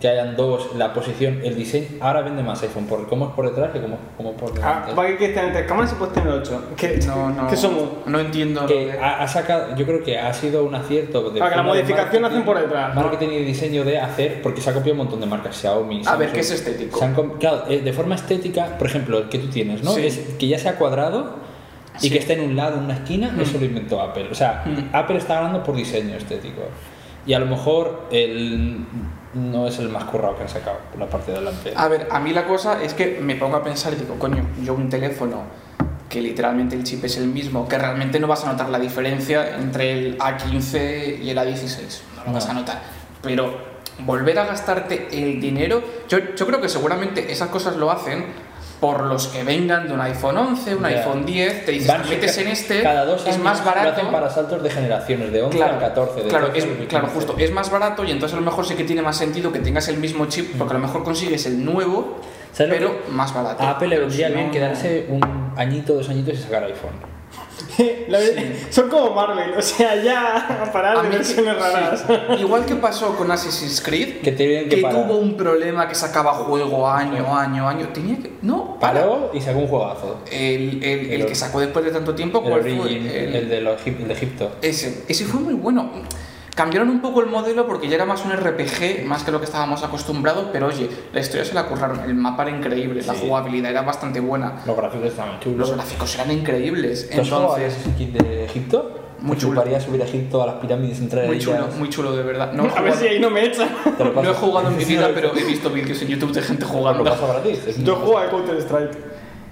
[SPEAKER 2] que hayan dos, la posición, el diseño. Ahora vende más iPhone por cómo es por detrás que cómo, cómo por
[SPEAKER 1] Ah,
[SPEAKER 2] delante.
[SPEAKER 1] ¿Para qué quieres tener tres cámaras y puedes tener ocho? ¿Qué,
[SPEAKER 3] No, no.
[SPEAKER 1] ¿qué somos? Ah,
[SPEAKER 3] No entiendo.
[SPEAKER 2] que ha, ha sacado, yo creo que ha sido un acierto. De
[SPEAKER 1] Ah, que la
[SPEAKER 2] forma de
[SPEAKER 1] modificación la hacen por
[SPEAKER 2] marketing-
[SPEAKER 1] detrás, ¿no?
[SPEAKER 2] Marketing y diseño de hacer, porque se ha copiado un montón de marcas, Xiaomi.
[SPEAKER 3] A ver, ¿qué es estético?
[SPEAKER 2] se han com- claro, eh, de forma estética, por ejemplo, el que tú tienes, ¿no?
[SPEAKER 3] Sí.
[SPEAKER 2] Es que ya sea cuadrado y que esté en un lado, en una esquina,
[SPEAKER 3] Mm.
[SPEAKER 2] eso lo inventó Apple. O sea, Apple está ganando por diseño estético. Y a lo mejor el, no es el más currado que han sacado por la parte de adelante.
[SPEAKER 3] A ver, a mí la cosa es que me pongo a pensar y digo, coño, yo un teléfono que literalmente el chip es el mismo, que realmente no vas a notar la diferencia entre el A15 y el A16, no lo
[SPEAKER 2] No.
[SPEAKER 3] vas a notar. Pero volver a gastarte el dinero, yo, yo creo que seguramente esas cosas lo hacen por los que vengan de un iPhone 11, un
[SPEAKER 2] Ya.
[SPEAKER 3] iPhone 10, te dices,
[SPEAKER 2] Van
[SPEAKER 3] "Te metes
[SPEAKER 2] ca-
[SPEAKER 3] en este,
[SPEAKER 2] cada dos
[SPEAKER 3] es
[SPEAKER 2] años
[SPEAKER 3] más
[SPEAKER 2] lo
[SPEAKER 3] barato.
[SPEAKER 2] hacen para saltos de generaciones, de 11
[SPEAKER 3] Claro,
[SPEAKER 2] a 14. de
[SPEAKER 3] claro,
[SPEAKER 2] 13
[SPEAKER 3] es,
[SPEAKER 2] a 15.
[SPEAKER 3] claro, justo, es más barato y entonces a lo mejor sí que tiene más sentido que tengas el mismo chip, porque a lo mejor consigues el nuevo,
[SPEAKER 2] ¿Sabes lo
[SPEAKER 3] pero más barato.
[SPEAKER 2] A Apple le
[SPEAKER 3] Pero
[SPEAKER 2] vendría
[SPEAKER 3] si
[SPEAKER 2] bien
[SPEAKER 3] no-
[SPEAKER 2] quedarse un añito, dos añitos y sacar iPhone.
[SPEAKER 1] La ve- Son como Marvel, o sea, ya a parar
[SPEAKER 3] A
[SPEAKER 1] de
[SPEAKER 3] mí-
[SPEAKER 1] versiones raras.
[SPEAKER 3] Igual que pasó con Assassin's Creed,
[SPEAKER 2] Que tenían que parar.
[SPEAKER 3] tuvo un problema que sacaba juego año, año, año. Tenía que. No, para.
[SPEAKER 2] Paró y sacó un juegazo.
[SPEAKER 3] El, el- el
[SPEAKER 2] El-
[SPEAKER 3] que sacó después de tanto tiempo,
[SPEAKER 2] El
[SPEAKER 3] ¿cuál
[SPEAKER 2] Origin,
[SPEAKER 3] fue?
[SPEAKER 2] el,
[SPEAKER 3] El-
[SPEAKER 2] de los, egip- el de Egipto.
[SPEAKER 3] Ese, ese fue muy bueno. Cambiaron un poco el modelo porque ya era más un RPG, más que lo que estábamos acostumbrados, pero oye, la historia se la curraron, el mapa era increíble, la
[SPEAKER 2] Sí.
[SPEAKER 3] jugabilidad era bastante buena,
[SPEAKER 2] Los gráficos estaban chulos.
[SPEAKER 3] los gráficos eran increíbles,
[SPEAKER 2] ¿Tú has jugado al
[SPEAKER 3] entonces...
[SPEAKER 2] Assassin's Creed de Egipto?
[SPEAKER 3] Muy
[SPEAKER 2] ¿Te
[SPEAKER 3] chulo.
[SPEAKER 2] chuparía subir a Egipto a las pirámides entrar en
[SPEAKER 3] Muy chulo,
[SPEAKER 2] ellas?
[SPEAKER 3] muy chulo de verdad. No,
[SPEAKER 1] a
[SPEAKER 3] he
[SPEAKER 1] ver
[SPEAKER 3] jugado-
[SPEAKER 1] si ahí no me echan.
[SPEAKER 2] Te lo
[SPEAKER 3] no he
[SPEAKER 2] pasas-
[SPEAKER 3] jugado en mi vida,
[SPEAKER 2] Sí,
[SPEAKER 3] pero he visto vídeos en YouTube de gente
[SPEAKER 2] Lo
[SPEAKER 3] jugando.
[SPEAKER 2] paso gratis. es
[SPEAKER 1] Yo
[SPEAKER 2] una
[SPEAKER 1] juego a Counter Strike.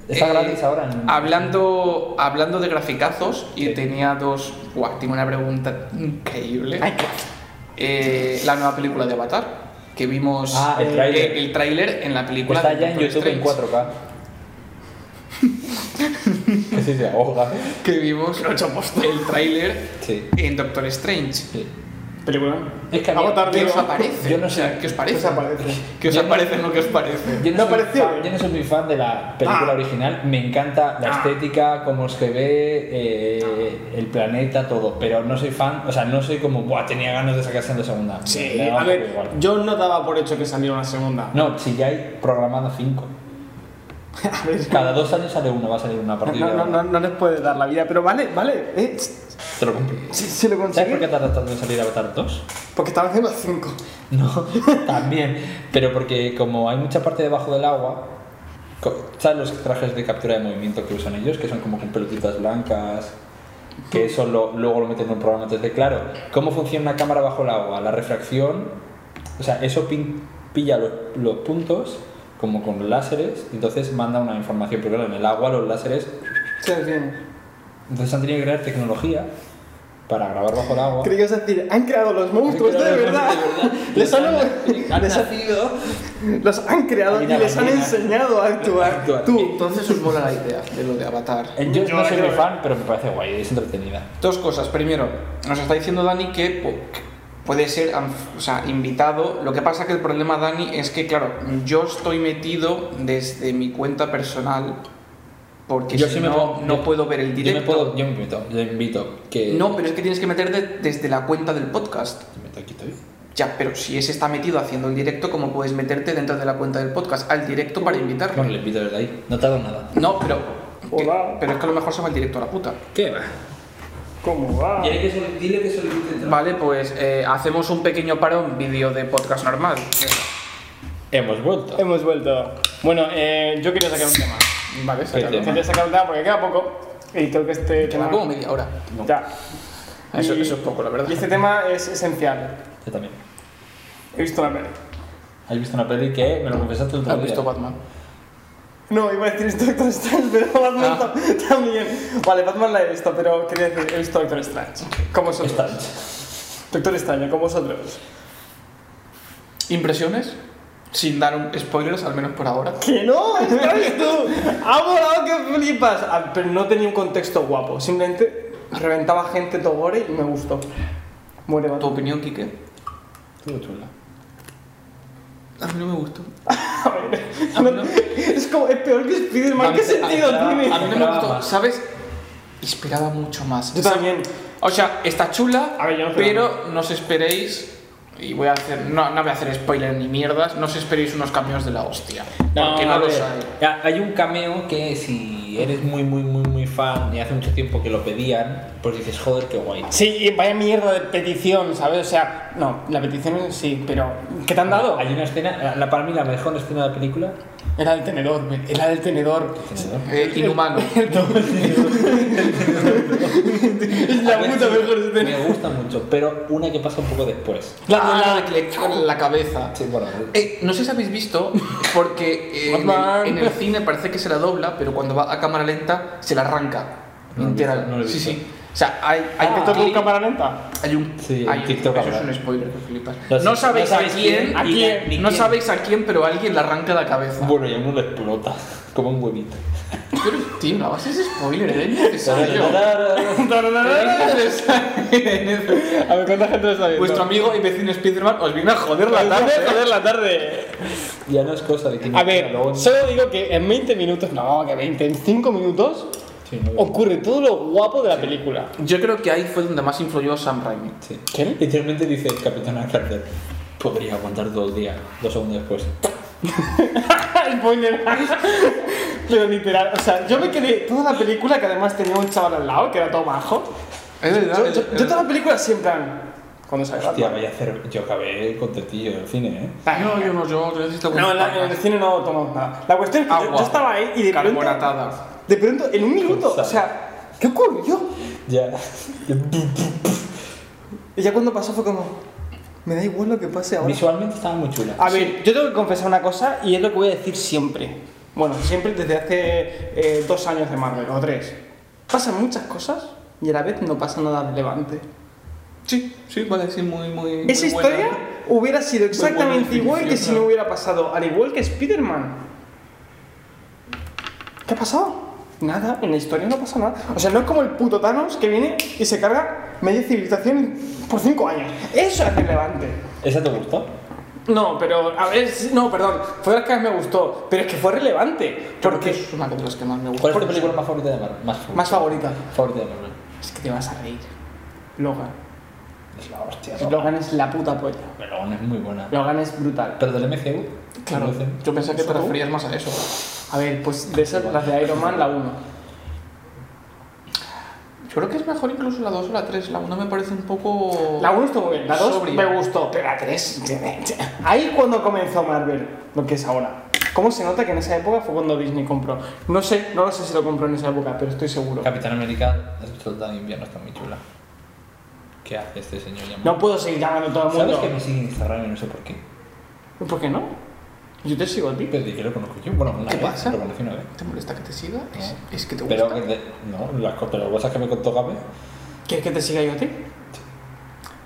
[SPEAKER 2] Está
[SPEAKER 3] Eh,
[SPEAKER 2] gratis ahora en...
[SPEAKER 3] Hablando, hablando de graficazos, y
[SPEAKER 2] Sí.
[SPEAKER 3] tenía dos... Buah, tengo una pregunta increíble. Eh, la nueva película de Avatar, que vimos
[SPEAKER 2] Ah, el
[SPEAKER 3] eh,
[SPEAKER 2] tráiler.
[SPEAKER 3] el tráiler en la película
[SPEAKER 2] Está
[SPEAKER 3] de
[SPEAKER 2] ya en
[SPEAKER 3] Doctor
[SPEAKER 2] YouTube en
[SPEAKER 3] Strange,
[SPEAKER 2] 4K. Que sí se ahoga.
[SPEAKER 3] Que vimos el tráiler
[SPEAKER 2] Sí.
[SPEAKER 3] en Doctor Strange.
[SPEAKER 2] sí.
[SPEAKER 1] Película.
[SPEAKER 2] Es que a mí-
[SPEAKER 1] Hago tarde,
[SPEAKER 3] ¿Qué os
[SPEAKER 1] ¿no?
[SPEAKER 3] aparece?
[SPEAKER 2] Yo no
[SPEAKER 3] O sea,
[SPEAKER 2] sé.
[SPEAKER 3] ¿Qué os
[SPEAKER 1] ¿Qué
[SPEAKER 3] parece?
[SPEAKER 1] os aparece?
[SPEAKER 3] ¿Qué os
[SPEAKER 2] Yo no-
[SPEAKER 3] aparece no qué os parece?
[SPEAKER 2] Yo no,
[SPEAKER 1] No
[SPEAKER 2] soy
[SPEAKER 1] pareció.
[SPEAKER 2] fan, yo no soy muy fan de la película
[SPEAKER 1] Ah.
[SPEAKER 2] original. Me encanta la
[SPEAKER 1] Ah.
[SPEAKER 2] estética, cómo se ve, eh, el planeta, todo. Pero no soy fan, o sea, no soy como, buah, tenía ganas de sacarse en la segunda.
[SPEAKER 1] Sí,
[SPEAKER 2] Me daba
[SPEAKER 1] a
[SPEAKER 2] un
[SPEAKER 1] ver,
[SPEAKER 2] poco igual.
[SPEAKER 1] yo no daba por hecho que saliera una segunda.
[SPEAKER 2] No, si ya hay programada cinco.
[SPEAKER 1] A ver,
[SPEAKER 2] Cada dos años sale una, va a salir una partida.
[SPEAKER 1] no, no, no, no les puede dar la vida, pero vale, vale. eh, si,
[SPEAKER 2] Te lo compro.
[SPEAKER 1] si lo
[SPEAKER 2] ¿Sabes por qué
[SPEAKER 1] conseguí.
[SPEAKER 2] tardas tanto en salir Avatar 2?
[SPEAKER 1] Porque estaba haciendo 5.
[SPEAKER 2] No, también. Pero porque como hay mucha parte debajo del agua, co- ¿sabes los trajes de captura de movimiento que usan ellos? Que son como con pelotitas blancas, que eso lo- luego lo meten en un programa. Entonces, claro, ¿cómo funciona una cámara bajo el agua? La refracción, o sea, eso pin- pilla los, los puntos como con láseres, y entonces manda una información. Pero claro, en el agua los láseres...
[SPEAKER 1] Sí, bien.
[SPEAKER 2] Entonces han tenido que crear tecnología para grabar bajo el agua.
[SPEAKER 1] Creí que ibas a decir, han creado los monstruos de verdad. Les han, les han- los han creado
[SPEAKER 2] Hay
[SPEAKER 1] y
[SPEAKER 2] una
[SPEAKER 1] les han
[SPEAKER 2] ballena.
[SPEAKER 1] enseñado a actuar.
[SPEAKER 2] Actuar.
[SPEAKER 1] Tú,
[SPEAKER 3] Entonces os mola la idea de lo de Avatar.
[SPEAKER 2] Eh, Yo,
[SPEAKER 1] Yo
[SPEAKER 2] no
[SPEAKER 1] la
[SPEAKER 2] soy
[SPEAKER 1] quiero
[SPEAKER 2] muy
[SPEAKER 1] ver.
[SPEAKER 2] fan, pero me parece guay, es entretenida.
[SPEAKER 3] Dos cosas. Primero, nos está diciendo Dani que po- puede ser anf- o sea, invitado. Lo que pasa que el problema, Dani, es que, claro, yo estoy metido desde mi cuenta personal. Porque
[SPEAKER 2] Yo
[SPEAKER 3] si
[SPEAKER 2] sí me
[SPEAKER 3] no,
[SPEAKER 2] puedo-
[SPEAKER 3] no
[SPEAKER 2] yo-
[SPEAKER 3] puedo ver el
[SPEAKER 2] Yo
[SPEAKER 3] directo.
[SPEAKER 2] me puedo, yo me invito, yo invito que.
[SPEAKER 3] No, pero es que tienes que meter de- desde la cuenta del podcast.
[SPEAKER 2] Me meto aquí estoy.
[SPEAKER 3] Ya, pero si ese está metido haciendo el directo, ¿cómo puedes meterte dentro de la cuenta del podcast al directo para invitarlo?
[SPEAKER 2] Bueno, le invito desde ahí. No te hago nada.
[SPEAKER 3] No, pero. que-
[SPEAKER 1] Hola.
[SPEAKER 3] pero es que a lo mejor se va el directo a la puta.
[SPEAKER 2] ¿Qué va?
[SPEAKER 1] ¿cómo va?
[SPEAKER 2] que dile que solicite
[SPEAKER 3] Vale, pues eh, hacemos un pequeño parón vídeo de podcast normal.
[SPEAKER 2] Hemos vuelto.
[SPEAKER 1] Hemos vuelto. Bueno, eh, yo quería sacar un tema.
[SPEAKER 3] Vale,
[SPEAKER 2] sácalo.
[SPEAKER 3] sácalo.
[SPEAKER 1] Quería sacar un tema porque queda poco y creo que este tema.
[SPEAKER 3] Queda como media hora.
[SPEAKER 1] Ya.
[SPEAKER 3] Eso,
[SPEAKER 1] Y-
[SPEAKER 3] eso es poco, la verdad.
[SPEAKER 1] Y este tema es esencial.
[SPEAKER 2] Yo también.
[SPEAKER 1] He visto la peli.
[SPEAKER 2] ¿Has visto una peli que me lo confesaste el otro
[SPEAKER 3] ¿Has
[SPEAKER 2] día?
[SPEAKER 3] visto Batman?
[SPEAKER 1] No, iba a decir he visto Doctor Strange, pero Batman
[SPEAKER 3] Ah.
[SPEAKER 1] tam- también. Vale, Batman la he visto, pero quería decir, he visto Doctor Strange. Como vosotros.
[SPEAKER 2] Strange.
[SPEAKER 1] Doctor Strange, como vosotros.
[SPEAKER 3] ¿Impresiones? Sin dar un- spoilers, al menos por ahora.
[SPEAKER 1] ¡Que no! ¿Sabes tú? ¡Ha volado que flipas! Ah, pero no tenía un contexto guapo. Simplemente reventaba gente todo gore y me gustó. Muere
[SPEAKER 3] ¿Tu
[SPEAKER 1] Batman.
[SPEAKER 3] opinión, Quique?
[SPEAKER 2] Estuvo chula.
[SPEAKER 3] A mí no me gustó.
[SPEAKER 1] No, es como, es peor que Spider-Man. ¿Qué
[SPEAKER 2] A mí-
[SPEAKER 1] sentido
[SPEAKER 2] a- a-
[SPEAKER 1] tiene?
[SPEAKER 3] A mí no me
[SPEAKER 2] Esperaba
[SPEAKER 3] gustó,
[SPEAKER 2] más.
[SPEAKER 3] ¿sabes? Esperaba mucho más.
[SPEAKER 1] Yo también.
[SPEAKER 3] O sea, está chula,
[SPEAKER 1] A ver, yo no creo
[SPEAKER 3] pero no os esperéis. Y voy a hacer. No, no voy a hacer spoilers ni mierdas. No os esperéis unos cambios de la hostia. porque no
[SPEAKER 2] a
[SPEAKER 3] los
[SPEAKER 2] ver,
[SPEAKER 3] hay.
[SPEAKER 2] ya, Hay un cameo que si eres muy, muy, muy, muy fan y hace mucho tiempo que lo pedían, pues dices, joder, qué guay.
[SPEAKER 1] Sí, y vaya mierda de petición, ¿sabes? O sea, no, la petición en sí, pero ¿qué te han dado?
[SPEAKER 2] Hay una escena, la- la, para mí la mejor escena de la película.
[SPEAKER 1] Era del tenedor, ve, era del tenedor.
[SPEAKER 3] Eh, inhumano.
[SPEAKER 1] Es la puta mejor escena.
[SPEAKER 2] Me gusta mucho, pero una que pasa un poco después.
[SPEAKER 3] Ah,
[SPEAKER 1] La,
[SPEAKER 3] la que le clava en la cabeza.
[SPEAKER 2] Sí, bueno,
[SPEAKER 3] Eh, no sé si habéis visto, porque eh, en,
[SPEAKER 1] Batman.
[SPEAKER 3] el, en el cine parece que se la dobla, pero cuando va a cámara lenta se la arranca.
[SPEAKER 2] No lo he
[SPEAKER 3] Literal.
[SPEAKER 2] visto, no lo he
[SPEAKER 3] sí,
[SPEAKER 2] visto.
[SPEAKER 3] sí. O sea, hay, hay
[SPEAKER 1] ¿Hay que
[SPEAKER 3] un
[SPEAKER 1] tocar
[SPEAKER 3] clip-
[SPEAKER 1] Ah. cámara lenta?
[SPEAKER 3] Hay un,
[SPEAKER 2] Sí,
[SPEAKER 3] hay
[SPEAKER 2] en
[SPEAKER 3] un-
[SPEAKER 2] TikTok
[SPEAKER 3] Eso es
[SPEAKER 2] habrá.
[SPEAKER 3] un spoiler que flipas.
[SPEAKER 2] No sé,
[SPEAKER 3] No sabéis
[SPEAKER 2] no
[SPEAKER 3] a
[SPEAKER 2] sabéis
[SPEAKER 3] quién,
[SPEAKER 2] quién,
[SPEAKER 1] ni quién,
[SPEAKER 2] ni
[SPEAKER 3] no
[SPEAKER 2] quién.
[SPEAKER 3] sabéis a quién, pero alguien le arranca la cabeza.
[SPEAKER 2] Bueno, y a uno le explota, como un huevito.
[SPEAKER 3] Pero, tío, la base es spoiler, eh? era innecesario. Era
[SPEAKER 1] A
[SPEAKER 3] innecesario, era innecesario.
[SPEAKER 1] ver, ¿cuánta gente lo está viendo? Pues
[SPEAKER 3] Vuestro Pues amigo y vecino Spiderman os vino a joder la
[SPEAKER 1] Os voy a
[SPEAKER 3] tarde.
[SPEAKER 1] joder la tarde.
[SPEAKER 2] ya no es cosa de que
[SPEAKER 1] A ver, solo digo que en 20 minutos, no, que 20, en 5 minutos,
[SPEAKER 2] Sí, no veo.
[SPEAKER 1] Ocurre todo lo guapo de la película.
[SPEAKER 3] Yo creo que ahí fue donde más influyó Sam Raimi.
[SPEAKER 2] Sí.
[SPEAKER 1] ¿Qué?
[SPEAKER 2] Literalmente dice el capitán Carter. Podría aguantar todo el día, dos segundos después.
[SPEAKER 1] Spoiler. Pero literal, o sea, yo me quedé toda la película que además tenía un chaval al lado que era todo bajo.
[SPEAKER 3] Es verdad,
[SPEAKER 1] Yo,
[SPEAKER 3] es
[SPEAKER 1] yo- yo
[SPEAKER 3] verdad.
[SPEAKER 1] toda la película siempre. en- Cuando sale
[SPEAKER 2] Hostia,
[SPEAKER 1] Batman.
[SPEAKER 2] vaya a hacer. Yo acabé contentillo en el cine, ¿eh?
[SPEAKER 1] Ay,
[SPEAKER 3] Ah, No, yo no, yo, yo necesito
[SPEAKER 1] No, en, la- en el ¿eh? cine no tomamos nada. La cuestión es que yo- yo,
[SPEAKER 3] Agua.
[SPEAKER 1] estaba ahí y de pronto,
[SPEAKER 3] Carbonatada.
[SPEAKER 1] de pronto, en un minuto, o
[SPEAKER 2] Sal.
[SPEAKER 1] sea, ¿qué ocurrió?
[SPEAKER 2] Ya.
[SPEAKER 1] Y ya cuando pasó fue como, me da igual lo que pase ahora.
[SPEAKER 2] Visualmente estaba muy chula.
[SPEAKER 1] A ver, yo tengo que confesar una cosa y es lo que voy a decir siempre. Bueno, siempre desde hace eh, dos años de Marvel o tres. Pasan muchas cosas y a la vez no pasa nada relevante.
[SPEAKER 3] Sí, sí, vale, sí, muy, muy.
[SPEAKER 1] Esa
[SPEAKER 3] muy buena.
[SPEAKER 1] historia hubiera sido exactamente
[SPEAKER 3] buena
[SPEAKER 1] igual que si
[SPEAKER 3] definición,
[SPEAKER 1] no
[SPEAKER 3] ¿no?
[SPEAKER 1] hubiera pasado, al igual que Spider-Man. ¿Qué ha pasado? Nada, en la historia no pasa nada. O sea, no es como el puto Thanos que viene y se carga media civilización por cinco años. Eso es relevante.
[SPEAKER 2] ¿Esa te gustó?
[SPEAKER 1] No, pero a ver, sí, no, perdón, fue de las que más me gustó, pero es que fue relevante,
[SPEAKER 3] Yo creo
[SPEAKER 1] porque
[SPEAKER 3] que es una de las que más me gusta.
[SPEAKER 2] ¿Cuál es tu película más favorita de Marvel? Más favorita.
[SPEAKER 1] más favorita.
[SPEAKER 2] Favorita de Marvel.
[SPEAKER 1] Es que te vas a reír. Logan.
[SPEAKER 2] Es la hostia.
[SPEAKER 1] Logan es la puta polla.
[SPEAKER 2] Pero aún es muy buena.
[SPEAKER 1] Logan es brutal.
[SPEAKER 2] Pero del MCU.
[SPEAKER 3] Claro,
[SPEAKER 2] ¿Conocen?
[SPEAKER 3] yo pensé que te
[SPEAKER 1] ¿Eso tú?
[SPEAKER 3] referías más a eso.
[SPEAKER 1] A ver, pues de esas, las de Iron Man, la 1.
[SPEAKER 3] Yo creo que es mejor incluso la 2 o la 3. La 1 me parece un poco.
[SPEAKER 1] La 1 estuvo bien, la 2
[SPEAKER 3] Sobria.
[SPEAKER 1] me gustó, pero la 3. Ahí cuando comenzó Marvel, lo que es ahora. ¿Cómo se nota que en esa época fue cuando Disney compró? No sé, no lo sé si lo compró en esa época, pero estoy seguro.
[SPEAKER 2] Capitán América, el soldado de invierno está muy chula. ¿Qué hace este señor llamado?
[SPEAKER 1] No puedo seguir llamando a todo el
[SPEAKER 2] ¿Sabes que
[SPEAKER 1] mundo.
[SPEAKER 2] me sigue en Instagram y no sé por qué?
[SPEAKER 1] ¿Por qué no? Yo te sigo a ti.
[SPEAKER 2] Desde que lo conozco yo. Bueno, una
[SPEAKER 3] ¿Qué
[SPEAKER 2] vez,
[SPEAKER 3] pasa?
[SPEAKER 2] lo conocí una vez.
[SPEAKER 3] ¿Te molesta que te siga? Es, es que te gusta.
[SPEAKER 2] Pero que de- no, las co- pero cosas que me contó Gabe.
[SPEAKER 1] ¿Quieres que te siga yo a ti?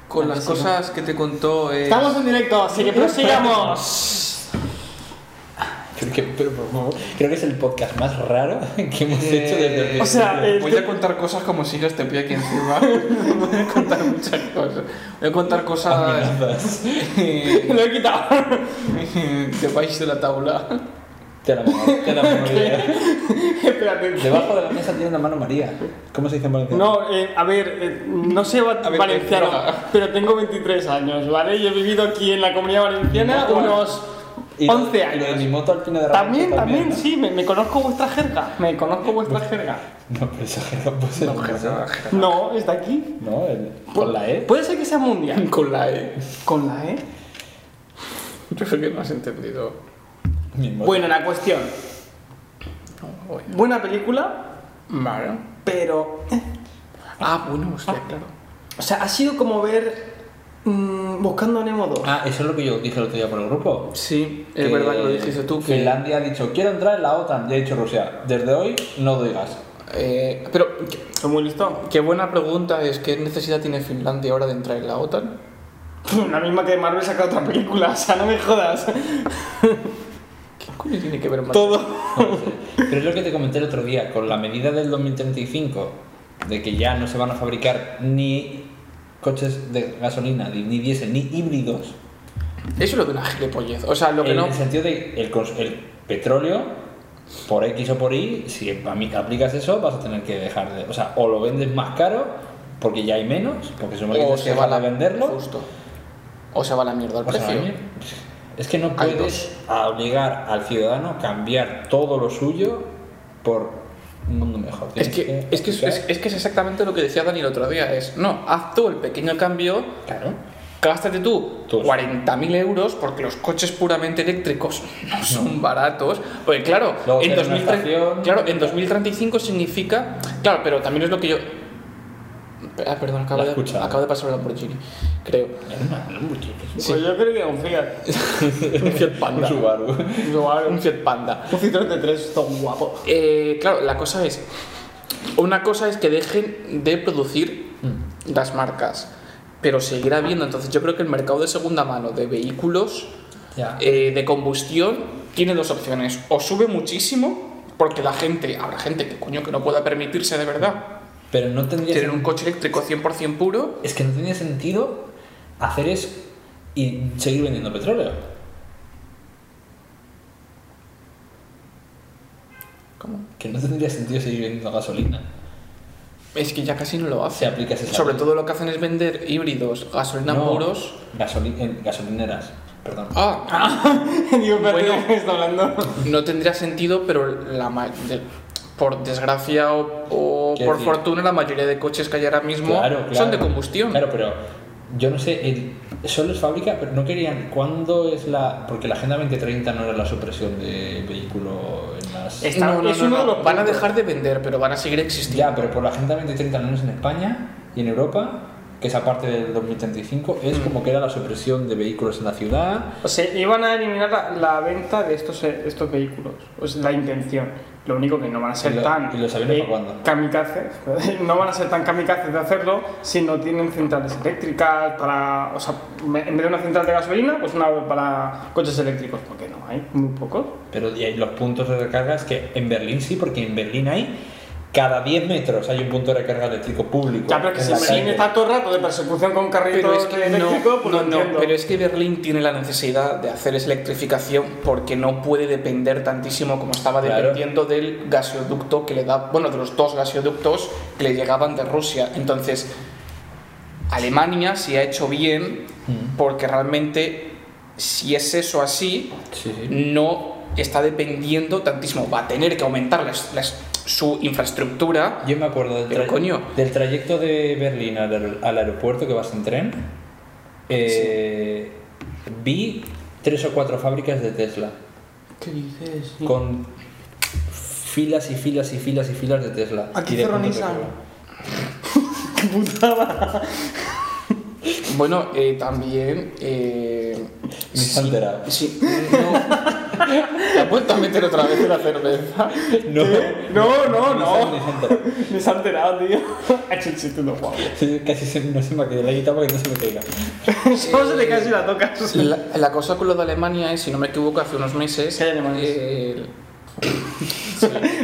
[SPEAKER 3] Con las cosas que te contó. eh,
[SPEAKER 1] Estamos en directo, así que prosigamos.
[SPEAKER 2] Pero, que- pero por favor, creo que es el podcast más raro que hemos
[SPEAKER 3] eh,
[SPEAKER 2] hecho desde el
[SPEAKER 1] O sea, eh,
[SPEAKER 3] voy
[SPEAKER 1] te-
[SPEAKER 3] a contar cosas como si yo este pie aquí encima. voy a contar muchas cosas. Voy a contar cosas
[SPEAKER 2] amenazas.
[SPEAKER 1] Lo he quitado.
[SPEAKER 3] debajo eh, de la tabla.
[SPEAKER 2] Te la pongo, te la pongo idea.
[SPEAKER 1] Espérate.
[SPEAKER 2] Debajo de la mesa tiene una mano María. ¿Cómo se dice en valenciano?
[SPEAKER 1] No, eh, a ver, eh, no sé va-
[SPEAKER 3] A ver,
[SPEAKER 1] valenciano,
[SPEAKER 3] venga.
[SPEAKER 1] pero tengo 23 años, ¿vale? Y he vivido aquí en la comunidad valenciana
[SPEAKER 2] Bueno.
[SPEAKER 1] unos
[SPEAKER 2] Y lo-
[SPEAKER 1] 11
[SPEAKER 2] y lo de
[SPEAKER 1] años.
[SPEAKER 2] mi moto al pino de Ramón
[SPEAKER 1] También, también,
[SPEAKER 2] ¿no?
[SPEAKER 1] sí, me, me conozco vuestra jerga. Me conozco vuestra jerga.
[SPEAKER 2] No, pero eso que no puede ser.
[SPEAKER 3] No, que se va a
[SPEAKER 1] No, está aquí.
[SPEAKER 2] No, el- con la E.
[SPEAKER 1] Puede ser que sea mundial.
[SPEAKER 3] Con la E.
[SPEAKER 1] Con la E.
[SPEAKER 3] Yo creo que no has entendido.
[SPEAKER 2] Mi moto.
[SPEAKER 1] Bueno, la cuestión.
[SPEAKER 3] No, voy.
[SPEAKER 1] Buena película,
[SPEAKER 3] Vale.
[SPEAKER 1] pero eh,
[SPEAKER 3] Ah, bueno, hostia, claro.
[SPEAKER 1] O sea, ha sido como ver mm, Buscando a Nemo 2.
[SPEAKER 2] Ah, eso es lo que yo dije el otro día por el grupo.
[SPEAKER 3] Sí, es verdad que lo dijiste tú. Que,
[SPEAKER 2] Finlandia ha dicho, quiero entrar en la OTAN. Ya ha dicho Rusia, desde hoy no doy gas.
[SPEAKER 3] Eh, pero, ¿qué,
[SPEAKER 1] ¿Soy muy listo?
[SPEAKER 3] qué buena pregunta es: ¿qué necesidad tiene Finlandia ahora de entrar en la OTAN?
[SPEAKER 1] La misma que Marvel saca otra película, o sea, no me jodas.
[SPEAKER 3] ¿Qué coño tiene que ver más?
[SPEAKER 1] Todo.
[SPEAKER 2] Pero es lo que te comenté el otro día, con la medida del 2035, de que ya no se van a fabricar ni coches de gasolina, ni ni diésel, ni híbridos.
[SPEAKER 3] Eso es lo de una gilipollez. O sea, lo que
[SPEAKER 2] en
[SPEAKER 3] no.
[SPEAKER 2] el sentido de el, cons- el petróleo, por X o por Y, si a mí aplicas eso, vas a tener que dejar de. O sea, o lo vendes más caro, porque ya hay menos, porque se me
[SPEAKER 3] O
[SPEAKER 2] tienes que
[SPEAKER 3] se va
[SPEAKER 2] dejar
[SPEAKER 3] a
[SPEAKER 2] de venderlo.
[SPEAKER 3] Justo. O se va a la mierda el
[SPEAKER 2] O sea,
[SPEAKER 3] precio.
[SPEAKER 2] oye, Pues es que no
[SPEAKER 3] Hay
[SPEAKER 2] puedes obligar al ciudadano a cambiar todo lo suyo por un mundo mejor.
[SPEAKER 3] Es
[SPEAKER 2] Tienes
[SPEAKER 3] que, es, que es,
[SPEAKER 2] aplicar-
[SPEAKER 3] es- es que es exactamente lo que decía Dani el otro día. Es, no, haz tú el pequeño cambio,
[SPEAKER 2] Claro.
[SPEAKER 3] gástate tú
[SPEAKER 2] Tus.
[SPEAKER 3] 40.000 euros porque los coches puramente eléctricos no son baratos. Porque claro,
[SPEAKER 2] Luego
[SPEAKER 3] en,
[SPEAKER 2] tienen una
[SPEAKER 3] 2030
[SPEAKER 2] estación.
[SPEAKER 3] claro, en 2035 significa... Claro, pero también es lo que yo... Ah, perdón, acaba
[SPEAKER 2] La
[SPEAKER 3] de,
[SPEAKER 2] escucha. eh.
[SPEAKER 3] acaba de pasar la Lamborghini, creo.
[SPEAKER 2] Es una- es un buchillo, es
[SPEAKER 1] Pues yo creo que un Fiat.
[SPEAKER 3] un Fiat
[SPEAKER 2] Un
[SPEAKER 3] Panda.
[SPEAKER 2] Subaru.
[SPEAKER 3] un Fiat Panda.
[SPEAKER 1] Un Citroën de 3 está guapo.
[SPEAKER 3] Eh, claro, la cosa es. Una cosa es que dejen de producir
[SPEAKER 2] Mm.
[SPEAKER 3] las marcas, pero seguirá habiendo. Entonces, yo creo que el mercado de segunda mano de vehículos
[SPEAKER 2] Ya.
[SPEAKER 3] eh, de combustión tiene dos opciones. O sube muchísimo, porque la gente, habrá gente que coño que no pueda permitirse de verdad
[SPEAKER 2] Pero no tendría
[SPEAKER 3] tener un coche eléctrico 100% puro.
[SPEAKER 2] Es que no tenía sentido hacer eso y seguir vendiendo petróleo.
[SPEAKER 3] como...
[SPEAKER 2] Que no tendría sentido seguir vendiendo gasolina.
[SPEAKER 3] Es que ya casi no lo
[SPEAKER 2] Se
[SPEAKER 3] hacen.
[SPEAKER 2] aplica ese
[SPEAKER 3] Sobre
[SPEAKER 2] salario.
[SPEAKER 3] todo lo que hacen es vender híbridos, gasolina
[SPEAKER 2] No,
[SPEAKER 3] puros.
[SPEAKER 2] gasoli- en gasolineras, perdón.
[SPEAKER 3] Ah,
[SPEAKER 1] Digo, pero
[SPEAKER 3] Bueno.
[SPEAKER 1] ¿de qué está hablando?
[SPEAKER 3] no tendría sentido, pero la ma- de- por desgracia o, o
[SPEAKER 2] Quiero
[SPEAKER 3] por
[SPEAKER 2] decir-
[SPEAKER 3] fortuna, la mayoría de coches que hay ahora mismo
[SPEAKER 2] Claro, claro.
[SPEAKER 3] son de combustión.
[SPEAKER 2] Claro, pero yo no sé, el- solo es fábrica, pero no querían. ¿Cuándo es la.? Porque la Agenda 2030 no era la supresión de vehículo en las.
[SPEAKER 1] Es- Está-
[SPEAKER 3] no, no,
[SPEAKER 1] es
[SPEAKER 3] no,
[SPEAKER 1] uno
[SPEAKER 3] no.
[SPEAKER 1] de los
[SPEAKER 3] Van a
[SPEAKER 1] puntos.
[SPEAKER 3] dejar de vender, pero van a seguir existiendo.
[SPEAKER 2] Ya, pero por la Agenda 2030 no es en España y en Europa, que esa parte del 2035,
[SPEAKER 1] Mm.
[SPEAKER 2] es como que era la supresión de vehículos en la ciudad.
[SPEAKER 1] O sea, iban a eliminar la, la venta de estos, eh, estos vehículos. O sea, la intención. Lo único que no van a ser
[SPEAKER 2] ¿Y lo-
[SPEAKER 1] tan. eh,
[SPEAKER 2] y los aviones para cuándo?
[SPEAKER 1] kamikazes. No van a ser tan kamikazes de hacerlo si no tienen centrales eléctricas para. O sea, me- en vez de una central de gasolina, pues una para coches eléctricos. Porque no hay, muy pocos.
[SPEAKER 2] Pero y hay los puntos de recarga es que en Berlín sí, porque en Berlín hay. Cada 10 metros hay un punto de recarga eléctrico público.
[SPEAKER 1] Ya, pero que
[SPEAKER 2] en
[SPEAKER 1] si
[SPEAKER 2] la
[SPEAKER 1] Berlín
[SPEAKER 2] calle.
[SPEAKER 1] está todo el rato de persecución con
[SPEAKER 3] Pero
[SPEAKER 1] carritos
[SPEAKER 3] es que no,
[SPEAKER 1] eléctricos, pues
[SPEAKER 3] no,
[SPEAKER 1] lo
[SPEAKER 3] no,
[SPEAKER 1] entiendo.
[SPEAKER 3] pero es que Berlín tiene la necesidad de hacer esa electrificación porque no puede depender tantísimo como estaba
[SPEAKER 2] Claro.
[SPEAKER 3] dependiendo del gasoducto que le da, bueno, de los dos gasoductos que le llegaban de Rusia. Entonces, Alemania sí ha hecho bien
[SPEAKER 2] Mm.
[SPEAKER 3] porque realmente si es eso así,
[SPEAKER 2] Sí, sí.
[SPEAKER 3] no está dependiendo tantísimo, va a tener que aumentar las- las- su infraestructura.
[SPEAKER 2] Yo me acuerdo del,
[SPEAKER 3] Pero, coño.
[SPEAKER 2] del trayecto de Berlín al, aer- al aeropuerto que vas en tren. eh, Vi tres o cuatro fábricas de Tesla
[SPEAKER 1] ¿Qué dices?
[SPEAKER 2] con filas y filas y filas y filas de Tesla.
[SPEAKER 1] Aquí
[SPEAKER 2] y de
[SPEAKER 1] cerró
[SPEAKER 2] puntos de
[SPEAKER 1] Nissan.
[SPEAKER 2] carga.
[SPEAKER 1] ¡Qué putada!
[SPEAKER 3] Bueno, eh, también... eh,
[SPEAKER 2] Me he enterado.
[SPEAKER 3] Sí, no. Te ha puesto a meter otra vez la cerveza.
[SPEAKER 2] No,
[SPEAKER 1] No, no,
[SPEAKER 2] Nissan,
[SPEAKER 1] no.
[SPEAKER 2] ni se ha enterado.
[SPEAKER 1] Me se ha enterado, tío. Ha hecho un chiste de guapo.
[SPEAKER 2] Sí, Casi se, no se me ha caído la guitarra para que no se me caiga.
[SPEAKER 1] Solo se le casi la tocas.
[SPEAKER 3] La, la cosa con lo de Alemania es, si no me equivoco, hace unos meses.
[SPEAKER 1] Que hay alemanes.
[SPEAKER 3] eh,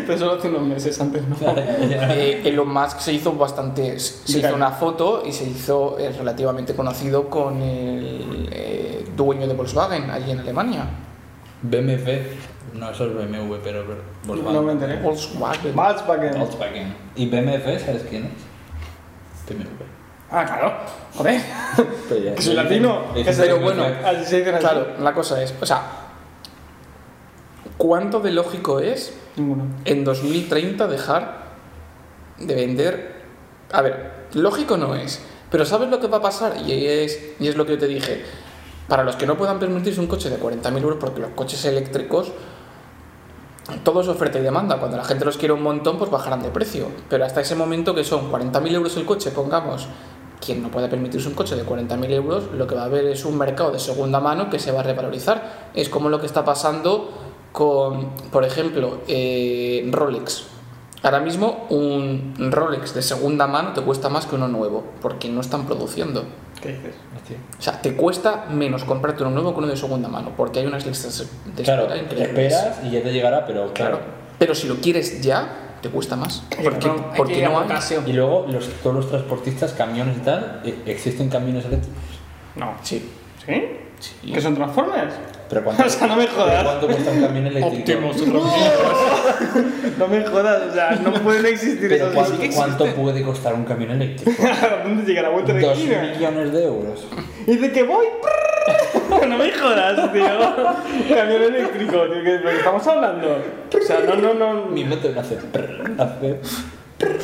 [SPEAKER 1] Pero solo hace unos meses antes, ¿no?
[SPEAKER 3] eh, Elon Musk se hizo bastante. Se
[SPEAKER 1] Viral.
[SPEAKER 3] hizo una foto y se hizo eh, relativamente conocido con el eh, dueño de Volkswagen allí en Alemania.
[SPEAKER 2] BMW. No, eso es BMW, pero. pero Volkswagen.
[SPEAKER 1] No me enteré.
[SPEAKER 3] Volkswagen.
[SPEAKER 1] Volkswagen.
[SPEAKER 2] Volkswagen. ¿Y BMW sabes quién es? BMW.
[SPEAKER 1] Ah, claro. Joder. Ah,
[SPEAKER 2] Pero ya-
[SPEAKER 1] Que soy latino.
[SPEAKER 2] Pero
[SPEAKER 1] Que soy-
[SPEAKER 2] bueno,
[SPEAKER 1] Así se dicen así.
[SPEAKER 3] Claro, la cosa es, o sea, ¿cuánto de lógico es
[SPEAKER 1] Ninguno.
[SPEAKER 3] en 2030 dejar de vender. A ver, lógico no es, pero ¿sabes lo que va a pasar? Y es, y es lo que yo te dije. Para los que no puedan permitirse un coche de 40.000 euros, porque los coches eléctricos, todo es oferta y demanda. Cuando la gente los quiere un montón, pues bajarán de precio. Pero hasta ese momento, que son 40.000 euros el coche, pongamos, quien no pueda permitirse un coche de 40.000 euros, lo que va a haber es un mercado de segunda mano que se va a revalorizar. Es como lo que está pasando con, por ejemplo, eh, Rolex. Ahora mismo un Rolex de segunda mano te cuesta más que uno nuevo, porque no están produciendo.
[SPEAKER 1] ¿Qué dices?
[SPEAKER 2] Hostia.
[SPEAKER 3] O sea, te cuesta menos comprarte uno nuevo que uno de segunda mano, porque hay unas listas de espera
[SPEAKER 2] Claro, te
[SPEAKER 3] increíbles.
[SPEAKER 2] esperas y ya te llegará, pero claro.
[SPEAKER 3] Claro. Pero si lo quieres ya, te cuesta más. Porque,
[SPEAKER 1] Cabrón, hay que
[SPEAKER 3] porque
[SPEAKER 1] ir a
[SPEAKER 3] no
[SPEAKER 1] por
[SPEAKER 3] hay.
[SPEAKER 1] Casio.
[SPEAKER 2] Y luego los, todos los transportistas, camiones y tal, e- existen camiones eléctricos.
[SPEAKER 1] No.
[SPEAKER 3] Sí.
[SPEAKER 1] ¿Sí?
[SPEAKER 3] Sí.
[SPEAKER 1] ¿Que son Transformers?
[SPEAKER 2] Pero cuánto,
[SPEAKER 1] O sea, no me jodas.
[SPEAKER 2] pero ¿Cuánto cuesta un camión eléctrico?
[SPEAKER 1] No me jodas, o sea, no pueden existir
[SPEAKER 2] Pero
[SPEAKER 1] esos
[SPEAKER 2] ¿cuánto,
[SPEAKER 1] bichos.
[SPEAKER 2] cuánto puede costar un camión eléctrico?
[SPEAKER 1] ¿A dónde llega la vuelta de
[SPEAKER 2] Dos
[SPEAKER 1] esquina?
[SPEAKER 2] millones de euros.
[SPEAKER 1] Y dice que voy. No me jodas, tío. Camión eléctrico, tío, que- ¿de qué estamos hablando? O sea, no, no,
[SPEAKER 2] Mi
[SPEAKER 1] no.
[SPEAKER 2] método hace. prr, hace prr.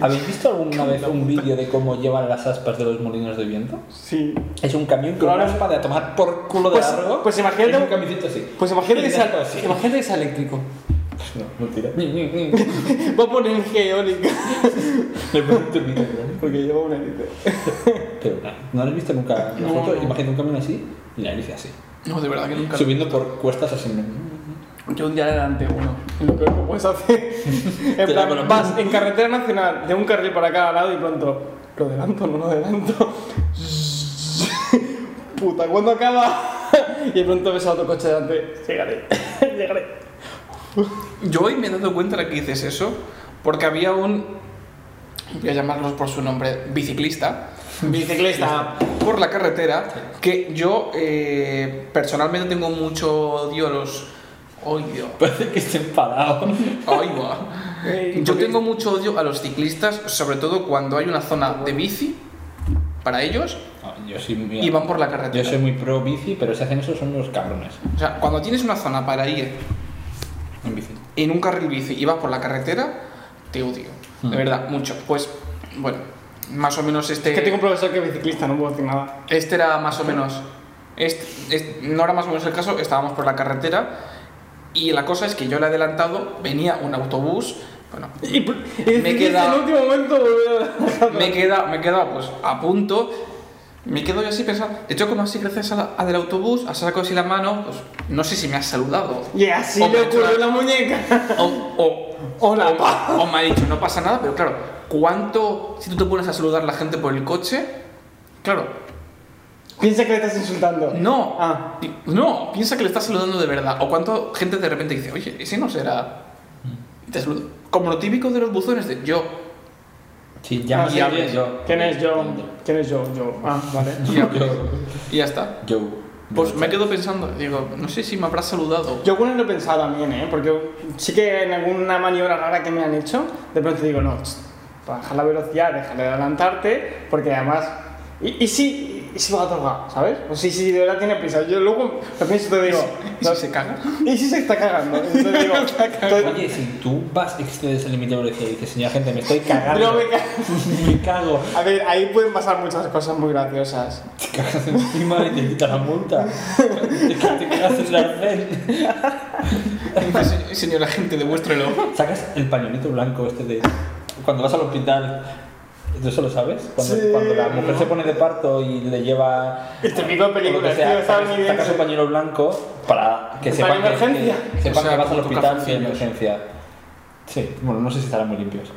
[SPEAKER 1] Ah,
[SPEAKER 2] ¿Habéis visto alguna vez un vídeo de cómo llevan las aspas de los molinos de viento?
[SPEAKER 1] Sí.
[SPEAKER 2] Es un camión con
[SPEAKER 1] Claro.
[SPEAKER 2] una aspa de a tomar por culo de
[SPEAKER 1] Pues-
[SPEAKER 2] largo.
[SPEAKER 1] pues imagínate
[SPEAKER 2] Es un
[SPEAKER 1] un-
[SPEAKER 2] camioncito así.
[SPEAKER 1] Pues imagínate que
[SPEAKER 2] Y
[SPEAKER 1] sea,
[SPEAKER 2] algo así.
[SPEAKER 1] imagínate que sea eléctrico.
[SPEAKER 2] No, no tira. Le
[SPEAKER 1] Voy a poner energía eólica.
[SPEAKER 2] pongo un turbina, ¿no?
[SPEAKER 1] Porque lleva una hélice.
[SPEAKER 2] Pero no, no lo he visto nunca. la
[SPEAKER 3] No,
[SPEAKER 2] foto.
[SPEAKER 3] no.
[SPEAKER 2] Imagínate un camión así y la hélice así.
[SPEAKER 3] No, de verdad que nunca.
[SPEAKER 2] Subiendo por cuestas así.
[SPEAKER 3] Yo un día delante uno.
[SPEAKER 1] Lo que no puedes hacer. En
[SPEAKER 2] da
[SPEAKER 1] plan,
[SPEAKER 2] con la-
[SPEAKER 1] vas en carretera nacional de un carril para cada lado y pronto. ¿Lo adelanto o no lo adelanto? Puta, ¿cuándo acaba? Y de pronto ves a otro coche delante. Llegaré, llegaré.
[SPEAKER 3] Yo hoy me he dado cuenta de que dices eso, porque había un. Voy a llamarlos por su nombre, biciclista.
[SPEAKER 1] Bicicleta.
[SPEAKER 3] por la carretera que yo eh, personalmente tengo mucho odio a los ¡Ay, Dios!
[SPEAKER 2] Parece que esté enfadado.
[SPEAKER 3] ¡Ay, guau!
[SPEAKER 1] Eh,
[SPEAKER 3] Yo
[SPEAKER 1] porque-
[SPEAKER 3] tengo mucho odio a los ciclistas, sobre todo cuando hay una zona de bici para ellos
[SPEAKER 2] No, yo soy muy-
[SPEAKER 3] y van por la
[SPEAKER 2] Yo
[SPEAKER 3] carretera.
[SPEAKER 2] soy muy pro bici, pero si hacen eso son unos cabrones
[SPEAKER 3] O sea, cuando tienes una zona para ir
[SPEAKER 2] en bici.
[SPEAKER 3] en un carril bici y vas por la carretera, te odio. De
[SPEAKER 2] Hmm.
[SPEAKER 3] verdad, mucho. Pues, bueno, más o menos este...
[SPEAKER 1] Es que tengo un profesor que es biciclista, no puedo decir nada.
[SPEAKER 3] Este era más o menos. Este, este- no era más o menos el caso, estábamos por la carretera y la cosa es que yo le he adelantado, venía un autobús, bueno,
[SPEAKER 1] Y, pr- y
[SPEAKER 3] Me he
[SPEAKER 1] decidiste
[SPEAKER 3] quedado-
[SPEAKER 1] en el último momento volver a-
[SPEAKER 3] me he quedado, me he quedado pues a punto, me quedo yo así pensando, de hecho como así gracias a la- a del autobús, has sacado así la mano, pues no sé si me has saludado.
[SPEAKER 1] Y así
[SPEAKER 3] O me
[SPEAKER 1] le
[SPEAKER 3] ha hecho
[SPEAKER 1] ocurrió
[SPEAKER 3] la-
[SPEAKER 1] la muñeca.
[SPEAKER 3] O, o,
[SPEAKER 1] Hola,
[SPEAKER 3] o-
[SPEAKER 1] pa.
[SPEAKER 3] o me ha dicho, no pasa nada, pero claro, ¿cuánto, si tú te pones a saludar a la gente por el coche? Claro,
[SPEAKER 1] Piensa que le estás insultando.
[SPEAKER 3] No,
[SPEAKER 1] Ah.
[SPEAKER 3] pi- no, piensa que le estás saludando de verdad. O cuánta gente de repente dice, oye, ese no será. Te saludo. Como lo típico de los buzones de yo.
[SPEAKER 2] Si
[SPEAKER 3] Ah,
[SPEAKER 2] llamas
[SPEAKER 1] sí,
[SPEAKER 2] a alguien, yo.
[SPEAKER 1] ¿Quién es yo? ¿Quién es yo? Yo. Ah, vale.
[SPEAKER 3] Y ya, y ya está.
[SPEAKER 2] Yo.
[SPEAKER 3] Pues me quedo pensando, digo, no sé si me habrás saludado.
[SPEAKER 1] Yo alguna vez lo he pensado también, ¿eh? Porque sí que en alguna maniobra rara que me han hecho, de pronto digo, no, ch, baja la velocidad, déjale de adelantarte, porque además... Y, y si, y si va drogado, ¿sabes? O si, si de verdad tiene prisa. Yo luego lo pienso y te digo...
[SPEAKER 3] ¿Y
[SPEAKER 1] no,
[SPEAKER 3] si se caga?
[SPEAKER 1] ¿Y si se está cagando? Entonces digo,
[SPEAKER 2] Oye, si tú vas, excedes el límite de velocidad y dices, señora gente, me estoy cagando.
[SPEAKER 1] No me ca-
[SPEAKER 2] me cago.
[SPEAKER 1] A ver, ahí pueden pasar muchas cosas muy graciosas.
[SPEAKER 2] Te cagas encima y te quitas la multa. Te, te cagas en la arcén.
[SPEAKER 3] Se- Señora gente, demuéstrelo.
[SPEAKER 2] Sacas el pañuelito blanco este de. Cuando vas al hospital. ¿Tú eso lo sabes? Cuando,
[SPEAKER 1] Sí.
[SPEAKER 2] cuando la mujer se pone de parto y le lleva.
[SPEAKER 1] El típico
[SPEAKER 2] o lo
[SPEAKER 1] película
[SPEAKER 2] que sea, sacas, sacas un
[SPEAKER 1] estadounidense.
[SPEAKER 2] pañuelo blanco para que
[SPEAKER 1] Para
[SPEAKER 2] sepan que,
[SPEAKER 1] emergencia.
[SPEAKER 2] que, sepan
[SPEAKER 3] O sea,
[SPEAKER 2] que vas
[SPEAKER 3] como
[SPEAKER 2] al
[SPEAKER 3] tu
[SPEAKER 2] hospital sin
[SPEAKER 3] calzoncillos.
[SPEAKER 2] emergencia. Sí, bueno, no sé si estarán muy limpios.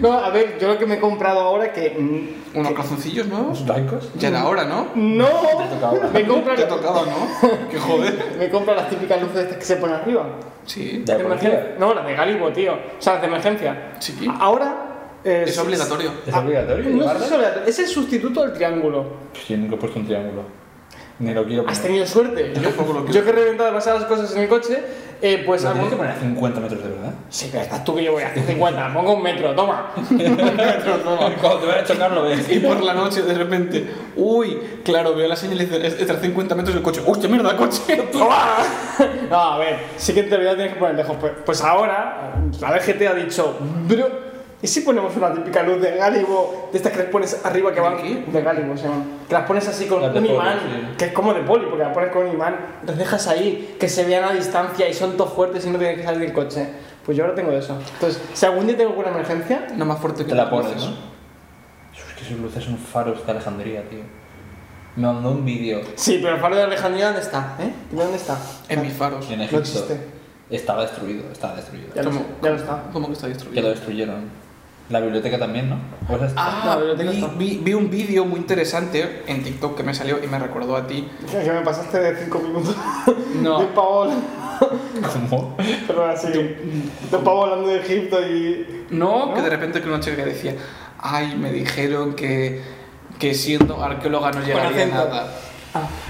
[SPEAKER 1] No, a ver, yo lo que me he comprado ahora que... mm,
[SPEAKER 3] ¿Unos calzoncillos nuevos?
[SPEAKER 2] ¿Los blancos?
[SPEAKER 3] Ya era hora, ¿no?
[SPEAKER 1] No,
[SPEAKER 2] tocado.
[SPEAKER 1] me compro
[SPEAKER 3] Te ha tocado, ¿no? Que joder.
[SPEAKER 1] Me compra las típicas luces estas que se ponen arriba.
[SPEAKER 3] Sí.
[SPEAKER 2] ¿De
[SPEAKER 1] De
[SPEAKER 2] policía?
[SPEAKER 1] emergencia. No, las de Galibo, tío. O sea, las de emergencia.
[SPEAKER 3] Sí.
[SPEAKER 1] A- Ahora. eh,
[SPEAKER 3] Es obligatorio.
[SPEAKER 2] ¿Es
[SPEAKER 1] ah,
[SPEAKER 2] obligatorio
[SPEAKER 1] No es
[SPEAKER 2] llevarlas?
[SPEAKER 1] obligatorio. Es el sustituto del triángulo.
[SPEAKER 2] Pues yo nunca he puesto un triángulo. Ni lo quiero
[SPEAKER 1] Has
[SPEAKER 2] poner.
[SPEAKER 1] tenido suerte.
[SPEAKER 3] Yo tampoco lo quiero.
[SPEAKER 1] Yo que he reventado demasiadas cosas en el coche, eh, pues
[SPEAKER 2] ¿Lo
[SPEAKER 1] algún-
[SPEAKER 2] tienes que poner a 50 metros de verdad?
[SPEAKER 1] Sí, pero estás tú que yo voy a hacer 50. Pongo un metro, toma.
[SPEAKER 2] Cuando te vayas a chocar lo ves.
[SPEAKER 3] Y por la noche, de repente, uy, claro, veo la señal y dice, "Es- es a 50 metros el coche. ¡Uy, qué mierda, coche!
[SPEAKER 1] no, a ver, sí que en teoría tienes que poner lejos. Pues, pues ahora, la DGT ha dicho, bro, ¿y si ponemos una típica luz de Gálibo, de estas que les pones arriba que van?
[SPEAKER 3] ¿De qué?
[SPEAKER 1] De Gálibo, se llaman. Que las pones así con
[SPEAKER 2] Las de
[SPEAKER 1] un
[SPEAKER 2] poli,
[SPEAKER 1] imán,
[SPEAKER 2] sí.
[SPEAKER 1] que es como de poli, porque las pones con un imán, las dejas ahí, que se vean a distancia y son todos fuertes y no tienes que salir del coche. Pues yo ahora tengo eso. Entonces, si algún día tengo alguna emergencia,
[SPEAKER 3] No más fuerte que
[SPEAKER 2] Te la
[SPEAKER 3] las
[SPEAKER 2] pones,
[SPEAKER 3] luces.
[SPEAKER 2] ¿no? Es que sus luces son faros de Alejandría, tío. Me mandó un vídeo
[SPEAKER 1] sí, pero el faro de Alejandría, ¿dónde está? ¿Eh? ¿Dónde está?
[SPEAKER 3] En mis faros.
[SPEAKER 2] en Egipto.
[SPEAKER 1] existe.
[SPEAKER 2] estaba destruido, estaba destruido.
[SPEAKER 1] Ya lo, sé, ya lo está.
[SPEAKER 3] ¿Cómo que está
[SPEAKER 2] Que lo
[SPEAKER 3] destruido?
[SPEAKER 2] destruyeron. La biblioteca también, ¿no? Pues esta.
[SPEAKER 3] Ah,
[SPEAKER 1] La biblioteca
[SPEAKER 3] vi,
[SPEAKER 1] está.
[SPEAKER 3] vi- vi un vídeo muy interesante en TikTok que me salió y me recordó a ti.
[SPEAKER 1] Que me pasaste de 5 minutos.
[SPEAKER 3] No.
[SPEAKER 1] De un pavo volando.
[SPEAKER 2] ¿Cómo?
[SPEAKER 1] Pero así. De un pavo volando de Egipto y.
[SPEAKER 3] No,
[SPEAKER 1] ¿No?
[SPEAKER 3] que de repente que una chica decía, ay, me dijeron que, que siendo arqueóloga no llegaría a
[SPEAKER 1] acento.
[SPEAKER 3] nada.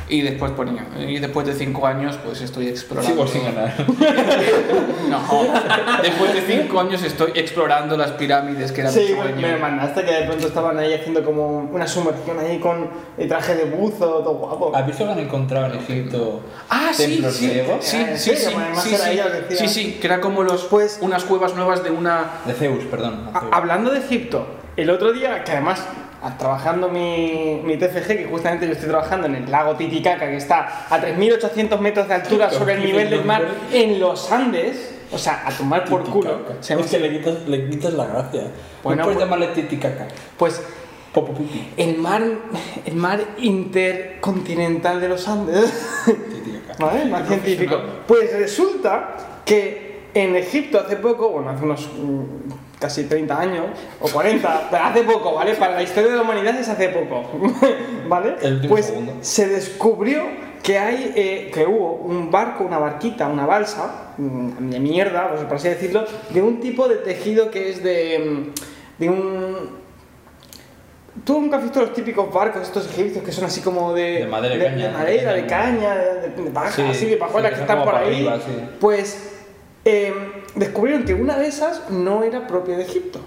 [SPEAKER 3] Y después ponía, y después de cinco años pues estoy explorando.
[SPEAKER 2] Sigo sin ganar.
[SPEAKER 3] No, después de cinco años estoy explorando las pirámides que eran mi
[SPEAKER 1] Sí, me-
[SPEAKER 3] sueño.
[SPEAKER 1] me mandaste que de pronto estaban ahí haciendo como una sumergión ahí con el traje de buzo, todo guapo.
[SPEAKER 2] ¿Has visto que han encontrado en Egipto
[SPEAKER 3] Ah, sí,
[SPEAKER 2] templos
[SPEAKER 3] sí,
[SPEAKER 2] griegos?
[SPEAKER 3] sí,
[SPEAKER 1] Ah, ¿en
[SPEAKER 3] sí, sí,
[SPEAKER 1] serio? Además
[SPEAKER 3] sí,
[SPEAKER 1] era
[SPEAKER 3] sí,
[SPEAKER 1] ella lo que decía.
[SPEAKER 3] sí, sí, que era como los,
[SPEAKER 1] Pues-
[SPEAKER 3] unas cuevas nuevas de una,
[SPEAKER 2] De Zeus, perdón.
[SPEAKER 1] A- Ah, hablando de Egipto, el otro día, que además, a- trabajando mi, mi TFG, que justamente yo estoy trabajando en el lago Titicaca, que está a 3.800 metros de altura sobre el nivel del mar en los Andes, o sea, a tomar por culo.
[SPEAKER 2] Titicaca.
[SPEAKER 1] Se llama
[SPEAKER 2] Es que
[SPEAKER 1] así.
[SPEAKER 2] le quitas, le quitas la gracia.
[SPEAKER 1] Bueno,
[SPEAKER 2] no puedes
[SPEAKER 1] pues-
[SPEAKER 2] llamarle titicaca.
[SPEAKER 1] Pues
[SPEAKER 2] Popo pipi.
[SPEAKER 1] el mar, el mar intercontinental de los Andes.
[SPEAKER 2] Titicaca.
[SPEAKER 1] ¿Vale? Más científico. Pues resulta que en Egipto hace poco, bueno, hace unos mm, casi 30 años o 40, pero hace poco, ¿vale? Para la historia de la humanidad es hace poco, ¿vale?
[SPEAKER 2] El último
[SPEAKER 1] pues
[SPEAKER 2] segundo.
[SPEAKER 1] se descubrió que hay, eh, que hubo un barco, una barquita, una balsa, mm, de mierda, pues, por así decirlo, de un tipo de tejido que es de, mm, de un Tú nunca has visto los típicos barcos, estos egipcios que son así como de,
[SPEAKER 2] De madera y caña.
[SPEAKER 1] de madera, de caña, de, de paja,
[SPEAKER 2] Sí,
[SPEAKER 1] así de pajuelas
[SPEAKER 2] sí,
[SPEAKER 1] que
[SPEAKER 2] que
[SPEAKER 1] están
[SPEAKER 2] son como
[SPEAKER 1] por
[SPEAKER 2] para
[SPEAKER 1] ahí.
[SPEAKER 2] arriba, sí.
[SPEAKER 1] Pues eh, descubrieron que una de esas no era propia de Egipto,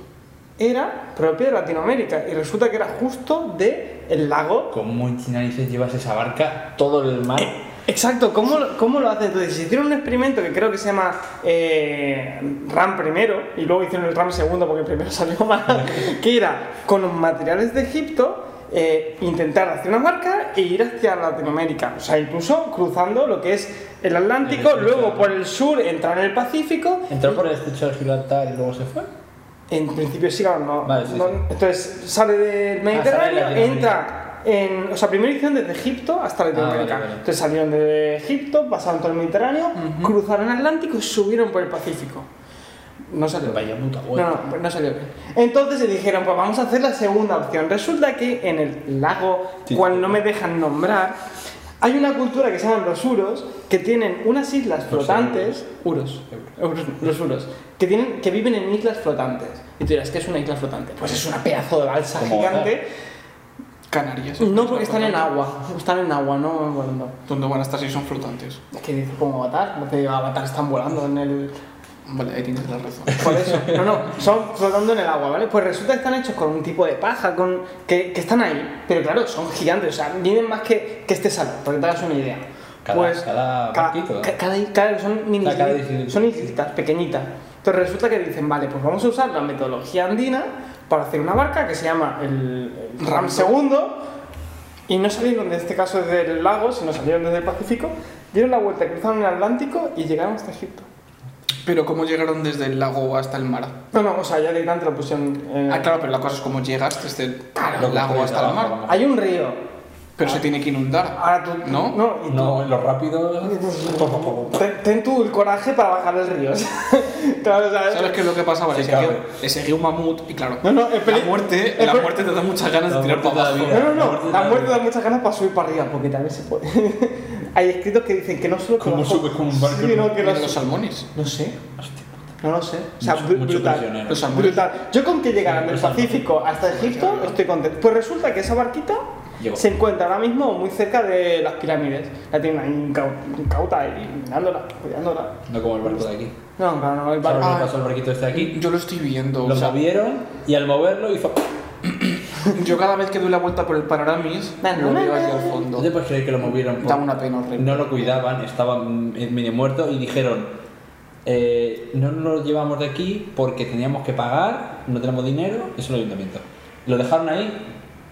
[SPEAKER 1] era propia de Latinoamérica y resulta que era justo de el lago.
[SPEAKER 2] ¿Cómo en narices llevas esa barca todo el mar?
[SPEAKER 1] Eh, Exacto, ¿cómo, lo- cómo lo hacen? Entonces hicieron un experimento que creo que se llama eh, RAM primero y luego hicieron el RAM segundo porque el primero salió mal, que era con los materiales de Egipto eh, intentar hacer una marca e ir hacia Latinoamérica, o sea, incluso cruzando lo que es el Atlántico,
[SPEAKER 2] El estrecho.
[SPEAKER 1] luego por el sur entrar en el Pacífico,
[SPEAKER 2] ¿Entró por el estrecho de Gibraltar y luego se fue?
[SPEAKER 1] en principio sí, claro, no.
[SPEAKER 2] Vale, sí,
[SPEAKER 1] no-
[SPEAKER 2] sí. Ah,
[SPEAKER 1] Entonces sale del
[SPEAKER 2] sale de
[SPEAKER 1] Mediterráneo,
[SPEAKER 2] Latinoamérica.
[SPEAKER 1] entra en. O sea, primero hicieron desde Egipto hasta Latinoamérica.
[SPEAKER 2] Ah, vale, vale.
[SPEAKER 1] Entonces salieron de Egipto, pasaron todo el Mediterráneo, cruzaron el Atlántico y subieron por el Pacífico. No salió bien.
[SPEAKER 2] Vaya puta
[SPEAKER 1] No,
[SPEAKER 2] vuelta.
[SPEAKER 1] no, pues no salió bien. Entonces se dijeron, pues vamos a hacer la segunda opción. Resulta que en el lago,
[SPEAKER 2] Sí,
[SPEAKER 1] cual
[SPEAKER 2] sí.
[SPEAKER 1] no me dejan nombrar, hay una cultura que se llaman los uros, que tienen unas islas flotantes. Uros. Euros, los uros, que, tienen, que viven en islas flotantes. Y tú dirás, ¿qué es una isla flotante? Pues es una pedazo de balsa
[SPEAKER 2] Como
[SPEAKER 1] gigante.
[SPEAKER 3] Canarias.
[SPEAKER 1] No porque están en agua, están en agua, no volando.
[SPEAKER 3] ¿Dónde van a estar si son flotantes?
[SPEAKER 1] Es que dices como avatar, no te digo avatar, están volando en el...
[SPEAKER 3] Vale, ahí tienes la razón.
[SPEAKER 1] Por eso, no, no, son flotando en el agua, ¿vale? Pues resulta que están hechos con un tipo de paja, con que, que están ahí, pero claro, son gigantes, o sea, miden más que, que este salón, para que te hagas una idea. Pues,
[SPEAKER 2] Cada- cada barquito, ¿eh?
[SPEAKER 1] ca- cada, cada- son mini,
[SPEAKER 2] O sea, cada isla.
[SPEAKER 1] son islitas, pequeñitas. Entonces resulta que dicen, vale, pues vamos a usar la metodología andina para hacer una barca que se llama el el Ram segundo y no salieron de este caso desde el lago, sino salieron desde el Pacífico, dieron la vuelta, cruzaron el Atlántico y llegaron hasta Egipto.
[SPEAKER 3] Pero ¿cómo llegaron desde el lago hasta el mar?
[SPEAKER 1] No, no, o sea, ya directamente lo pusieron. eh,
[SPEAKER 3] Ah, claro, pero la cosa es cómo llegas desde el
[SPEAKER 2] Claro,
[SPEAKER 3] lago
[SPEAKER 2] desde
[SPEAKER 3] hasta el
[SPEAKER 2] abajo,
[SPEAKER 3] mar.
[SPEAKER 2] vamos.
[SPEAKER 1] Hay un río.
[SPEAKER 3] Pero se tiene que inundar.
[SPEAKER 1] Ahora tú.
[SPEAKER 3] ¿No?
[SPEAKER 1] No, y tú-
[SPEAKER 2] No, en lo rápido.
[SPEAKER 1] Ten, ten tú el coraje para bajar el río. claro, o sea,
[SPEAKER 3] ¿Sabes qué es lo que pasaba? Le
[SPEAKER 2] Se
[SPEAKER 3] seguía,
[SPEAKER 2] cabe.
[SPEAKER 3] le seguía un mamut y claro,
[SPEAKER 1] No, no, es peli-
[SPEAKER 3] la muerte,
[SPEAKER 1] es
[SPEAKER 3] la
[SPEAKER 1] peli-
[SPEAKER 3] muerte te da muchas ganas de
[SPEAKER 2] La
[SPEAKER 3] tirar
[SPEAKER 2] muerte
[SPEAKER 3] para
[SPEAKER 2] te da
[SPEAKER 3] abajo.
[SPEAKER 2] vida.
[SPEAKER 1] No, no, no.
[SPEAKER 2] La muerte
[SPEAKER 1] La
[SPEAKER 2] da-
[SPEAKER 1] muerte da muchas ganas para subir para arriba, porque también se puede. Hay escritos que dicen que no solo que
[SPEAKER 2] ¿Cómo
[SPEAKER 1] bajó-
[SPEAKER 2] subes con un barco?
[SPEAKER 1] Sí, no, que
[SPEAKER 3] Y
[SPEAKER 1] lo-
[SPEAKER 3] los salmones.
[SPEAKER 1] No sé. No lo sé. O sea,
[SPEAKER 2] Mucho-
[SPEAKER 1] br-
[SPEAKER 2] mucho
[SPEAKER 1] brutal.
[SPEAKER 2] prisionero.
[SPEAKER 3] Los salmones.
[SPEAKER 1] Brutal. Yo con que llegaran del
[SPEAKER 2] Los salmones.
[SPEAKER 1] Pacífico hasta Egipto estoy contento. Pues resulta que esa barquita
[SPEAKER 2] Llegó.
[SPEAKER 1] se encuentra ahora mismo muy cerca de las pirámides. La tienen ahí incau- incauta y mirándola, cuidándola.
[SPEAKER 2] No como el barco de aquí.
[SPEAKER 1] No, claro, no, el
[SPEAKER 2] ¿Sabes lo
[SPEAKER 1] barco.
[SPEAKER 2] que pasó al barquito este de aquí?
[SPEAKER 3] Yo lo estoy viendo.
[SPEAKER 2] Lo
[SPEAKER 3] o sea,
[SPEAKER 2] movieron y al moverlo hizo.
[SPEAKER 3] yo cada vez que doy la vuelta por el panoramis,
[SPEAKER 1] Na, na,
[SPEAKER 3] lo veo
[SPEAKER 1] na,
[SPEAKER 3] ahí
[SPEAKER 1] na.
[SPEAKER 3] al
[SPEAKER 2] ¿No
[SPEAKER 3] fondo.
[SPEAKER 2] te puedes creer que lo movieron? por-
[SPEAKER 3] Da una pena horrible.
[SPEAKER 2] No lo cuidaban, estaba mm, medio muerto y dijeron: eh, No nos lo llevamos de aquí porque teníamos que pagar, no tenemos dinero, eso es el ayuntamiento. Lo dejaron ahí,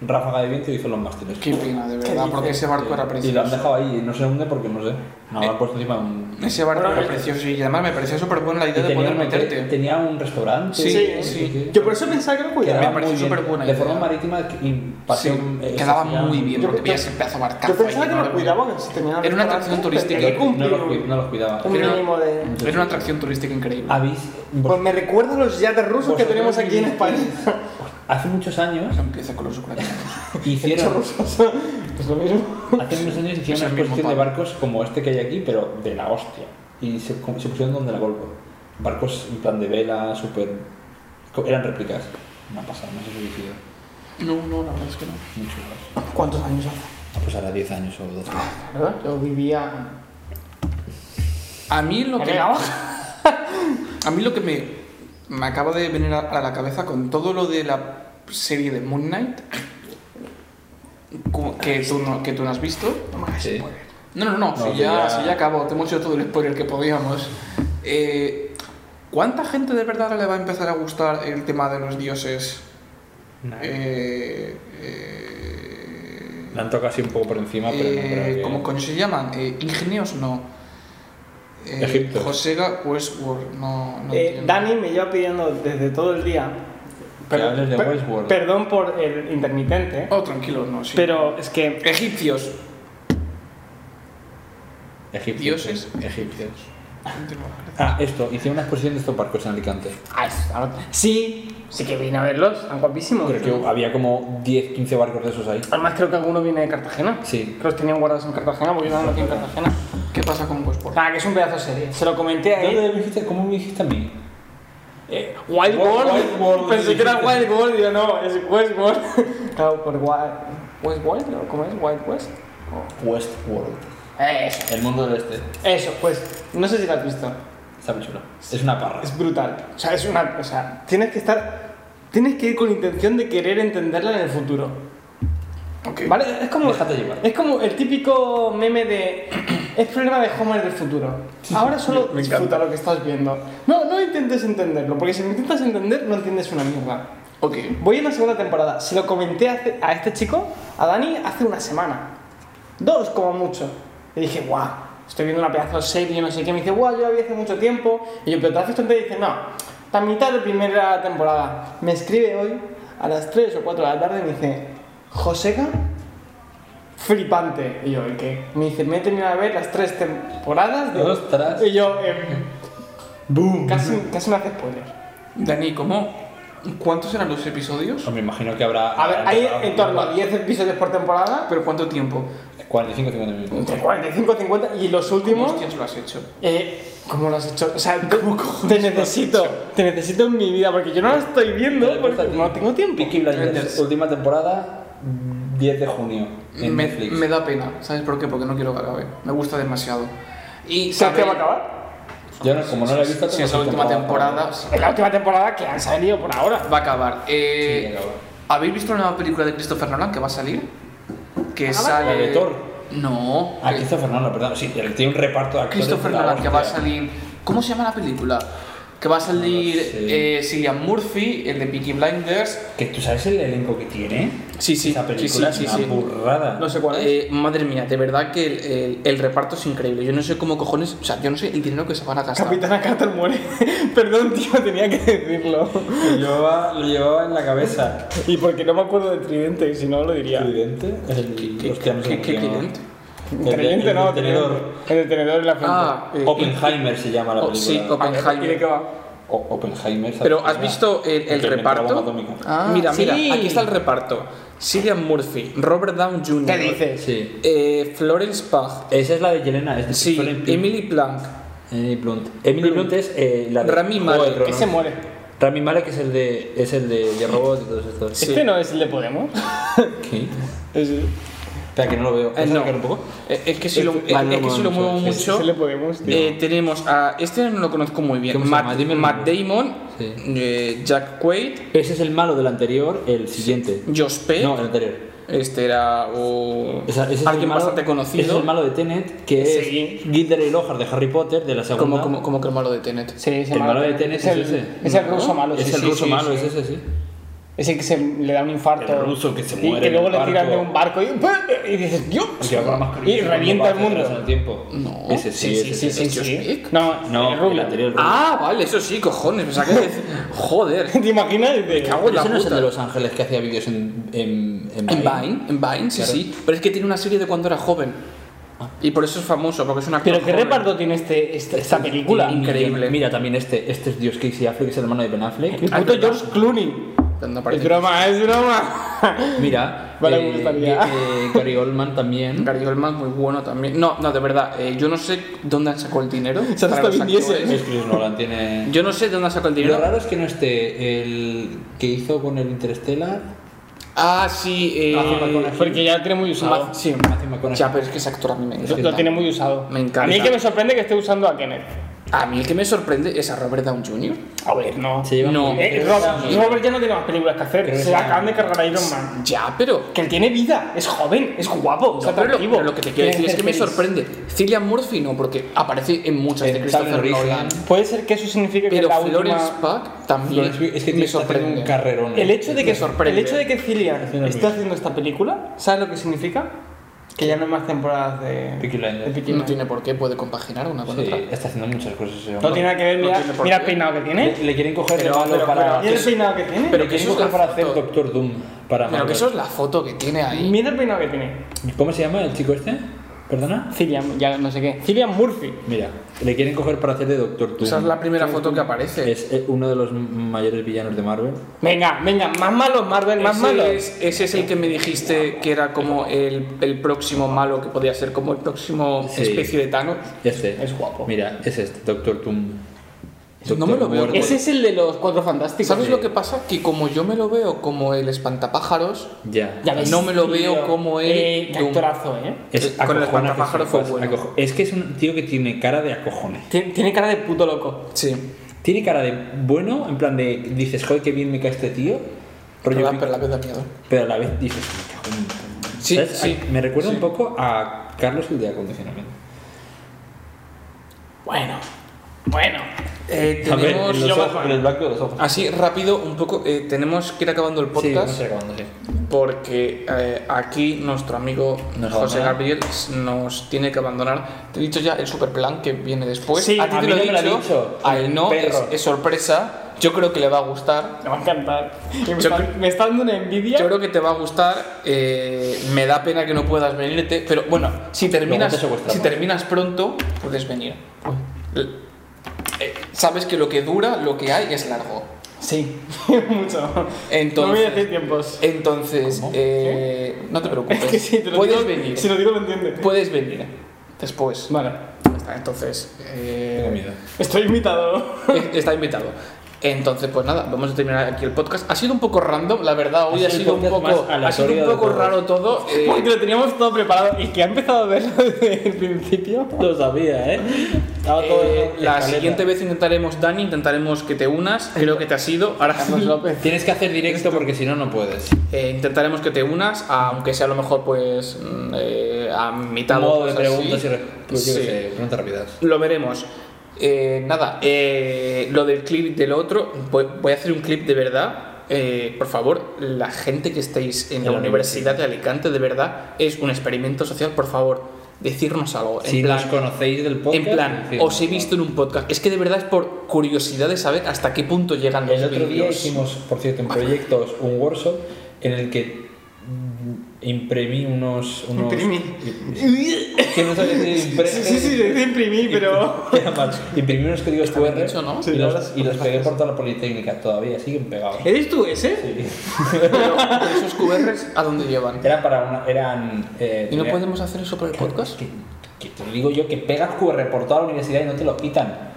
[SPEAKER 2] ráfaga de viento y hizo los mástiles.
[SPEAKER 3] Qué pena, de
[SPEAKER 1] ¿Qué
[SPEAKER 3] verdad, porque
[SPEAKER 1] dices?
[SPEAKER 3] ese barco era
[SPEAKER 2] Y lo han
[SPEAKER 3] precioso.
[SPEAKER 2] dejado ahí, no se hunde porque no sé. No, lo han puesto encima de un.
[SPEAKER 3] Ese barco
[SPEAKER 1] Bueno,
[SPEAKER 3] era precioso y además me pareció súper buena la
[SPEAKER 2] eh, Y
[SPEAKER 3] idea de poder
[SPEAKER 2] un hotel-
[SPEAKER 3] meterte.
[SPEAKER 2] tenía un restaurante.
[SPEAKER 3] Sí,
[SPEAKER 2] no sé
[SPEAKER 3] sí.
[SPEAKER 2] qué.
[SPEAKER 1] Yo por eso pensaba que lo
[SPEAKER 2] Quedaba
[SPEAKER 1] cuidaban.
[SPEAKER 3] Me pareció
[SPEAKER 2] muy bien.
[SPEAKER 3] superbuena
[SPEAKER 2] De
[SPEAKER 3] idea.
[SPEAKER 2] forma marítima y
[SPEAKER 3] Sí,
[SPEAKER 2] paseo. eh,
[SPEAKER 3] quedaba
[SPEAKER 2] social.
[SPEAKER 3] muy bien
[SPEAKER 1] Yo-
[SPEAKER 3] porque
[SPEAKER 1] yo-
[SPEAKER 3] veías ese pedazo de barcazo
[SPEAKER 1] Yo pensaba
[SPEAKER 3] ahí
[SPEAKER 1] que lo
[SPEAKER 3] enorme.
[SPEAKER 1] cuidaban. Si tenían
[SPEAKER 3] Era una
[SPEAKER 1] restaurante,
[SPEAKER 3] atracción turística.
[SPEAKER 1] tenía que
[SPEAKER 2] No,
[SPEAKER 1] cumplir
[SPEAKER 2] los,
[SPEAKER 1] un-
[SPEAKER 2] cuid- no los cuidaba.
[SPEAKER 1] un mínimo de.
[SPEAKER 3] Era una atracción turística increíble.
[SPEAKER 2] ¿Habéis,
[SPEAKER 1] Pues me recuerda a los yates rusos que
[SPEAKER 2] vosotros
[SPEAKER 1] tenemos aquí en
[SPEAKER 2] vivisteis-
[SPEAKER 1] España.
[SPEAKER 2] Hace muchos años
[SPEAKER 3] Empieza con los ucranianos.
[SPEAKER 2] hicieron,
[SPEAKER 1] Pues lo mismo.
[SPEAKER 2] hace unos años
[SPEAKER 3] Es el
[SPEAKER 2] hicieron una
[SPEAKER 3] mismo
[SPEAKER 2] exposición de
[SPEAKER 3] palo.
[SPEAKER 2] barcos como este que hay aquí, pero de la hostia. Y se, como- se pusieron donde la golpe. Barcos en plan de vela, súper... co- Eran réplicas. Una pasada, no sé si suicidio.
[SPEAKER 3] No, no, la verdad es que no.
[SPEAKER 2] Muy chulos.
[SPEAKER 1] ¿Cuántos años hace?
[SPEAKER 2] Ah, Pues ahora 10 años o 12.
[SPEAKER 1] ¿Verdad? Yo vivía.
[SPEAKER 3] A mí lo
[SPEAKER 1] ¿En
[SPEAKER 3] que.
[SPEAKER 1] el agua?
[SPEAKER 3] A mí lo que me, me acaba de venir a, a la cabeza con todo lo de la serie de Moon Knight, cu- que tú no, que tú no has visto.
[SPEAKER 1] pues
[SPEAKER 2] Sí.
[SPEAKER 3] No, no, no,
[SPEAKER 2] No,
[SPEAKER 3] si,
[SPEAKER 2] que
[SPEAKER 3] ya,
[SPEAKER 2] ya-
[SPEAKER 3] si ya acabo, te hemos hecho todo el spoiler que podíamos. Eh, ¿Cuánta gente de verdad le va a empezar a gustar el tema de los dioses? Eh, eh,
[SPEAKER 2] La han tocado así un poco por encima, pero no
[SPEAKER 3] eh,
[SPEAKER 2] creo que...
[SPEAKER 3] ¿Cómo coño se llaman? Eh, ¿Ingenios? No. Eh,
[SPEAKER 2] Egipto.
[SPEAKER 3] Josega Westworld, no, no
[SPEAKER 1] Eh,
[SPEAKER 3] entiendo.
[SPEAKER 1] Dani me lleva pidiendo desde todo el día.
[SPEAKER 2] Que hables de
[SPEAKER 1] per-
[SPEAKER 2] Westworld.
[SPEAKER 1] Perdón por el intermitente,
[SPEAKER 3] Oh, tranquilo, no, sí.
[SPEAKER 1] pero es que.
[SPEAKER 3] Egipcios.
[SPEAKER 2] Egipcios. eh,
[SPEAKER 3] Dioses.
[SPEAKER 2] Egipcios. Ah, esto. Hicieron una exposición de estos barcos en Alicante.
[SPEAKER 1] Ah, es- ah, Sí, sí que vine a verlos, están guapísimos.
[SPEAKER 2] Creo que había como 10, 15 barcos de esos ahí.
[SPEAKER 1] Además, creo que alguno viene de Cartagena.
[SPEAKER 2] Sí.
[SPEAKER 1] Que los tenían guardados en Cartagena porque yo no aquí en Cartagena.
[SPEAKER 3] ¿Qué pasa con Westworld?
[SPEAKER 1] Ah, que es un pedazo de serie. Se lo comenté Eh, a él.
[SPEAKER 2] ¿Dónde me dijiste? ¿Cómo me dijiste a mí?
[SPEAKER 1] Wild
[SPEAKER 2] Wild World.
[SPEAKER 1] World. Pensé que era Wild World, yo no, es Westworld. Claro, por Wild. West Wild, ¿no? ¿cómo es? Wild West.
[SPEAKER 2] Westworld.
[SPEAKER 1] Eso.
[SPEAKER 2] El mundo del este.
[SPEAKER 1] Eso, pues, no sé si lo has visto.
[SPEAKER 2] Está muy chulo. Es una parra.
[SPEAKER 1] Es brutal. O sea, es una. O sea, tienes que estar. Tienes que ir con intención de querer entenderla en el futuro.
[SPEAKER 3] Ok.
[SPEAKER 1] ¿Vale? Es como.
[SPEAKER 2] Déjate llevar.
[SPEAKER 1] Es como el típico meme de. Es problema de Homer del futuro. Ahora solo
[SPEAKER 3] me encanta.
[SPEAKER 1] disfruta lo que estás viendo. No, no intentes entenderlo, porque si lo intentas entender, no entiendes una mierda.
[SPEAKER 3] Ok.
[SPEAKER 1] Voy en la segunda temporada. Se lo comenté hace- a este chico, a Dani, hace una semana. Dos como mucho. Le dije, guau, estoy viendo una pedazo de serie, no sé qué. Me dice, guau, yo la vi hace mucho tiempo. Y yo, pero te la has visto entera?" Y dice, no, la mitad de primera temporada. Me escribe hoy a las 3 o 4 de la tarde y me dice, Joseca, flipante. Y yo, ¿el qué? Me dice, me he terminado de ver las tres temporadas de...
[SPEAKER 2] Ostras.
[SPEAKER 1] Y yo, em,
[SPEAKER 2] ¡Boom!
[SPEAKER 1] casi, casi me hace spoiler.
[SPEAKER 3] Dani, ¿cómo? ¿Cuántos eran los episodios?
[SPEAKER 2] Pues me imagino que habrá.
[SPEAKER 1] A ver, hay
[SPEAKER 2] habrá-
[SPEAKER 1] en torno a 10 episodios por temporada.
[SPEAKER 3] ¿Pero cuánto tiempo?
[SPEAKER 2] 45 50 minutos.
[SPEAKER 1] Entre 45 y 50 y los últimos...
[SPEAKER 3] ¿Cuántos lo has hecho?
[SPEAKER 1] Eh, ¿Cómo lo has hecho? O sea, te, te necesito, te necesito en mi vida porque yo no la estoy viendo porque no tengo tiempo.
[SPEAKER 2] Peaky Blinders,
[SPEAKER 3] Blinders.
[SPEAKER 2] última temporada, 10 de junio. En
[SPEAKER 3] Me,
[SPEAKER 2] Netflix.
[SPEAKER 3] me da pena, ¿sabes por qué? Porque no quiero que acabe. Me gusta demasiado. Y
[SPEAKER 1] ¿Sabes qué va a
[SPEAKER 3] saber-
[SPEAKER 1] acabar?
[SPEAKER 2] Yo no, como no la he visto,
[SPEAKER 3] Si
[SPEAKER 2] tengo
[SPEAKER 3] es
[SPEAKER 2] esa
[SPEAKER 3] la última temporada,
[SPEAKER 1] Es la última temporada que han salido por ahora.
[SPEAKER 3] va a acabar.
[SPEAKER 2] Sí,
[SPEAKER 3] Eh,
[SPEAKER 2] acaba.
[SPEAKER 3] ¿Habéis visto la nueva película de Christopher Nolan que va a salir? Que
[SPEAKER 1] vale.
[SPEAKER 3] sale.
[SPEAKER 2] La de Thor.
[SPEAKER 3] No.
[SPEAKER 2] Ah,
[SPEAKER 3] que- Ah,
[SPEAKER 2] Christopher Nolan, perdón. Sí, él tiene un reparto de actores
[SPEAKER 3] Christopher
[SPEAKER 2] de la
[SPEAKER 3] Nolan que va a
[SPEAKER 2] hostia.
[SPEAKER 3] salir. ¿Cómo se llama la película? Que va a salir
[SPEAKER 2] No lo sé.
[SPEAKER 3] eh, Cillian Murphy, el de Peaky Blinders.
[SPEAKER 2] Que tú sabes el elenco que tiene.
[SPEAKER 3] Sí, sí,
[SPEAKER 2] Esa
[SPEAKER 3] sí,
[SPEAKER 2] película
[SPEAKER 3] sí,
[SPEAKER 2] es
[SPEAKER 3] sí,
[SPEAKER 2] una
[SPEAKER 3] sí.
[SPEAKER 2] burrada.
[SPEAKER 1] No sé cuál es.
[SPEAKER 3] Eh, madre mía, de verdad que el, el- el reparto es increíble. Yo no sé cómo cojones. O sea, yo no sé el dinero que se van a gastar.
[SPEAKER 1] Capitana Carter muere. Perdón, tío, tenía que decirlo.
[SPEAKER 2] Yo va- lo llevaba en la cabeza.
[SPEAKER 1] Y porque no me acuerdo de Tridente, si no lo diría.
[SPEAKER 2] ¿Tridente? El,
[SPEAKER 3] ¿Qué-
[SPEAKER 2] hostia, no sé cómo
[SPEAKER 3] qué-
[SPEAKER 2] se
[SPEAKER 3] qué
[SPEAKER 2] llama.
[SPEAKER 3] tridente?
[SPEAKER 2] El-
[SPEAKER 1] Tridente
[SPEAKER 2] el
[SPEAKER 1] no,
[SPEAKER 2] detenedor.
[SPEAKER 1] El detenedor en la frente.
[SPEAKER 3] Ah, eh,
[SPEAKER 2] Oppenheimer se llama la
[SPEAKER 3] Oh, sí,
[SPEAKER 2] película.
[SPEAKER 3] Oppen- Oppenheimer.
[SPEAKER 1] ¿Y de qué va?
[SPEAKER 2] O- Oppenheimer. ¿sabes?
[SPEAKER 3] Pero ¿has visto el, el
[SPEAKER 2] Que inventó la bomba
[SPEAKER 3] reparto?
[SPEAKER 2] atómica.
[SPEAKER 1] Ah,
[SPEAKER 3] mira,
[SPEAKER 1] sí.
[SPEAKER 3] mira, aquí está el reparto. Cillian Murphy, Robert Down Jr.
[SPEAKER 1] ¿Qué dices?
[SPEAKER 2] Sí.
[SPEAKER 3] Eh, Florence Pugh.
[SPEAKER 2] Esa es la de Yelena. Es de
[SPEAKER 3] Sí,
[SPEAKER 2] Florence Pugh.
[SPEAKER 3] Emily Plank. Eh,
[SPEAKER 2] Emily Blunt. Emily Blunt, es eh, la de
[SPEAKER 3] Rami
[SPEAKER 2] Juego de
[SPEAKER 3] Malek.
[SPEAKER 2] Tronos.
[SPEAKER 1] Ese muere.
[SPEAKER 2] Rami Malek es el de es el de, de robots y todos estos.
[SPEAKER 3] Sí.
[SPEAKER 1] Este no es el de Podemos.
[SPEAKER 2] ¿Qué?
[SPEAKER 1] Es,
[SPEAKER 2] Espera que no lo veo.
[SPEAKER 3] Eh,
[SPEAKER 2] ¿Puedes
[SPEAKER 3] no.
[SPEAKER 2] acercar un poco?
[SPEAKER 3] Eh, es que si lo,
[SPEAKER 2] Ah,
[SPEAKER 3] es-
[SPEAKER 2] no,
[SPEAKER 3] es que si
[SPEAKER 2] no,
[SPEAKER 3] lo muevo
[SPEAKER 2] no, sí,
[SPEAKER 3] mucho.
[SPEAKER 1] es el de Podemos, tío.
[SPEAKER 3] eh, tenemos a. Este no lo conozco muy bien.
[SPEAKER 2] ¿Cómo se llama?
[SPEAKER 3] Matt,
[SPEAKER 2] Dímelo.
[SPEAKER 3] Matt Damon,
[SPEAKER 2] Sí.
[SPEAKER 3] eh, Jack Quaid,
[SPEAKER 2] Ese es el malo del anterior, el siguiente.
[SPEAKER 3] Josh Peck.
[SPEAKER 2] No, el anterior.
[SPEAKER 3] Este era o-
[SPEAKER 2] Esa- ese es el
[SPEAKER 3] alguien
[SPEAKER 2] malo-
[SPEAKER 3] bastante
[SPEAKER 2] ese es
[SPEAKER 3] conocido.
[SPEAKER 2] el malo de Tenet, que es
[SPEAKER 1] Sí.
[SPEAKER 2] Gilderoy Lockhart de Harry Potter, de la segunda.
[SPEAKER 3] como, como, como que el malo de Tenet.
[SPEAKER 1] Sí, se
[SPEAKER 2] El
[SPEAKER 1] llama-
[SPEAKER 2] malo de tenis es
[SPEAKER 1] el,
[SPEAKER 2] ese.
[SPEAKER 1] Es el ruso malo.
[SPEAKER 2] es
[SPEAKER 1] sí,
[SPEAKER 2] el
[SPEAKER 1] sí,
[SPEAKER 2] ruso
[SPEAKER 1] sí,
[SPEAKER 2] malo,
[SPEAKER 1] sí.
[SPEAKER 2] es ese, sí.
[SPEAKER 1] Es el que se le da un infarto.
[SPEAKER 2] El ruso que se
[SPEAKER 1] Y
[SPEAKER 2] muere
[SPEAKER 1] que
[SPEAKER 2] en
[SPEAKER 1] luego
[SPEAKER 2] el
[SPEAKER 1] le tiran de
[SPEAKER 2] barco.
[SPEAKER 1] un barco y, y dices, ¡Dios! Y revienta el mundo.
[SPEAKER 3] No.
[SPEAKER 2] Ese sí,
[SPEAKER 1] Sí, sí, sí, sí.
[SPEAKER 3] Josh
[SPEAKER 1] sí.
[SPEAKER 3] Peck?
[SPEAKER 1] No,
[SPEAKER 2] No,
[SPEAKER 1] el rubio.
[SPEAKER 2] el anterior.
[SPEAKER 3] Ah, vale, eso sí, cojones. O sea, que. Joder.
[SPEAKER 1] ¿Te imaginas? Y te-
[SPEAKER 3] cago en la
[SPEAKER 2] Ese no es el
[SPEAKER 3] puta.
[SPEAKER 2] de Los Ángeles que hacía vídeos en, en,
[SPEAKER 3] En Vine, en Vine, sí,
[SPEAKER 2] Claro. Ah.
[SPEAKER 3] sí. Pero es que tiene una serie de cuando era joven. Y por eso es famoso, porque es una
[SPEAKER 1] Pero qué reparto tiene este, esta, esta película.
[SPEAKER 3] tiene- Increíble.
[SPEAKER 2] Mira, también este, este es Dios Casey Affleck, es el hermano de Ben Affleck.
[SPEAKER 1] El
[SPEAKER 3] Ah,
[SPEAKER 1] puto
[SPEAKER 3] es verdad.
[SPEAKER 1] George Clooney.
[SPEAKER 3] Cuando
[SPEAKER 1] Es broma, es broma.
[SPEAKER 2] Mira,
[SPEAKER 1] Vale, me gustaría.
[SPEAKER 2] Ga- eh, Gary Oldman también.
[SPEAKER 3] Gary Oldman muy bueno también. No, no, de verdad, eh, yo no sé dónde han sacado el dinero.
[SPEAKER 1] Se
[SPEAKER 3] para
[SPEAKER 1] hasta
[SPEAKER 3] los
[SPEAKER 1] Vin Diesel.
[SPEAKER 3] actores.
[SPEAKER 2] Es Chris Nolan, tiene...
[SPEAKER 3] Yo no sé dónde han sacado el
[SPEAKER 2] Lo
[SPEAKER 3] dinero.
[SPEAKER 2] raro es que no esté el que hizo con el Interstellar.
[SPEAKER 3] Ah, sí, eh,
[SPEAKER 2] Ah, McConaughey.
[SPEAKER 1] Porque ya lo tiene muy
[SPEAKER 3] Ma-
[SPEAKER 1] usado.
[SPEAKER 3] sí.
[SPEAKER 2] Matthew McConaughey.
[SPEAKER 3] Ya, pero es que ese actor a mí me
[SPEAKER 1] Lo,
[SPEAKER 3] encanta.
[SPEAKER 1] lo tiene muy usado.
[SPEAKER 3] Me encanta.
[SPEAKER 1] A mí que me sorprende que esté usando a Kenneth.
[SPEAKER 3] A mí el que me sorprende es a Robert Down Jr.
[SPEAKER 1] A ver, no.
[SPEAKER 2] Se lleva
[SPEAKER 3] No,
[SPEAKER 2] muy bien.
[SPEAKER 1] Eh, Robert, Robert ya no tiene más películas que hacer.
[SPEAKER 2] Pero
[SPEAKER 1] Se
[SPEAKER 2] esa-
[SPEAKER 1] la acaban de cargar a Iron Man.
[SPEAKER 3] Ya, pero...
[SPEAKER 1] Que él tiene vida, es joven, es guapo, es
[SPEAKER 3] No, pero lo,
[SPEAKER 1] atractivo.
[SPEAKER 3] pero lo que te quiero decir
[SPEAKER 1] Quiere
[SPEAKER 3] es que me
[SPEAKER 1] ser feliz.
[SPEAKER 3] sorprende. Cillian Murphy no, porque aparece en muchas de
[SPEAKER 2] En
[SPEAKER 3] Christopher
[SPEAKER 2] Talent
[SPEAKER 3] Nolan.
[SPEAKER 2] Richland.
[SPEAKER 1] Puede ser que eso signifique que
[SPEAKER 3] Pero
[SPEAKER 1] la
[SPEAKER 3] Florence
[SPEAKER 1] última...
[SPEAKER 3] Pack también
[SPEAKER 2] Florence Pugh, Es que
[SPEAKER 3] me
[SPEAKER 2] tiene está haciendo
[SPEAKER 3] sorprende.
[SPEAKER 2] un carrerón.
[SPEAKER 1] El hecho de
[SPEAKER 3] Me
[SPEAKER 1] que
[SPEAKER 3] sorprende.
[SPEAKER 1] el hecho de que Cillian
[SPEAKER 2] Haciendo
[SPEAKER 1] esté
[SPEAKER 2] bien.
[SPEAKER 1] haciendo esta película, ¿sabes lo que significa? Que ya no hay más temporadas de
[SPEAKER 2] Peaky Blinders.
[SPEAKER 1] de Peaky
[SPEAKER 3] No
[SPEAKER 1] Blinders.
[SPEAKER 3] tiene por qué, puede compaginar una con
[SPEAKER 2] Sí,
[SPEAKER 3] otra.
[SPEAKER 2] está haciendo muchas cosas ese hombre.
[SPEAKER 1] No tiene nada que ver,
[SPEAKER 3] No
[SPEAKER 1] mira,
[SPEAKER 3] tiene por
[SPEAKER 1] mira
[SPEAKER 3] qué.
[SPEAKER 1] el peinado que tiene.
[SPEAKER 2] Le, le quieren coger
[SPEAKER 3] Pero-
[SPEAKER 2] de malo
[SPEAKER 3] pero-
[SPEAKER 2] para.
[SPEAKER 1] Mira el
[SPEAKER 2] le
[SPEAKER 1] peinado que tiene.
[SPEAKER 3] pero que
[SPEAKER 2] quieren
[SPEAKER 3] eso es
[SPEAKER 2] coger
[SPEAKER 3] la
[SPEAKER 2] para hacer
[SPEAKER 3] foto.
[SPEAKER 2] Doctor Doom. Para
[SPEAKER 3] Pero que
[SPEAKER 2] Marvel.
[SPEAKER 3] eso es la foto que tiene ahí.
[SPEAKER 1] Mira el peinado que tiene.
[SPEAKER 2] ¿Cómo se llama el chico este? ¿Perdona?
[SPEAKER 1] Cillian, ya no sé qué. Cillian Murphy.
[SPEAKER 2] Mira, le quieren coger para hacer de Doctor Doom.
[SPEAKER 3] Esa es la primera foto que aparece.
[SPEAKER 2] Es eh, uno de los mayores villanos de Marvel.
[SPEAKER 1] Venga, venga, más malos Marvel, más
[SPEAKER 3] Ese
[SPEAKER 1] malos.
[SPEAKER 3] es- ese es el que me dijiste que era como el, el próximo malo, que podía ser como el próximo
[SPEAKER 2] Sí.
[SPEAKER 3] especie de Thanos.
[SPEAKER 2] Este.
[SPEAKER 1] Es guapo.
[SPEAKER 2] Mira, es este, Doctor Doom.
[SPEAKER 3] Yo no me lo veo.
[SPEAKER 2] Muerte.
[SPEAKER 1] Ese es el de los cuatro fantásticos.
[SPEAKER 3] ¿Sabes
[SPEAKER 2] Sí.
[SPEAKER 3] lo que pasa? Que como yo me lo veo como el espantapájaros,
[SPEAKER 2] Ya.
[SPEAKER 1] Ya ves,
[SPEAKER 3] No me lo
[SPEAKER 1] tío.
[SPEAKER 3] veo como él,
[SPEAKER 1] Eh, qué
[SPEAKER 3] Doom.
[SPEAKER 1] actorazo, ¿eh?
[SPEAKER 2] Es
[SPEAKER 3] Con el
[SPEAKER 2] acojona
[SPEAKER 3] espantapájaro
[SPEAKER 2] que
[SPEAKER 3] fue
[SPEAKER 2] flipas,
[SPEAKER 3] bueno.
[SPEAKER 2] acojo- Es que es un tío que tiene cara de acojones.
[SPEAKER 1] Tien- Tiene cara de puto loco.
[SPEAKER 3] sí,
[SPEAKER 2] Tiene cara de bueno, en plan de dices, joder, qué bien me cae este tío.
[SPEAKER 3] pero
[SPEAKER 2] Rollo
[SPEAKER 3] la,
[SPEAKER 2] Vic-
[SPEAKER 3] pero la vez da miedo.
[SPEAKER 2] pero a la vez dices, me cago en tu madre".
[SPEAKER 3] Sí,
[SPEAKER 2] ¿Sabes?
[SPEAKER 3] sí,
[SPEAKER 2] Ay, me recuerda
[SPEAKER 3] sí.
[SPEAKER 2] un poco a Carlos el de acondicionamiento.
[SPEAKER 1] Bueno, bueno.
[SPEAKER 3] Eh,
[SPEAKER 2] A ver,
[SPEAKER 3] tenemos,
[SPEAKER 2] en los
[SPEAKER 1] yo-
[SPEAKER 2] ojos, en el blanco de los ojos.
[SPEAKER 3] así rápido, un poco, eh, tenemos que ir acabando el
[SPEAKER 2] Sí,
[SPEAKER 3] podcast
[SPEAKER 2] vamos acabando, sí.
[SPEAKER 3] porque eh, aquí nuestro amigo
[SPEAKER 2] Nos
[SPEAKER 3] José
[SPEAKER 2] abandona.
[SPEAKER 3] Gabriel nos tiene que abandonar. Te he dicho ya el super plan que viene después.
[SPEAKER 1] Sí,
[SPEAKER 3] a ti
[SPEAKER 2] a
[SPEAKER 3] te
[SPEAKER 2] mí
[SPEAKER 3] lo,
[SPEAKER 2] no
[SPEAKER 3] he
[SPEAKER 2] me lo ha dicho.
[SPEAKER 3] A él no, es,
[SPEAKER 2] Perro.
[SPEAKER 3] es sorpresa. Yo creo que le va a gustar.
[SPEAKER 1] Me va a encantar. Me,
[SPEAKER 3] Yo
[SPEAKER 1] está,
[SPEAKER 3] creo-
[SPEAKER 1] me está dando una envidia.
[SPEAKER 3] Yo creo que te va a gustar. eh, me da pena que no puedas venirte, pero bueno, si terminas,
[SPEAKER 2] te secuestramos.
[SPEAKER 3] si terminas pronto, puedes venir. L- eh, sabes que lo que dura, lo que hay, es largo.
[SPEAKER 1] Sí, mucho.
[SPEAKER 3] Entonces-
[SPEAKER 1] no voy a decir tiempos.
[SPEAKER 3] Entonces, eh, no te preocupes.
[SPEAKER 1] Es que si te lo
[SPEAKER 3] puedes
[SPEAKER 1] digo,
[SPEAKER 3] venir. Pues,
[SPEAKER 1] Si lo digo, lo entiendes.
[SPEAKER 3] Puedes venir después.
[SPEAKER 1] Vale,
[SPEAKER 3] Ya está, Entonces, eh,
[SPEAKER 2] Tengo miedo.
[SPEAKER 1] estoy invitado.
[SPEAKER 3] eh, está invitado. Entonces, pues nada, vamos a terminar aquí el podcast. Ha sido un poco random, la verdad, hoy
[SPEAKER 2] sido
[SPEAKER 3] ha
[SPEAKER 2] el
[SPEAKER 3] sido un
[SPEAKER 2] podcast más
[SPEAKER 3] poco, ha sido
[SPEAKER 2] aleatorio
[SPEAKER 3] un
[SPEAKER 2] de
[SPEAKER 3] poco
[SPEAKER 2] todos.
[SPEAKER 3] raro todo. eh,
[SPEAKER 1] Porque lo teníamos todo preparado y que ha empezado a verlo desde el principio.
[SPEAKER 2] Lo sabía, ¿eh? Estaba todo en
[SPEAKER 3] Eh, la
[SPEAKER 2] escaleta.
[SPEAKER 3] siguiente vez intentaremos, Dani, intentaremos que te unas. Creo que te has ido. Ahora
[SPEAKER 2] Tienes que hacer directo porque si no, no puedes.
[SPEAKER 3] Eh, intentaremos que te unas, aunque sea a lo mejor pues mm, eh, a mitad o
[SPEAKER 2] Modo de
[SPEAKER 3] cosas
[SPEAKER 2] preguntas
[SPEAKER 3] así.
[SPEAKER 2] y re- pues yo qué
[SPEAKER 3] Sí,
[SPEAKER 2] sé, preguntas rápidas.
[SPEAKER 3] Lo veremos. Eh, nada, eh, lo del clip del otro, voy, voy a hacer un clip de verdad. Eh, por favor, la gente que estéis en la
[SPEAKER 2] En la
[SPEAKER 3] Universidad de Alicante, de verdad, es un experimento social, por favor, decirnos algo. En
[SPEAKER 2] Si
[SPEAKER 3] plan,
[SPEAKER 2] nos conocéis del podcast.
[SPEAKER 3] En plan,
[SPEAKER 2] decirnos,
[SPEAKER 3] os he visto
[SPEAKER 2] ¿no?
[SPEAKER 3] en un podcast. Es que de verdad es por curiosidad de saber hasta qué punto llegan los
[SPEAKER 2] El otro día
[SPEAKER 3] vídeos.
[SPEAKER 2] hicimos, por cierto, en proyectos un workshop en el que mm, imprimí unos. unos
[SPEAKER 1] Imprimí.
[SPEAKER 2] Que no sabía decir imprimir.
[SPEAKER 1] Sí, sí, sí, lo imprimí,
[SPEAKER 3] eh,
[SPEAKER 1] pero.
[SPEAKER 2] Era mal. Imprimí unos códigos
[SPEAKER 3] Está bien
[SPEAKER 2] QR
[SPEAKER 3] hecho, ¿no?
[SPEAKER 1] Sí,
[SPEAKER 2] y,
[SPEAKER 1] la
[SPEAKER 2] los,
[SPEAKER 1] verdad.
[SPEAKER 2] y los pegué por toda la Politécnica. Todavía siguen pegados.
[SPEAKER 1] ¿Eres tú ese?
[SPEAKER 2] Sí.
[SPEAKER 3] Pero, pero esos QRs, ¿a dónde llevan?
[SPEAKER 2] Era para una, eran. eh,
[SPEAKER 3] ¿Y no
[SPEAKER 2] tenía-
[SPEAKER 3] podemos hacer eso por el podcast?
[SPEAKER 2] Que, que te lo digo yo, que pegas QR por toda la universidad y no te lo quitan.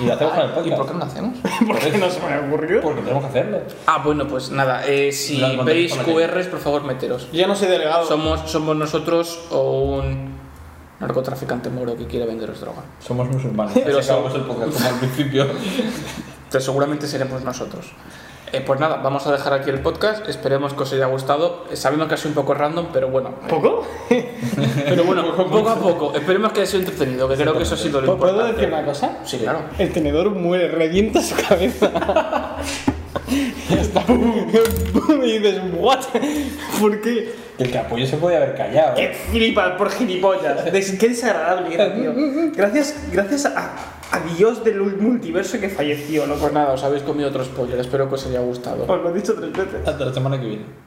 [SPEAKER 2] Y lo hacemos con el
[SPEAKER 3] Ah, ¿Y
[SPEAKER 2] podcast.
[SPEAKER 3] por qué no lo hacemos?
[SPEAKER 1] Porque no se me ha ocurrido.
[SPEAKER 2] Porque tenemos que hacerlo.
[SPEAKER 3] Ah, bueno, pues nada. eh, si
[SPEAKER 2] Lo mandamos
[SPEAKER 3] veis
[SPEAKER 2] por la tele.
[SPEAKER 3] QRs, por favor, meteros.
[SPEAKER 1] Yo no soy delegado.
[SPEAKER 3] Somos, somos nosotros o un narcotraficante moro que quiere venderos droga.
[SPEAKER 2] Somos musulmanes.
[SPEAKER 3] Pero
[SPEAKER 2] Así acabamos
[SPEAKER 3] somos-
[SPEAKER 2] el podcast como al principio.
[SPEAKER 3] Pero seguramente seremos nosotros. Eh, pues nada, vamos a dejar aquí el podcast. Esperemos que os haya gustado. Eh, Sabemos que ha sido un poco random, pero bueno. eh,
[SPEAKER 1] ¿Poco?
[SPEAKER 3] Pero bueno, poco a poco. Esperemos que haya sido entretenido, que creo que eso ha sido lo
[SPEAKER 1] Pues ¿Puedo decir
[SPEAKER 3] importante.
[SPEAKER 1] una cosa?
[SPEAKER 3] Sí, claro.
[SPEAKER 1] El tenedor muere, revienta su cabeza. Ya está. y dices, ¿what? ¿Por qué?
[SPEAKER 2] El capullo se puede haber callado. ¿eh?
[SPEAKER 1] ¡Qué flipas Eh, por gilipollas! Des- ¡Qué desagradable era, tío! Gracias, gracias a, a Dios del multiverso que falleció, loco.
[SPEAKER 3] Pues nada, os habéis comido otros spoiler. Espero que os haya gustado.
[SPEAKER 1] Os lo he dicho tres veces.
[SPEAKER 2] Hasta la semana que viene.